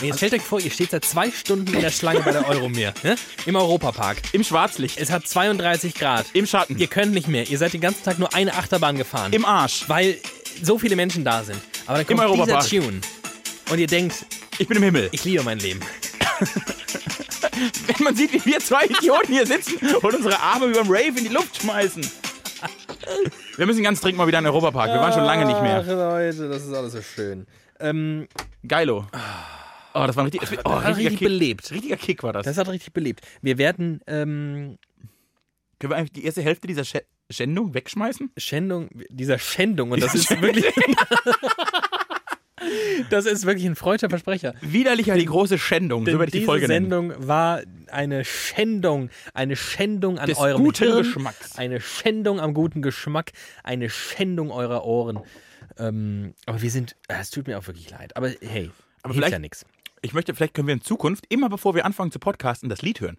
Speaker 1: Und jetzt stellt euch vor, ihr steht seit zwei Stunden in der Schlange bei der Euromeer. Ne? Im Europapark.
Speaker 2: Im Schwarzlicht,
Speaker 1: Es hat 32 Grad.
Speaker 2: im Schatten,
Speaker 1: Ihr könnt nicht mehr. Ihr seid den ganzen Tag nur eine Achterbahn gefahren.
Speaker 2: im Arsch.
Speaker 1: weil so viele Menschen da sind. Aber dann kommt dieser
Speaker 2: Europapark.
Speaker 1: Tune. Und ihr denkt,
Speaker 2: Ich bin im Himmel.
Speaker 1: ich liebe mein Leben.
Speaker 2: Wenn man sieht, wie wir zwei Idioten hier sitzen und unsere Arme wie beim Rave in die Luft schmeißen. Wir müssen ganz dringend mal wieder in den Europapark. Wir waren schon lange nicht mehr.
Speaker 1: Leute, das ist alles so schön. Ähm,
Speaker 2: Geilo. Oh, das war ein richtig, das war, oh,
Speaker 1: richtig
Speaker 2: richtiger, Kick,
Speaker 1: belebt.
Speaker 2: richtiger Kick war das.
Speaker 1: Das hat richtig belebt. Wir werden ähm,
Speaker 2: Können wir eigentlich die erste Hälfte dieser Sch Schändung wegschmeißen?
Speaker 1: Schändung, dieser Schändung, und das ist wirklich. das ist wirklich ein freuter Versprecher.
Speaker 2: Widerlicher die große Schändung, so werde ich die
Speaker 1: diese
Speaker 2: Folge nennen.
Speaker 1: Sendung war eine Schändung, eine Schändung an
Speaker 2: Des
Speaker 1: eurem
Speaker 2: guten
Speaker 1: Hirn,
Speaker 2: Geschmacks.
Speaker 1: eine Schändung am guten Geschmack, eine Schändung eurer Ohren. Ähm, aber wir sind, äh, es tut mir auch wirklich leid. Aber hey, aber
Speaker 2: vielleicht-
Speaker 1: ja nichts.
Speaker 2: Ich möchte, vielleicht können wir in Zukunft, immer bevor wir anfangen zu podcasten, das Lied hören.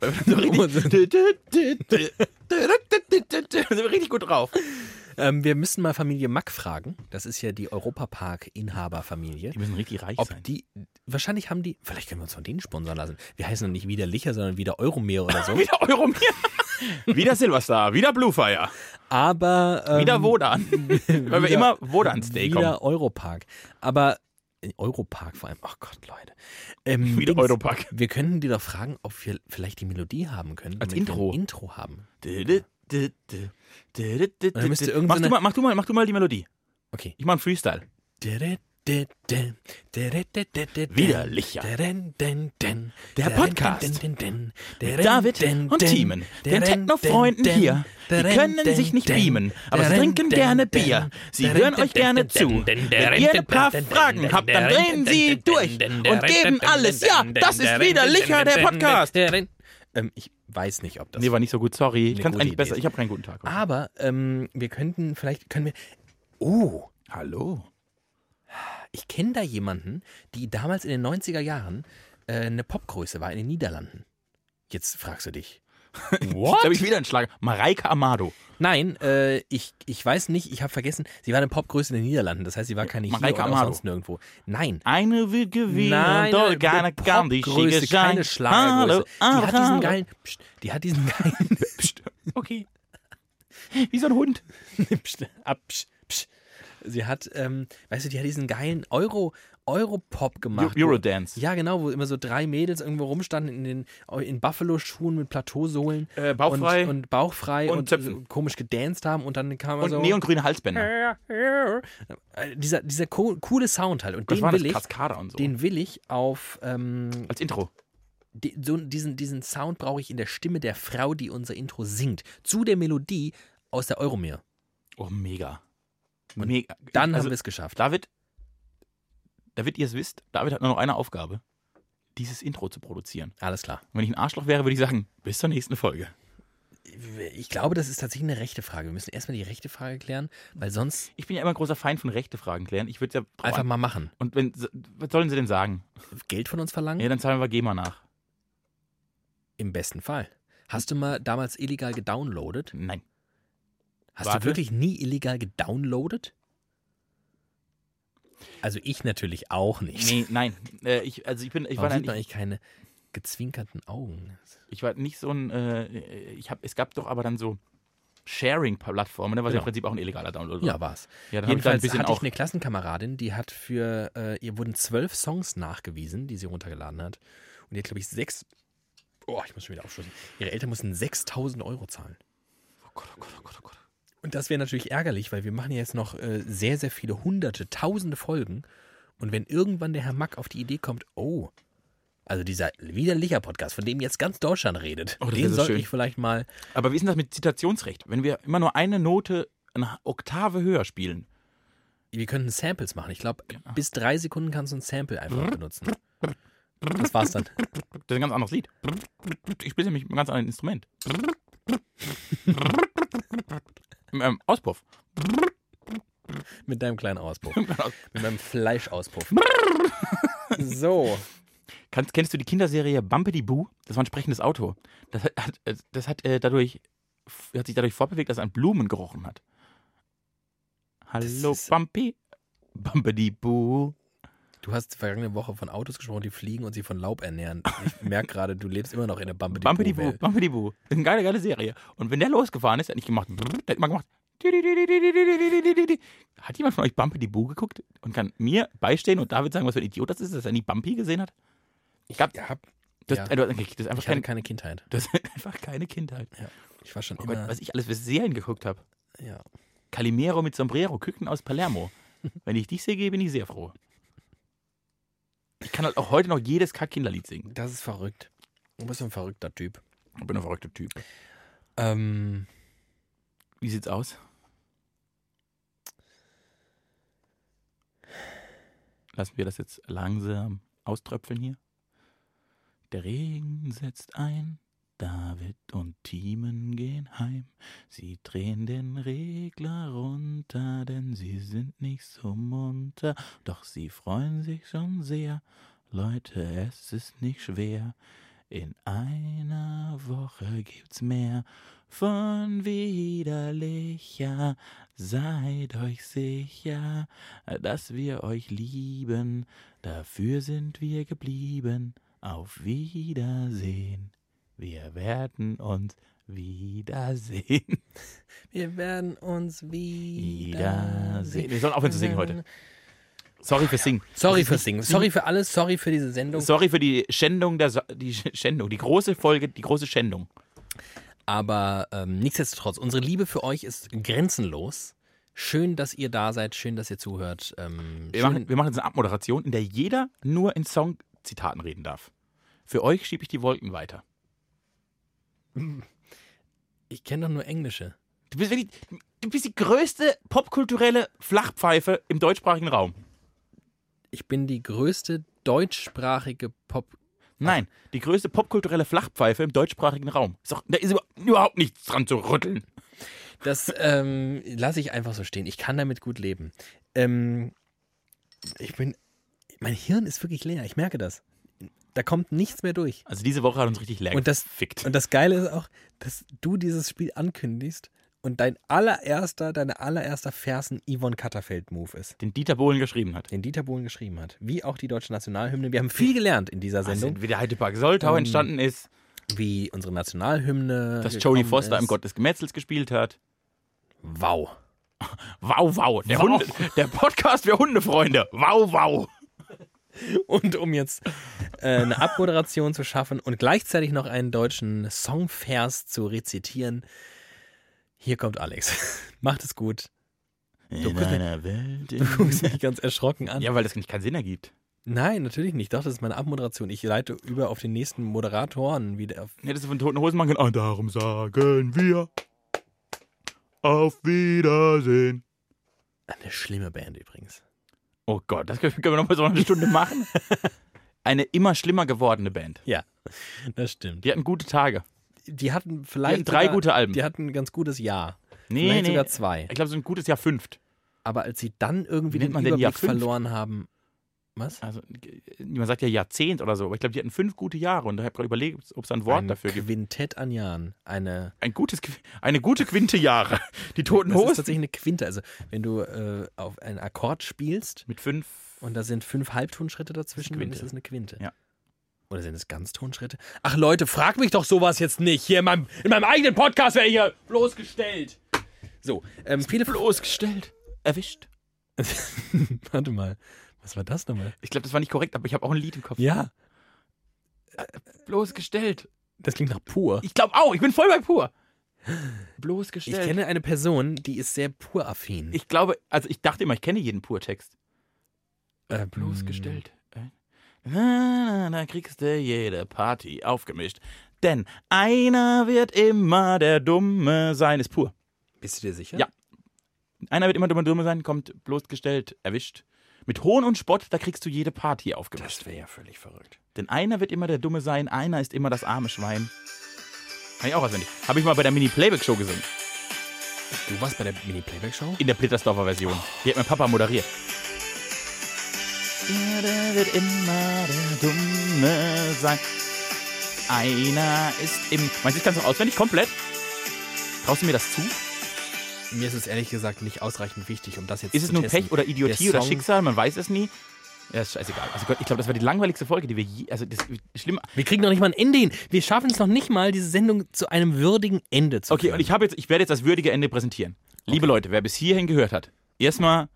Speaker 2: Weil wir sind so
Speaker 1: Oh,
Speaker 2: richtig, sind wir richtig gut drauf.
Speaker 1: Ähm, wir müssen mal Familie Mack fragen. Das ist ja die Europapark-Inhaberfamilie.
Speaker 2: Die müssen richtig reich
Speaker 1: Ob
Speaker 2: sein.
Speaker 1: die, wahrscheinlich haben die, vielleicht können wir uns von denen sponsern lassen. Wir heißen dann nicht wieder Licher, sondern wieder Euromeer oder so.
Speaker 2: Wieder Euromeer. wieder Silverstar, wieder Bluefire,
Speaker 1: Aber. Ähm,
Speaker 2: wieder Wodan. Weil wir
Speaker 1: wieder-
Speaker 2: immer Wodan-Steak kommen.
Speaker 1: Wieder Europark. Aber. äh, Europark vor allem. Ach Gott, Leute. Ähm,
Speaker 2: Wieder
Speaker 1: Dings,
Speaker 2: Europark.
Speaker 1: Wir können die doch fragen, ob wir vielleicht die Melodie haben können.
Speaker 2: Als
Speaker 1: damit wir
Speaker 2: Intro.
Speaker 1: Ein Intro haben. dann müsste
Speaker 2: Mach
Speaker 1: irgendeine-
Speaker 2: du, mal, mach, du mal, mach du mal die Melodie.
Speaker 1: Okay.
Speaker 2: Ich mach einen Freestyle.
Speaker 1: Widerlicher.
Speaker 2: Widerlicher. Der Podcast mit David und Thiemen, den Techno-Freunden hier. Die können sich nicht beamen, aber sie trinken gerne Bier. Sie hören euch gerne zu. Wenn ihr ein paar Fragen habt, dann drehen sie durch und geben alles. Ja, das ist Widerlicher, der Podcast.
Speaker 1: Ähm, ich weiß nicht, ob das.
Speaker 2: Nee, war nicht so gut, sorry. Ich
Speaker 1: Eine
Speaker 2: kann's
Speaker 1: gute
Speaker 2: eigentlich
Speaker 1: Idee
Speaker 2: besser.
Speaker 1: ist.
Speaker 2: Ich habe keinen guten Tag. heute.
Speaker 1: Aber ähm, wir könnten, vielleicht können wir. Oh,
Speaker 2: Hallo.
Speaker 1: ich kenne da jemanden, die damals in den 90er Jahren äh, eine Popgröße war in den Niederlanden. Jetzt fragst du dich.
Speaker 2: What? Da habe ich wieder einen Schlag. Mareike Amado.
Speaker 1: Nein, äh, ich, ich weiß nicht, ich habe vergessen, sie war eine Popgröße in den Niederlanden. Das heißt, sie war keine
Speaker 2: Mareike
Speaker 1: hier oder auch
Speaker 2: Amado.
Speaker 1: sonst nirgendwo. Nein.
Speaker 2: Eine will gewinnen,
Speaker 1: Nein,
Speaker 2: doch
Speaker 1: eine
Speaker 2: keine kann die
Speaker 1: Popgröße,
Speaker 2: Schicke sein.
Speaker 1: keine Schlagergröße.
Speaker 2: Hallo,
Speaker 1: Die hat diesen
Speaker 2: hallo.
Speaker 1: geilen, pst, die hat diesen geilen,
Speaker 2: Psst. Okay. Wie so ein Hund.
Speaker 1: pst, ab, pst, pst. sie hat, ähm, weißt du, die hat diesen geilen Euro, Euro-Pop gemacht.
Speaker 2: Eu- Eurodance.
Speaker 1: Ja, genau, wo immer so drei Mädels irgendwo rumstanden in den in Buffalo-Schuhen mit Plateausohlen.
Speaker 2: Äh, bauchfrei.
Speaker 1: Und, und bauchfrei
Speaker 2: Und
Speaker 1: und,
Speaker 2: Zöpfen.
Speaker 1: so komisch gedanced haben und dann kam er
Speaker 2: Und
Speaker 1: so.
Speaker 2: neongrüne Halsbänder.
Speaker 1: Äh, dieser dieser co coole Sound halt. Und
Speaker 2: Was
Speaker 1: den
Speaker 2: war das?
Speaker 1: will, ich,
Speaker 2: Kaskada und so.
Speaker 1: den will ich auf. Ähm,
Speaker 2: Als Intro.
Speaker 1: di- so, diesen, diesen Sound brauche ich in der Stimme der Frau, die unser Intro singt. Zu der Melodie aus der Euromeer.
Speaker 2: Oh, mega. mega.
Speaker 1: Dann
Speaker 2: also,
Speaker 1: haben wir es geschafft.
Speaker 2: David, David, ihr es wisst, David hat nur noch eine Aufgabe. Dieses Intro zu produzieren.
Speaker 1: Alles klar.
Speaker 2: Und wenn ich ein Arschloch wäre, würde ich sagen, bis zur nächsten Folge.
Speaker 1: Ich glaube, das ist tatsächlich eine rechte Frage. Wir müssen erstmal die rechte Frage klären, weil sonst
Speaker 2: Ich bin ja immer ein großer Feind von rechte Fragen klären. Ich würde ja drauf
Speaker 1: einfach
Speaker 2: an-
Speaker 1: mal Hm? machen.
Speaker 2: Und wenn, was sollen sie denn sagen?
Speaker 1: Geld von uns verlangen?
Speaker 2: Ja, dann zahlen wir GEMA nach.
Speaker 1: Im besten Fall. Hast
Speaker 2: Hm.
Speaker 1: du mal damals illegal gedownloadet?
Speaker 2: Nein.
Speaker 1: Hast
Speaker 2: Warte.
Speaker 1: du wirklich nie illegal gedownloadet? Also ich natürlich auch nicht.
Speaker 2: Nee, nein. Äh, ich, also ich bin, ich war,
Speaker 1: Warum
Speaker 2: da
Speaker 1: sieht man
Speaker 2: nicht,
Speaker 1: eigentlich keine gezwinkerten Augen?
Speaker 2: ich war nicht so ein, äh, ich habe, es gab doch aber dann so Sharing-Plattformen, ne, was ja
Speaker 1: Genau.
Speaker 2: im Prinzip auch ein illegaler Download war.
Speaker 1: Ja, war's.
Speaker 2: ja dann hab ich da ein
Speaker 1: Jedenfalls
Speaker 2: bisschen
Speaker 1: hatte ich
Speaker 2: auch.
Speaker 1: eine Klassenkameradin, die hat für, äh, ihr wurden zwölf Songs nachgewiesen, die sie runtergeladen hat. Und die hat, glaube ich, sechs, oh, ich muss schon wieder aufschlüsseln. Ihre Eltern mussten 6000 Euro zahlen.
Speaker 2: oh Gott, oh Gott, oh Gott, oh Gott.
Speaker 1: Und das wäre natürlich ärgerlich, weil wir machen ja jetzt noch äh, sehr, sehr viele hunderte, tausende Folgen. Und wenn irgendwann der Herr Mack auf die Idee kommt, oh, also dieser widerlicher Podcast, von dem jetzt ganz Deutschland redet,
Speaker 2: Oh, das wär
Speaker 1: den
Speaker 2: so
Speaker 1: sollte
Speaker 2: schön.
Speaker 1: ich vielleicht mal.
Speaker 2: Aber wie ist denn das mit Zitationsrecht? Wenn wir immer nur eine Note eine Oktave höher spielen.
Speaker 1: Wir könnten Samples machen. Ich glaube, bis drei Sekunden kannst du ein Sample einfach benutzen. Das war's dann.
Speaker 2: Das ist ein ganz anderes Lied. Ich spiele nämlich ein ganz anderes Instrument. ähm, Auspuff.
Speaker 1: Mit deinem kleinen Auspuff. Mit meinem Fleischauspuff. so.
Speaker 2: Kannst, kennst du die Kinderserie Bumpity Boo? Das war ein sprechendes Auto. Das hat, hat, äh, das hat, äh, dadurch, f- hat sich dadurch fortbewegt, dass es an Blumen gerochen hat. Hallo
Speaker 1: ist-
Speaker 2: Bumpy. Bumpity Boo.
Speaker 1: Du hast vergangene Woche von Autos gesprochen, die fliegen und sie von Laub ernähren. Ich merke gerade, du lebst immer noch in der
Speaker 2: Bumpity Boo.
Speaker 1: Bumpity-Boo-Welt.
Speaker 2: Bumpity Boo. Das ist eine geile, geile Serie. Und wenn der losgefahren ist, hat nicht gemacht. Der hat immer gemacht. Hat jemand von euch Bumpity Boo geguckt und kann mir beistehen und David sagen, was für ein Idiot das ist, dass er nie Bumpy gesehen hat? Ich gab,
Speaker 1: Ich hab
Speaker 2: das,
Speaker 1: ja.
Speaker 2: äh, du- das
Speaker 1: Ich
Speaker 2: ist einfach
Speaker 1: hatte
Speaker 2: keine,
Speaker 1: keine Kindheit.
Speaker 2: das ist einfach keine Kindheit.
Speaker 1: Ich war schon
Speaker 2: Oh
Speaker 1: immer.
Speaker 2: Gott, was ich alles für Serien geguckt habe.
Speaker 1: Ja.
Speaker 2: Calimero mit Sombrero, Küken aus Palermo. Wenn ich dich sehe, gehe, bin ich sehr froh. Ich kann halt auch heute noch jedes Kack-Kinderlied singen.
Speaker 1: Das ist verrückt. Du bist ein verrückter Typ.
Speaker 2: Ich bin ein verrückter Typ.
Speaker 1: Ähm,
Speaker 2: Wie sieht's aus? Lassen wir das jetzt langsam auströpfeln hier. Der Regen setzt ein, David und Thiemen gehen heim. Sie drehen den Regler runter, denn sie sind nicht so munter. Doch sie freuen sich schon sehr. Leute, es ist nicht schwer. In einer Woche gibt's mehr von widerlicher. Seid euch sicher, dass wir euch lieben. Dafür sind wir geblieben. Auf Wiedersehen. Wir werden uns wiedersehen.
Speaker 1: wir werden uns wiedersehen.
Speaker 2: Wiedersehen. Wir sollen aufhören zu singen heute. Also, Sorry fürs Singen.
Speaker 1: Sorry fürs Singen. Sorry für alles. Sorry für diese Sendung.
Speaker 2: Sorry für die Schändung der so die Sch- Schändung, die große Folge, die große Schändung.
Speaker 1: Aber ähm, nichtsdestotrotz, unsere Liebe für euch ist grenzenlos. Schön, dass ihr da seid. Schön, dass ihr zuhört. Ähm,
Speaker 2: Wir
Speaker 1: schön-
Speaker 2: machen, wir machen jetzt eine Abmoderation, in der jeder nur in Songzitaten reden darf. Für euch schiebe ich die Wolken weiter.
Speaker 1: ich kenne doch nur Englische.
Speaker 2: Du bist wirklich, du bist die größte popkulturelle Flachpfeife im deutschsprachigen Raum.
Speaker 1: Ich bin die größte deutschsprachige Pop.
Speaker 2: Nein, die größte popkulturelle Flachpfeife im deutschsprachigen Raum. Ist doch, da ist über- überhaupt nichts dran zu rütteln.
Speaker 1: Das ähm, lasse ich einfach so stehen. Ich kann damit gut leben. Ähm, ich bin. Mein Hirn ist wirklich leer. Ich merke das. Da kommt nichts mehr durch.
Speaker 2: Also diese Woche hat uns richtig leer
Speaker 1: Und das-
Speaker 2: gefickt.
Speaker 1: Und das Geile ist auch, dass du dieses Spiel ankündigst und dein allererster, deine allererster Versen Yvonne Katterfeld-Move ist,
Speaker 2: den Dieter Bohlen geschrieben hat.
Speaker 1: den Dieter Bohlen geschrieben hat. Wie auch die deutsche Nationalhymne. Wir haben viel gelernt in dieser
Speaker 2: Also
Speaker 1: Sendung,
Speaker 2: wie der Heidepark Soltau
Speaker 1: Ähm,
Speaker 2: entstanden ist,
Speaker 1: wie unsere Nationalhymne.
Speaker 2: dass
Speaker 1: gekommen
Speaker 2: Jodie Foster
Speaker 1: ist.
Speaker 2: im Gott des Gemetzels gespielt hat.
Speaker 1: Wow.
Speaker 2: Wow, wow. Der,
Speaker 1: Wow.
Speaker 2: Hunde, der Podcast für Hundefreunde. Wow, wow.
Speaker 1: Und um jetzt äh, eine Abmoderation zu schaffen und gleichzeitig noch einen deutschen Songvers zu rezitieren, hier kommt Alex. Macht es gut.
Speaker 2: Du
Speaker 1: guckst mich-
Speaker 2: Welt.
Speaker 1: Du guckst mich ganz erschrocken an.
Speaker 2: ja, weil das nicht keinen Sinn ergibt.
Speaker 1: Nein, natürlich nicht. Doch, das ist meine Abmoderation. Ich leite über auf den nächsten Moderatoren wieder.
Speaker 2: Hättest du von Toten Hosen machen können. Und darum sagen wir auf Wiedersehen.
Speaker 1: Eine schlimme Band übrigens.
Speaker 2: Oh Gott, das können wir nochmal so eine Stunde machen. Eine immer schlimmer gewordene Band.
Speaker 1: Ja, das stimmt.
Speaker 2: Die hatten gute Tage.
Speaker 1: Die hatten vielleicht.
Speaker 2: Die hatten drei
Speaker 1: sogar,
Speaker 2: gute Alben.
Speaker 1: Die hatten ein ganz gutes Jahr.
Speaker 2: Nee,
Speaker 1: vielleicht
Speaker 2: nee.
Speaker 1: sogar zwei.
Speaker 2: Ich glaube, so ein gutes Jahr fünft.
Speaker 1: Aber als sie dann irgendwie
Speaker 2: Nennt
Speaker 1: den
Speaker 2: man denn
Speaker 1: Überblick
Speaker 2: Jahr fünf?
Speaker 1: verloren haben. Was?
Speaker 2: Also, man sagt ja Jahrzehnt oder so, aber ich glaube, die hatten fünf gute Jahre und da habe ich gerade überlegt, ob es ein Wort
Speaker 1: ein
Speaker 2: dafür gibt.
Speaker 1: Quintett an Jahren. Eine.
Speaker 2: Ein gutes, Qu- eine gute Quinte Jahre. Die Toten
Speaker 1: Das ist
Speaker 2: Hosen.
Speaker 1: tatsächlich eine Quinte. Also, wenn du äh, auf einen Akkord spielst
Speaker 2: Mit fünf.
Speaker 1: und da sind fünf Halbtonschritte dazwischen, dann
Speaker 2: Quinte.
Speaker 1: ist das eine Quinte.
Speaker 2: Ja.
Speaker 1: Oder sind es Ganztonschritte? Ach Leute, frag mich doch sowas jetzt nicht. Hier in meinem, in meinem eigenen Podcast wäre hier bloßgestellt. So, ähm, viele
Speaker 2: Bloßgestellt. Erwischt.
Speaker 1: Warte mal. Was war das nochmal?
Speaker 2: Ich glaube, das war nicht korrekt, aber ich habe auch ein Lied im Kopf.
Speaker 1: Ja,
Speaker 2: Bloßgestellt.
Speaker 1: das klingt nach pur.
Speaker 2: Ich glaube auch, ich bin voll bei pur.
Speaker 1: Ich
Speaker 2: Bloßgestellt.
Speaker 1: kenne eine Person, die ist sehr puraffin.
Speaker 2: Ich glaube, also ich dachte immer, ich kenne jeden Pur-Text.
Speaker 1: Ähm.
Speaker 2: Bloßgestellt. Äh. Na, na, na, kriegst du jede Party aufgemischt. Denn einer wird immer der Dumme sein, ist pur.
Speaker 1: Ähm, Bist du dir sicher?
Speaker 2: Ja. Einer wird immer der Dumme sein, kommt bloßgestellt, erwischt. Mit Hohn und Spott, da kriegst du jede Party aufgemischt.
Speaker 1: Das wäre ja völlig verrückt.
Speaker 2: Denn einer wird immer der Dumme sein, einer ist immer das arme Schwein. Kann ich auch auswendig. Habe ich mal bei der Mini-Playback-Show gesungen.
Speaker 1: Du warst bei der Mini-Playback-Show?
Speaker 2: In der Petersdorfer Version. Die hat mein Papa moderiert. Der wird immer der Dumme sein. Einer ist im. Meinst du, ich kann es noch auswendig? Komplett? Traust du mir das zu?
Speaker 1: Mir ist es ehrlich gesagt nicht ausreichend wichtig, um das jetzt
Speaker 2: Ist es
Speaker 1: zu
Speaker 2: nun
Speaker 1: testen.
Speaker 2: Pech oder Idiotie
Speaker 1: Der
Speaker 2: oder
Speaker 1: Song-
Speaker 2: Schicksal? Man weiß es nie. Ja, ist scheißegal. Also Gott, ich glaube, das war die langweiligste Folge, die wir je. Also das schlimm.
Speaker 1: Wir kriegen noch nicht mal ein Ende hin. Wir schaffen es noch nicht mal, diese Sendung zu einem würdigen Ende zu
Speaker 2: Okay,
Speaker 1: führen.
Speaker 2: und ich habe jetzt, ich werde jetzt das würdige Ende präsentieren. Liebe Leute, wer bis hierhin gehört hat, erstmal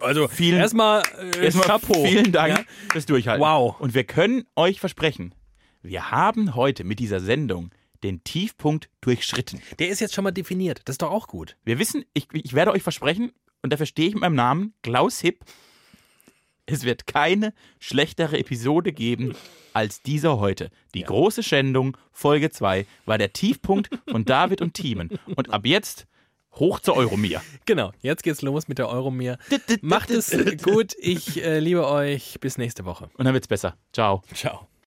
Speaker 1: also
Speaker 2: vielen-
Speaker 1: erstmal äh,
Speaker 2: Erstmal
Speaker 1: Chapeau.
Speaker 2: Vielen Dank
Speaker 1: Ja?
Speaker 2: fürs Durchhalten.
Speaker 1: Wow.
Speaker 2: Und wir können euch versprechen, wir haben heute mit dieser Sendung den Tiefpunkt durchschritten.
Speaker 1: Der ist jetzt schon mal definiert. Das ist doch auch gut.
Speaker 2: Wir wissen, ich, ich werde euch versprechen, und dafür stehe ich mit meinem Namen, Klaus Hipp, es wird keine schlechtere Episode geben als dieser heute. Die große Schändung, Folge 2, war der Tiefpunkt von David und Thiemen. Und ab jetzt hoch zur Euromir.
Speaker 1: Genau, jetzt geht's los mit der Euromir. Macht es gut. Ich äh, liebe euch. Bis nächste Woche.
Speaker 2: Und dann wird's besser. Ciao.
Speaker 1: Ciao.